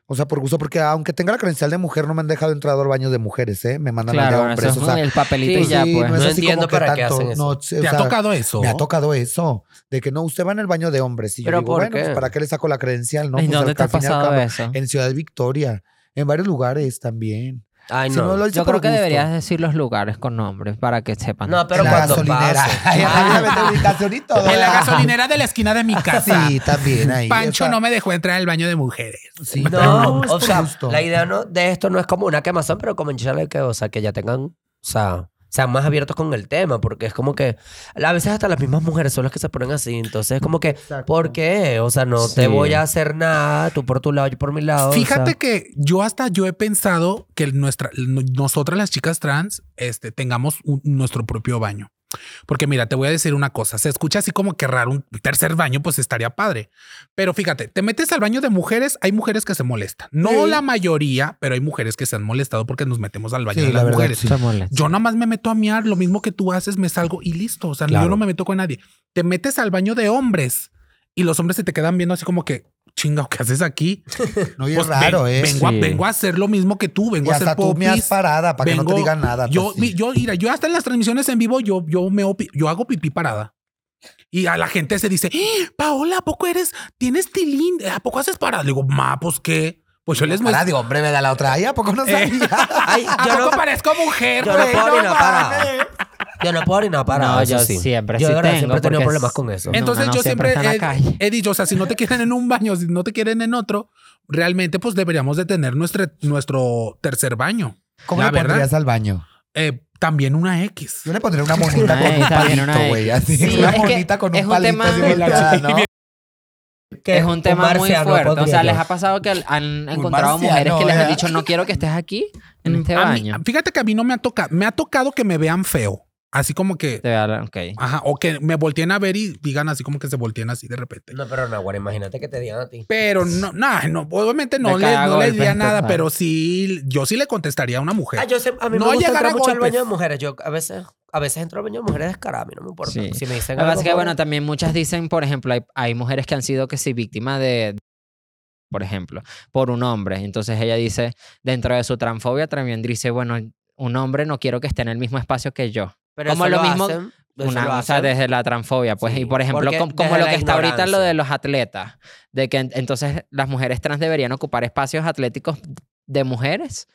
[SPEAKER 4] O sea, por gusto, porque aunque tenga la credencial de mujer, no me han dejado entrar al baño de mujeres, ¿eh? Me mandan al
[SPEAKER 1] Claro,
[SPEAKER 4] de
[SPEAKER 1] bueno, eso
[SPEAKER 4] hombres.
[SPEAKER 1] es
[SPEAKER 4] o sea,
[SPEAKER 1] el papelito y
[SPEAKER 4] sí,
[SPEAKER 1] ya, pues.
[SPEAKER 4] no es
[SPEAKER 2] No
[SPEAKER 4] así
[SPEAKER 2] entiendo
[SPEAKER 4] como que
[SPEAKER 2] para qué
[SPEAKER 4] tanto.
[SPEAKER 2] hacen eso.
[SPEAKER 4] No, sí, o
[SPEAKER 3] ¿Te ha
[SPEAKER 4] sea,
[SPEAKER 3] tocado eso?
[SPEAKER 4] Me ha tocado eso. De que no, usted va en el baño de hombres. Y yo
[SPEAKER 2] ¿Pero
[SPEAKER 4] digo,
[SPEAKER 2] por
[SPEAKER 4] bueno,
[SPEAKER 2] qué?
[SPEAKER 4] pues, ¿para qué le saco la credencial? No,
[SPEAKER 1] ¿Y
[SPEAKER 4] Pues,
[SPEAKER 1] dónde
[SPEAKER 4] al-
[SPEAKER 1] te ha
[SPEAKER 4] al fin y al
[SPEAKER 1] pasado
[SPEAKER 4] cabo,
[SPEAKER 1] eso?
[SPEAKER 4] En Ciudad Victoria, en varios lugares también.
[SPEAKER 2] Ay,
[SPEAKER 4] Si no
[SPEAKER 2] no.
[SPEAKER 4] lo hice
[SPEAKER 1] Yo
[SPEAKER 4] por
[SPEAKER 1] creo que
[SPEAKER 4] gusto.
[SPEAKER 1] deberías decir los lugares con nombres para que sepan.
[SPEAKER 2] No, pero
[SPEAKER 4] en la
[SPEAKER 2] cuando
[SPEAKER 4] gasolinera.
[SPEAKER 2] pasa.
[SPEAKER 4] Ahí está, ya mete ubicación y todo.
[SPEAKER 3] En la gasolinera de la esquina de mi casa.
[SPEAKER 4] Sí, también ahí.
[SPEAKER 3] Pancho
[SPEAKER 4] o sea,
[SPEAKER 3] no me dejó entrar al baño de mujeres.
[SPEAKER 4] sí,
[SPEAKER 2] No,
[SPEAKER 4] es
[SPEAKER 2] o
[SPEAKER 4] por
[SPEAKER 2] sea,
[SPEAKER 4] gusto.
[SPEAKER 2] la idea no, de esto no es como una quemazón, pero como echarle que, o sea, que ya tengan, o sea, sean más abiertos con el tema, porque es como que a veces hasta las mismas mujeres son las que se ponen así, entonces es como que,
[SPEAKER 4] Exacto.
[SPEAKER 2] ¿por qué? O sea, no
[SPEAKER 1] Sí.
[SPEAKER 2] te voy a hacer nada, tú por tu lado, yo por mi lado. o
[SPEAKER 3] Fíjate
[SPEAKER 2] sea.
[SPEAKER 3] que yo hasta yo he pensado que nuestra, no- nosotras las chicas trans este, tengamos un- nuestro propio baño. Porque mira, te voy a decir una cosa, se escucha así como que raro un tercer baño, pues estaría padre. Pero fíjate, te metes al baño de mujeres, hay mujeres que se molestan. No
[SPEAKER 4] Sí.
[SPEAKER 3] la mayoría, pero hay mujeres que se han molestado porque nos metemos al baño
[SPEAKER 4] Sí,
[SPEAKER 3] de
[SPEAKER 4] la
[SPEAKER 3] las
[SPEAKER 4] verdad,
[SPEAKER 3] mujeres.
[SPEAKER 4] sí.
[SPEAKER 1] Te molesta.
[SPEAKER 3] Yo nada más me meto a miar, lo mismo que tú haces, me salgo y listo. O sea,
[SPEAKER 2] Claro.
[SPEAKER 3] yo no me meto con nadie. Te metes al baño de hombres y los hombres se te quedan viendo así como que, chinga, ¿qué haces aquí?
[SPEAKER 4] No, y es
[SPEAKER 3] Pues, ven-
[SPEAKER 4] raro, ¿eh?
[SPEAKER 3] Vengo, a,
[SPEAKER 1] Sí.
[SPEAKER 3] vengo a hacer lo mismo que tú, vengo
[SPEAKER 4] Y
[SPEAKER 3] a hacer
[SPEAKER 4] hasta tú me has
[SPEAKER 3] popis.
[SPEAKER 4] parada para que no te
[SPEAKER 3] vengo-
[SPEAKER 4] digan nada.
[SPEAKER 3] Yo,
[SPEAKER 4] pues,
[SPEAKER 3] mi-
[SPEAKER 4] sí.
[SPEAKER 3] yo, mira, yo hasta en las transmisiones en vivo, yo, yo, me, opi- yo hago pipí parada. Y a la gente se dice, "Eh, Paola, ¿a poco eres? ¿Tienes tilín? ¿A poco haces parada? Le digo, ma, pues qué. Pues yo les
[SPEAKER 4] Ahora
[SPEAKER 3] muestro.
[SPEAKER 4] digo, hombre, me da la otra. Ay, ¿a poco no
[SPEAKER 3] Eh.
[SPEAKER 4] sabía?
[SPEAKER 2] Ay,
[SPEAKER 3] ¿A
[SPEAKER 2] yo
[SPEAKER 4] Ah,
[SPEAKER 2] no,
[SPEAKER 3] poco parezco mujer?
[SPEAKER 2] yo no
[SPEAKER 3] güey?
[SPEAKER 2] puedo
[SPEAKER 3] No
[SPEAKER 2] orinar parada.
[SPEAKER 3] mames.
[SPEAKER 2] yo no puedo orinar parada,
[SPEAKER 1] No,
[SPEAKER 2] eso
[SPEAKER 1] yo
[SPEAKER 2] sí.
[SPEAKER 1] siempre
[SPEAKER 2] Yo de
[SPEAKER 1] sí
[SPEAKER 2] verdad
[SPEAKER 1] tengo,
[SPEAKER 2] siempre he tenido
[SPEAKER 1] porque
[SPEAKER 2] problemas
[SPEAKER 1] es-
[SPEAKER 2] con eso.
[SPEAKER 1] No,
[SPEAKER 3] Entonces
[SPEAKER 1] no, no,
[SPEAKER 3] yo
[SPEAKER 1] siempre
[SPEAKER 3] siempre,
[SPEAKER 1] está en la
[SPEAKER 3] he-
[SPEAKER 1] calle.
[SPEAKER 3] he, dicho, o sea, si no te quieren en un baño, si no te quieren en otro, realmente pues deberíamos de tener nuestro, nuestro tercer baño.
[SPEAKER 4] ¿Cómo
[SPEAKER 3] La
[SPEAKER 4] le
[SPEAKER 3] verdad.
[SPEAKER 4] pondrías al baño?
[SPEAKER 3] Eh, también una X.
[SPEAKER 4] Yo le pondría una monita
[SPEAKER 1] Una
[SPEAKER 4] con un
[SPEAKER 1] X, también una
[SPEAKER 4] palito, güey.
[SPEAKER 1] X.
[SPEAKER 4] Así,
[SPEAKER 1] Sí,
[SPEAKER 4] una
[SPEAKER 1] es que
[SPEAKER 4] monita con
[SPEAKER 1] es
[SPEAKER 4] un
[SPEAKER 1] un
[SPEAKER 4] palito así
[SPEAKER 1] tema-
[SPEAKER 4] volteada, ¿no?
[SPEAKER 2] Que
[SPEAKER 1] es un tema muy
[SPEAKER 2] marciano,
[SPEAKER 1] fuerte. O
[SPEAKER 2] podría
[SPEAKER 1] sea,
[SPEAKER 2] yo.
[SPEAKER 1] les ha pasado que han encontrado
[SPEAKER 4] marciano,
[SPEAKER 1] mujeres que les han
[SPEAKER 4] ¿eh?
[SPEAKER 1] dicho, no quiero que estés aquí en este
[SPEAKER 3] A mí-
[SPEAKER 1] baño.
[SPEAKER 3] fíjate que a mí no me ha tocado, me ha tocado que me vean feo, así como que,
[SPEAKER 1] Te voy a hablar, ok.
[SPEAKER 3] ajá, o que me volteen a ver y digan así como que se volteen así de repente.
[SPEAKER 2] No, pero no, güey, imagínate que te digan a ti.
[SPEAKER 3] Pero no, no, no, obviamente no,
[SPEAKER 1] Me
[SPEAKER 3] le,
[SPEAKER 1] cago
[SPEAKER 3] no le
[SPEAKER 1] el
[SPEAKER 3] diría
[SPEAKER 1] pez,
[SPEAKER 3] nada,
[SPEAKER 1] total.
[SPEAKER 3] pero sí, yo sí le contestaría a una mujer.
[SPEAKER 2] Ah, yo sé, a mí
[SPEAKER 3] No
[SPEAKER 2] me gusta
[SPEAKER 3] llegar
[SPEAKER 2] entrar
[SPEAKER 3] a
[SPEAKER 2] mucho al
[SPEAKER 3] golpes.
[SPEAKER 2] baño de mujeres. Yo a veces, a veces entro al baño de mujeres descarada, a mí no me importa.
[SPEAKER 1] Sí.
[SPEAKER 2] Si me dicen
[SPEAKER 1] Lo que pasa
[SPEAKER 2] algo,
[SPEAKER 1] es que,
[SPEAKER 2] pues,
[SPEAKER 1] bueno, también muchas dicen, por ejemplo, hay, hay mujeres que han sido que sí víctimas de, por ejemplo, por un hombre. Entonces ella dice, dentro de su transfobia también dice, bueno, un hombre no quiero que esté en el mismo espacio que yo.
[SPEAKER 2] pero
[SPEAKER 1] como
[SPEAKER 2] eso
[SPEAKER 1] lo mismo-
[SPEAKER 2] hacen, eso
[SPEAKER 1] Una,
[SPEAKER 2] lo
[SPEAKER 1] o sea,
[SPEAKER 2] hacen.
[SPEAKER 1] desde la transfobia, pues.
[SPEAKER 2] Sí,
[SPEAKER 1] y por ejemplo,
[SPEAKER 2] porque
[SPEAKER 1] com- como
[SPEAKER 2] desde
[SPEAKER 1] lo
[SPEAKER 2] la
[SPEAKER 1] que está ahorita lo
[SPEAKER 2] ignorancia.
[SPEAKER 1] de los atletas, de que en- entonces las mujeres trans deberían ocupar espacios atléticos de mujeres.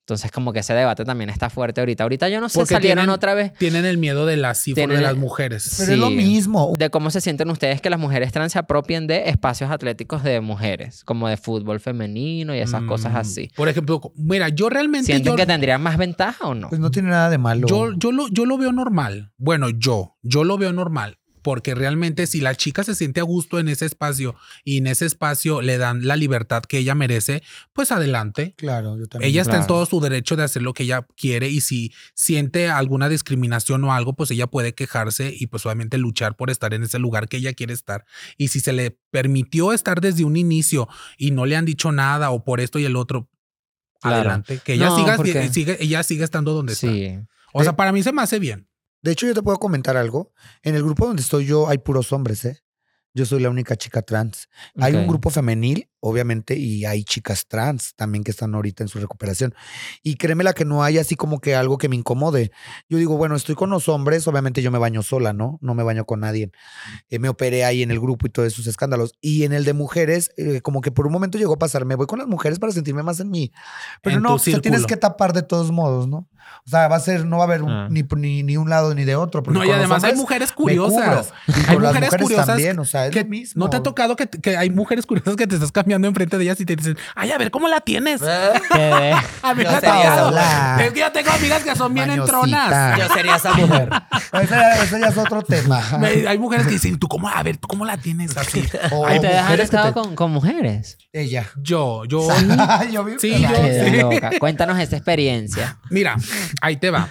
[SPEAKER 1] Entonces, como que ese debate también está fuerte ahorita. Ahorita yo no sé,
[SPEAKER 3] Porque
[SPEAKER 1] salieron
[SPEAKER 3] tienen-
[SPEAKER 1] otra vez
[SPEAKER 3] Tienen el miedo de la cifra
[SPEAKER 1] Tienen-
[SPEAKER 3] de las mujeres.
[SPEAKER 4] Pero es lo
[SPEAKER 1] Sí.
[SPEAKER 4] mismo.
[SPEAKER 1] de cómo se sienten ustedes que las mujeres trans se apropien de espacios atléticos de mujeres, como de fútbol femenino y esas cosas
[SPEAKER 3] Mm,
[SPEAKER 1] así.
[SPEAKER 3] Por ejemplo, mira, yo realmente...
[SPEAKER 1] ¿Sienten
[SPEAKER 3] yo-
[SPEAKER 1] que tendrían más ventaja o no?
[SPEAKER 4] Pues no tiene nada de malo.
[SPEAKER 3] Yo, yo, lo, yo lo veo normal. Bueno, yo, yo lo veo normal. Porque realmente si la chica se siente a gusto en ese espacio y en ese espacio le dan la libertad que ella merece, pues adelante.
[SPEAKER 4] Claro, yo también.
[SPEAKER 3] Ella está en
[SPEAKER 1] claro.
[SPEAKER 3] todo su derecho de hacer lo que ella quiere y si siente alguna discriminación o algo, pues ella puede quejarse y pues obviamente luchar por estar en ese lugar que ella quiere estar. Y si se le permitió estar desde un inicio y no le han dicho nada o por esto y el otro,
[SPEAKER 1] Claro.
[SPEAKER 3] adelante. Que ella,
[SPEAKER 1] No,
[SPEAKER 3] siga,
[SPEAKER 1] porque-
[SPEAKER 3] sigue, ella siga estando donde está.
[SPEAKER 1] Sí.
[SPEAKER 3] O sea, para mí se me hace bien.
[SPEAKER 4] De hecho, yo te puedo comentar algo. En el grupo donde estoy yo hay puros hombres, ¿eh? Yo soy la única chica trans. Hay
[SPEAKER 1] ok.
[SPEAKER 4] un grupo femenil, obviamente, y hay chicas trans también que están ahorita en su recuperación. Y créeme la que no hay así como que algo que me incomode. Yo digo, bueno, estoy con los hombres, obviamente yo me baño sola, ¿no? No me baño con nadie. Eh, me operé ahí en el grupo y todos esos escándalos. Y en el de mujeres, eh, como que por un momento llegó a pasar, me voy con las mujeres para sentirme más en mí. Pero
[SPEAKER 3] En
[SPEAKER 4] no,
[SPEAKER 3] tu
[SPEAKER 4] se tienes
[SPEAKER 3] círculo.
[SPEAKER 4] que tapar de todos modos, ¿no? O sea, va a ser, no va a haber un-
[SPEAKER 1] Ah.
[SPEAKER 4] ni, ni, ni un lado ni de otro. porque
[SPEAKER 3] No, y
[SPEAKER 4] con los
[SPEAKER 3] además hay
[SPEAKER 4] hombres
[SPEAKER 3] mujeres
[SPEAKER 4] me cubro.
[SPEAKER 3] curiosas.
[SPEAKER 4] Y
[SPEAKER 3] Hay
[SPEAKER 4] con las
[SPEAKER 3] mujeres
[SPEAKER 4] mujeres
[SPEAKER 3] curiosas
[SPEAKER 4] también, o sea, es
[SPEAKER 3] que
[SPEAKER 4] lo mismo.
[SPEAKER 3] ¿No te ha tocado que, que hay mujeres curiosas que te estás cambiando enfrente de ellas y te dicen, ay, a ver, ¿cómo la tienes?
[SPEAKER 4] Eh,
[SPEAKER 2] ¿Eh?
[SPEAKER 1] Que-
[SPEAKER 3] A mí me
[SPEAKER 2] No
[SPEAKER 3] ha
[SPEAKER 2] te digas.
[SPEAKER 3] tocado.
[SPEAKER 4] Hola.
[SPEAKER 3] Es que yo tengo amigas que son bien
[SPEAKER 4] Mañosita.
[SPEAKER 3] entronas.
[SPEAKER 2] Yo sería esa mujer.
[SPEAKER 4] No, Eso Pues ya, eso ya es otro tema.
[SPEAKER 3] Me- Hay mujeres que dicen, ¿tú cómo? A ver, ¿tú cómo la tienes así?
[SPEAKER 4] O
[SPEAKER 1] Ay, te dejan
[SPEAKER 4] mujeres que
[SPEAKER 1] estado
[SPEAKER 4] te-
[SPEAKER 1] con, con mujeres.
[SPEAKER 4] Ella.
[SPEAKER 3] Yo, yo.
[SPEAKER 4] Yo vi-
[SPEAKER 3] Sí, yo-
[SPEAKER 1] Qué
[SPEAKER 3] sí. Ah,
[SPEAKER 1] loca. Cuéntanos esta experiencia.
[SPEAKER 3] Mira, ahí te va.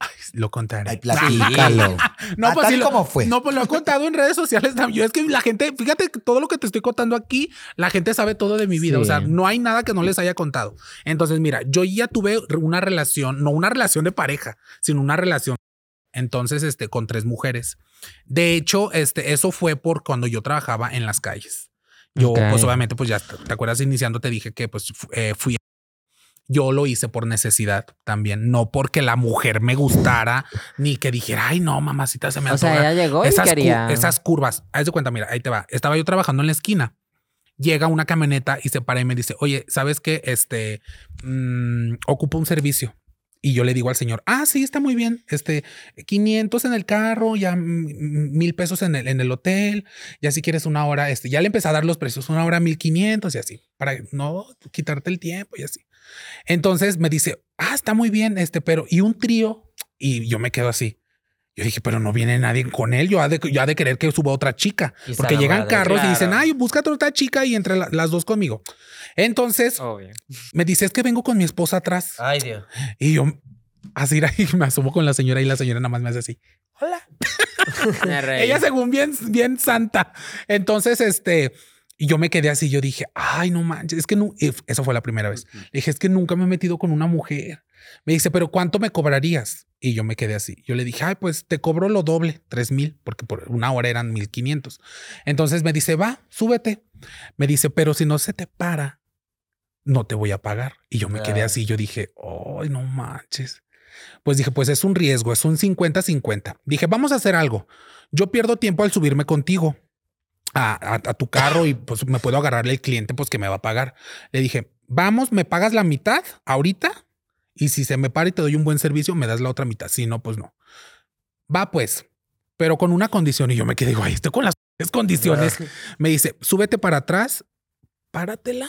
[SPEAKER 3] Ay, lo contaré.
[SPEAKER 4] Ay, platícalo.
[SPEAKER 3] No,
[SPEAKER 4] Ah,
[SPEAKER 3] pues
[SPEAKER 4] tal
[SPEAKER 3] sí lo-
[SPEAKER 4] como fue.
[SPEAKER 3] No, pues lo he contado en redes sociales también. Yo es que la gente, fíjate que todo lo que te estoy contando aquí, la gente sabe todo de mi vida.
[SPEAKER 1] Sí.
[SPEAKER 3] O sea, no hay nada que no les haya contado. Entonces, mira, yo ya tuve una relación, no una relación de pareja, sino una relación. Entonces, este, con tres mujeres. De hecho, este, eso fue por cuando yo trabajaba en las calles. Yo,
[SPEAKER 1] Ok.
[SPEAKER 3] pues obviamente, pues ya te te acuerdas iniciando, te dije que pues fu- eh, fui. Yo lo hice por necesidad también, no porque la mujer me gustara, ni que dijera, ay, no, mamacita, se me
[SPEAKER 1] O sea,
[SPEAKER 3] antoja".
[SPEAKER 1] ella llegó y
[SPEAKER 3] esas, cu-
[SPEAKER 1] quería.
[SPEAKER 3] esas curvas. Haz de cuenta, mira, ahí te va. Estaba yo trabajando en la esquina. Llega una camioneta y se para y me dice, oye, ¿sabes qué? Este, mm, ocupo un servicio. Y yo le digo al señor, ah, sí, está muy bien. Este, 500 en el carro, ya mm, mil pesos en el, en el hotel, ya si quieres una hora, este, ya le empecé a dar los precios, una hora 1500 y así, para no quitarte el tiempo y así. Entonces me dice, ah, está muy bien, este, pero, y un trío, y yo me quedo así. Yo dije, pero no viene nadie con él. Yo ha de, yo ha de querer que suba otra chica.
[SPEAKER 2] Y se
[SPEAKER 3] Porque llegan
[SPEAKER 2] enamora de-
[SPEAKER 3] carros y
[SPEAKER 2] claro.
[SPEAKER 3] dicen, ay, búscate otra chica y entre la- las dos conmigo.
[SPEAKER 2] Oh.
[SPEAKER 3] Entonces
[SPEAKER 1] Obvio.
[SPEAKER 3] me dice, es que vengo con mi esposa atrás.
[SPEAKER 2] Ay, Dios.
[SPEAKER 3] Y yo así era, y me asomo con la señora y la señora nada más me hace así. Hola.
[SPEAKER 1] Me reí.
[SPEAKER 3] Ella según bien, bien santa. Entonces, este, y yo me quedé así, yo dije, ay, no manches, es que no, if- eso fue la primera vez. Le dije, es que nunca me he metido con una mujer. Me dice, pero ¿cuánto me cobrarías? Y yo me quedé así. Yo le dije, ay, pues te cobro lo doble, tres mil, porque por una hora eran mil quinientos. Entonces me dice, va, súbete. Me dice, pero si no se te para, no te voy a pagar. Y yo me quedé
[SPEAKER 2] Ah.
[SPEAKER 3] así, yo dije, ay, no manches. Pues dije, pues es un riesgo, es un 50-50. Dije, vamos a hacer algo. Yo pierdo tiempo al subirme contigo a, a- a tu carro y pues me puedo agarrarle el cliente pues que me va a pagar. Le dije, vamos, me pagas la mitad ahorita y si se me para y te doy un buen servicio, me das la otra mitad. Si no, pues no. Va pues, pero con una condición y yo me quedé, digo, estoy con las condiciones. Me dice, súbete para atrás, páratela,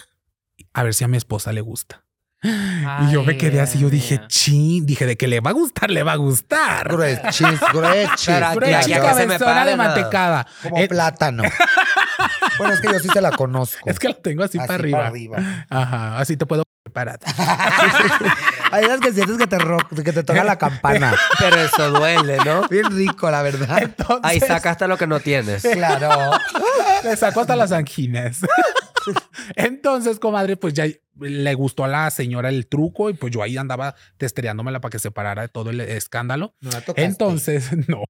[SPEAKER 3] a ver si a mi esposa le gusta. y yo me
[SPEAKER 1] Ay,
[SPEAKER 3] quedé así, yo
[SPEAKER 1] Dios
[SPEAKER 3] dije,
[SPEAKER 1] mío.
[SPEAKER 3] chin, dije, de que le va a gustar, le va a gustar.
[SPEAKER 4] Grechis, grechis.
[SPEAKER 2] Pero aquí-
[SPEAKER 3] Brecha
[SPEAKER 2] aquí
[SPEAKER 4] Claro,
[SPEAKER 2] acá se me
[SPEAKER 3] cabezona
[SPEAKER 2] para,
[SPEAKER 3] de
[SPEAKER 2] no.
[SPEAKER 3] mantecada.
[SPEAKER 4] Como
[SPEAKER 3] Eh,
[SPEAKER 4] plátano. bueno, es que yo sí se la conozco.
[SPEAKER 3] Es que la tengo así,
[SPEAKER 4] Así
[SPEAKER 3] para arriba.
[SPEAKER 4] para arriba.
[SPEAKER 3] Ajá, así te puedo preparar.
[SPEAKER 4] Hay veces que sientes que te, ro- que te toca la campana.
[SPEAKER 2] Pero eso duele, ¿no?
[SPEAKER 4] Bien rico, la verdad.
[SPEAKER 2] Ahí sacaste lo que no tienes.
[SPEAKER 4] Claro.
[SPEAKER 3] Le sacó hasta las anginas. Entonces, comadre, pues ya le gustó a la señora el truco y pues yo ahí andaba testereándomela para que se parara de todo el escándalo.
[SPEAKER 4] No la tocaste.
[SPEAKER 3] Entonces, no.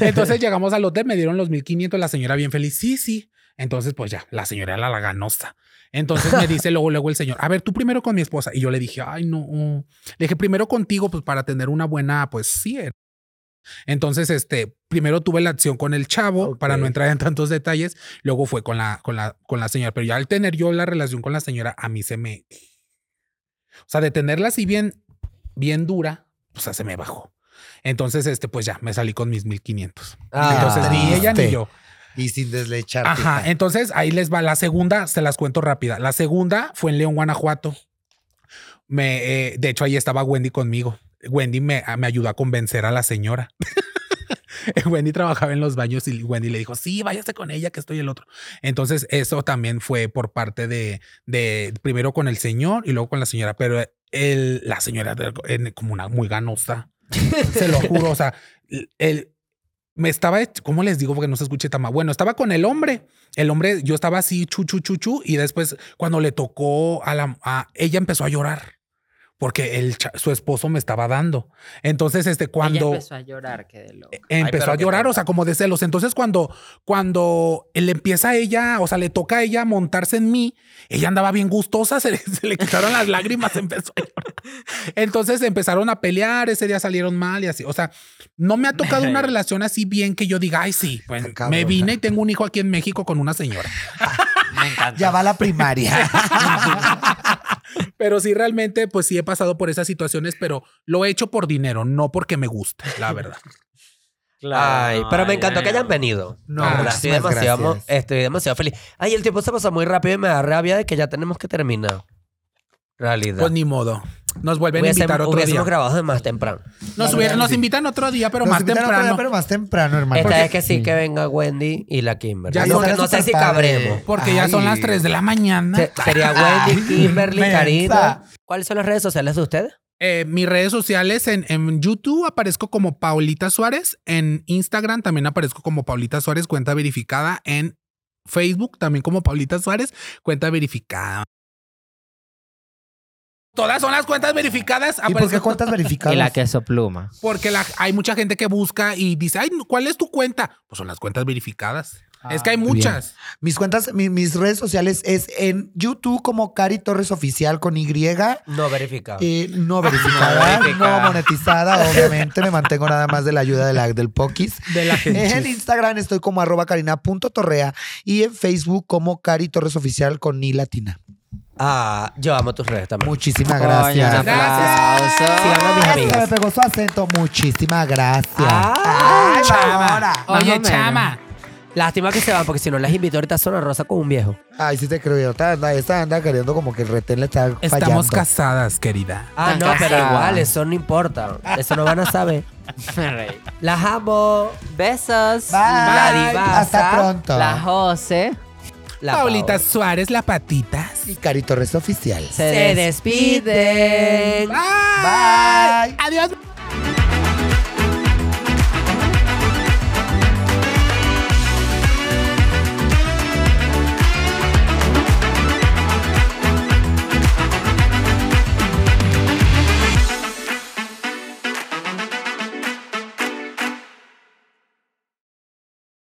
[SPEAKER 3] Entonces llegamos al hotel, me dieron los 1500, la señora bien feliz. Sí, sí. Entonces, pues ya, la señora era la ganosa. Entonces me dice luego, luego el señor, a ver, tú primero con mi esposa. Y yo le dije, ay, no. Le dije, primero contigo, pues para tener una buena, pues sí. era". Entonces, este, primero tuve la acción con el chavo para no entrar en tantos detalles. Luego fue con la, con la, con la señora. Pero ya al tener yo la relación con la señora, a mí se me. O sea, de tenerla así bien, bien dura, o sea, se me bajó. Entonces, este, pues ya, me salí con mis 1500.
[SPEAKER 2] Ah,
[SPEAKER 3] Entonces, ni ella ni
[SPEAKER 4] triste.
[SPEAKER 3] yo.
[SPEAKER 4] Y sin deslechar.
[SPEAKER 3] Ajá, entonces ahí les va. La segunda, se las cuento rápida. La segunda fue en León, Guanajuato. Me, eh, de hecho, ahí estaba Wendy conmigo. Wendy me, a- me ayudó a convencer a la señora. Wendy trabajaba en los baños y Wendy le dijo, sí, váyase con ella, que estoy el otro. Entonces, eso también fue por parte de, de primero con el señor y luego con la señora, pero el, la señora era en- como una muy ganosa. Se lo juro, o sea, el, me estaba, hech- ¿cómo les digo? Porque no se escuche tan mal. Bueno, estaba con el hombre. El hombre, yo estaba así, chu, chu, chu, chu, y después cuando le tocó a la, a- ella empezó a llorar. porque el cha- su esposo me estaba dando. Entonces, este,
[SPEAKER 1] Ella
[SPEAKER 3] cuando Eh,
[SPEAKER 1] empezó a llorar, que de loca.
[SPEAKER 3] empezó
[SPEAKER 2] pero
[SPEAKER 3] a
[SPEAKER 2] qué
[SPEAKER 3] llorar,
[SPEAKER 2] tonta.
[SPEAKER 3] o sea, como de celos. Entonces, cuando, cuando le empieza a ella, o sea, le toca a ella montarse en mí, ella andaba bien gustosa, se le, se le quitaron las lágrimas, empezó a llorar. Entonces empezaron a pelear, ese día salieron mal y así. O sea, no me ha tocado una relación así bien que yo diga, ay, sí, pues,
[SPEAKER 4] Está cabrón,
[SPEAKER 3] me vine
[SPEAKER 4] ¿eh?
[SPEAKER 3] y tengo un hijo aquí en México con una señora.
[SPEAKER 1] Me encanta.
[SPEAKER 4] Ya va a la primaria.
[SPEAKER 3] Pero sí, realmente, pues sí he pasado por esas situaciones, pero lo he hecho por dinero, no porque me gusta, la verdad.
[SPEAKER 2] Ay, pero me encantó
[SPEAKER 1] ay,
[SPEAKER 2] que
[SPEAKER 1] ay.
[SPEAKER 2] hayan venido.
[SPEAKER 4] No,
[SPEAKER 2] La verdad,
[SPEAKER 4] muchísimas
[SPEAKER 2] estoy, demasiado, mo-
[SPEAKER 4] gracias.
[SPEAKER 2] estoy demasiado feliz. Ay, el tiempo se pasó muy rápido y me da rabia de que ya tenemos que terminar. Realidad.
[SPEAKER 3] Pues ni modo. Nos vuelven
[SPEAKER 2] Hubiésemos-
[SPEAKER 3] a invitar otro
[SPEAKER 2] hubiésemos
[SPEAKER 3] día.
[SPEAKER 2] grabado de más temprano.
[SPEAKER 3] Nos, hubiera- nos invitan otro día, pero
[SPEAKER 4] Nos
[SPEAKER 3] más
[SPEAKER 4] invitan a otro día,
[SPEAKER 3] temprano.
[SPEAKER 4] Pero más temprano, hermano.
[SPEAKER 2] Esta
[SPEAKER 4] Porque-
[SPEAKER 2] vez que sí que venga Wendy y la Kimberly.
[SPEAKER 3] Ya
[SPEAKER 2] Porque
[SPEAKER 3] son-
[SPEAKER 2] no sé si
[SPEAKER 4] súper padre.
[SPEAKER 2] cabremos.
[SPEAKER 3] Porque ya son
[SPEAKER 4] Ay.
[SPEAKER 3] las 3 de la mañana.
[SPEAKER 2] Se- sería Wendy, Kimberly,
[SPEAKER 4] mensa.
[SPEAKER 2] Karina. ¿Cuáles son las redes sociales de ustedes?
[SPEAKER 3] Eh, mis redes sociales en, en YouTube aparezco como Paulita Suárez. En Instagram también aparezco como Paulita Suárez, cuenta verificada. En Facebook también como Paulita Suárez, cuenta verificada. Todas son las cuentas verificadas.
[SPEAKER 4] ¿Y por qué
[SPEAKER 3] aparezco-
[SPEAKER 4] cuentas verificadas?
[SPEAKER 1] Y la queso pluma.
[SPEAKER 3] Porque la- hay mucha gente que busca y dice, ay, ¿cuál es tu cuenta? Pues son las cuentas verificadas. es que hay
[SPEAKER 4] muy
[SPEAKER 3] muchas.
[SPEAKER 4] Mis cuentas, mi- mis redes sociales es en YouTube como Cari Torres Oficial con Y.
[SPEAKER 2] No verificado.
[SPEAKER 4] eh,
[SPEAKER 3] Ah,
[SPEAKER 4] no verificada, no,
[SPEAKER 1] verificada.
[SPEAKER 4] monetizada, obviamente. Me mantengo nada más de la ayuda de la, del Pokis.
[SPEAKER 3] De la
[SPEAKER 4] En
[SPEAKER 3] gente.
[SPEAKER 4] Instagram estoy como arroba karina.torrea y en Facebook como Cari Torres Oficial con Ni Latina.
[SPEAKER 2] Ah, yo amo tus redes también.
[SPEAKER 4] Muchísimas
[SPEAKER 1] Coño, un
[SPEAKER 4] gracias.
[SPEAKER 1] aplauso.
[SPEAKER 2] Sigan a mis
[SPEAKER 4] Ay, Ah, se
[SPEAKER 2] amigas.
[SPEAKER 4] me pegó su acento. Muchísimas gracias.
[SPEAKER 2] Ah,
[SPEAKER 4] Ay,
[SPEAKER 2] chama.
[SPEAKER 4] mamona.
[SPEAKER 1] Más o
[SPEAKER 3] Oye,
[SPEAKER 1] menos.
[SPEAKER 3] chama.
[SPEAKER 2] Lástima que se van, porque si no las invito ahorita a Zona Rosa con un viejo.
[SPEAKER 4] Ay, sí te creo. Esta anda, esta anda queriendo como que el retén le está fallando.
[SPEAKER 3] Estamos casadas, querida.
[SPEAKER 2] Ah,
[SPEAKER 1] Están
[SPEAKER 2] no, pero
[SPEAKER 1] casadas.
[SPEAKER 2] igual, eso no importa. Eso no van a saber.
[SPEAKER 1] Me reí.
[SPEAKER 2] Las amo.
[SPEAKER 1] Besos.
[SPEAKER 4] Bye.
[SPEAKER 2] La divaza.
[SPEAKER 4] Hasta pronto.
[SPEAKER 1] La Jose
[SPEAKER 2] La
[SPEAKER 3] Paulita
[SPEAKER 2] Paola.
[SPEAKER 3] Suárez, las patitas.
[SPEAKER 4] y Cari Torres Oficial.
[SPEAKER 1] se,
[SPEAKER 2] Se
[SPEAKER 1] despiden.
[SPEAKER 2] despiden.
[SPEAKER 4] Bye.
[SPEAKER 3] Adiós.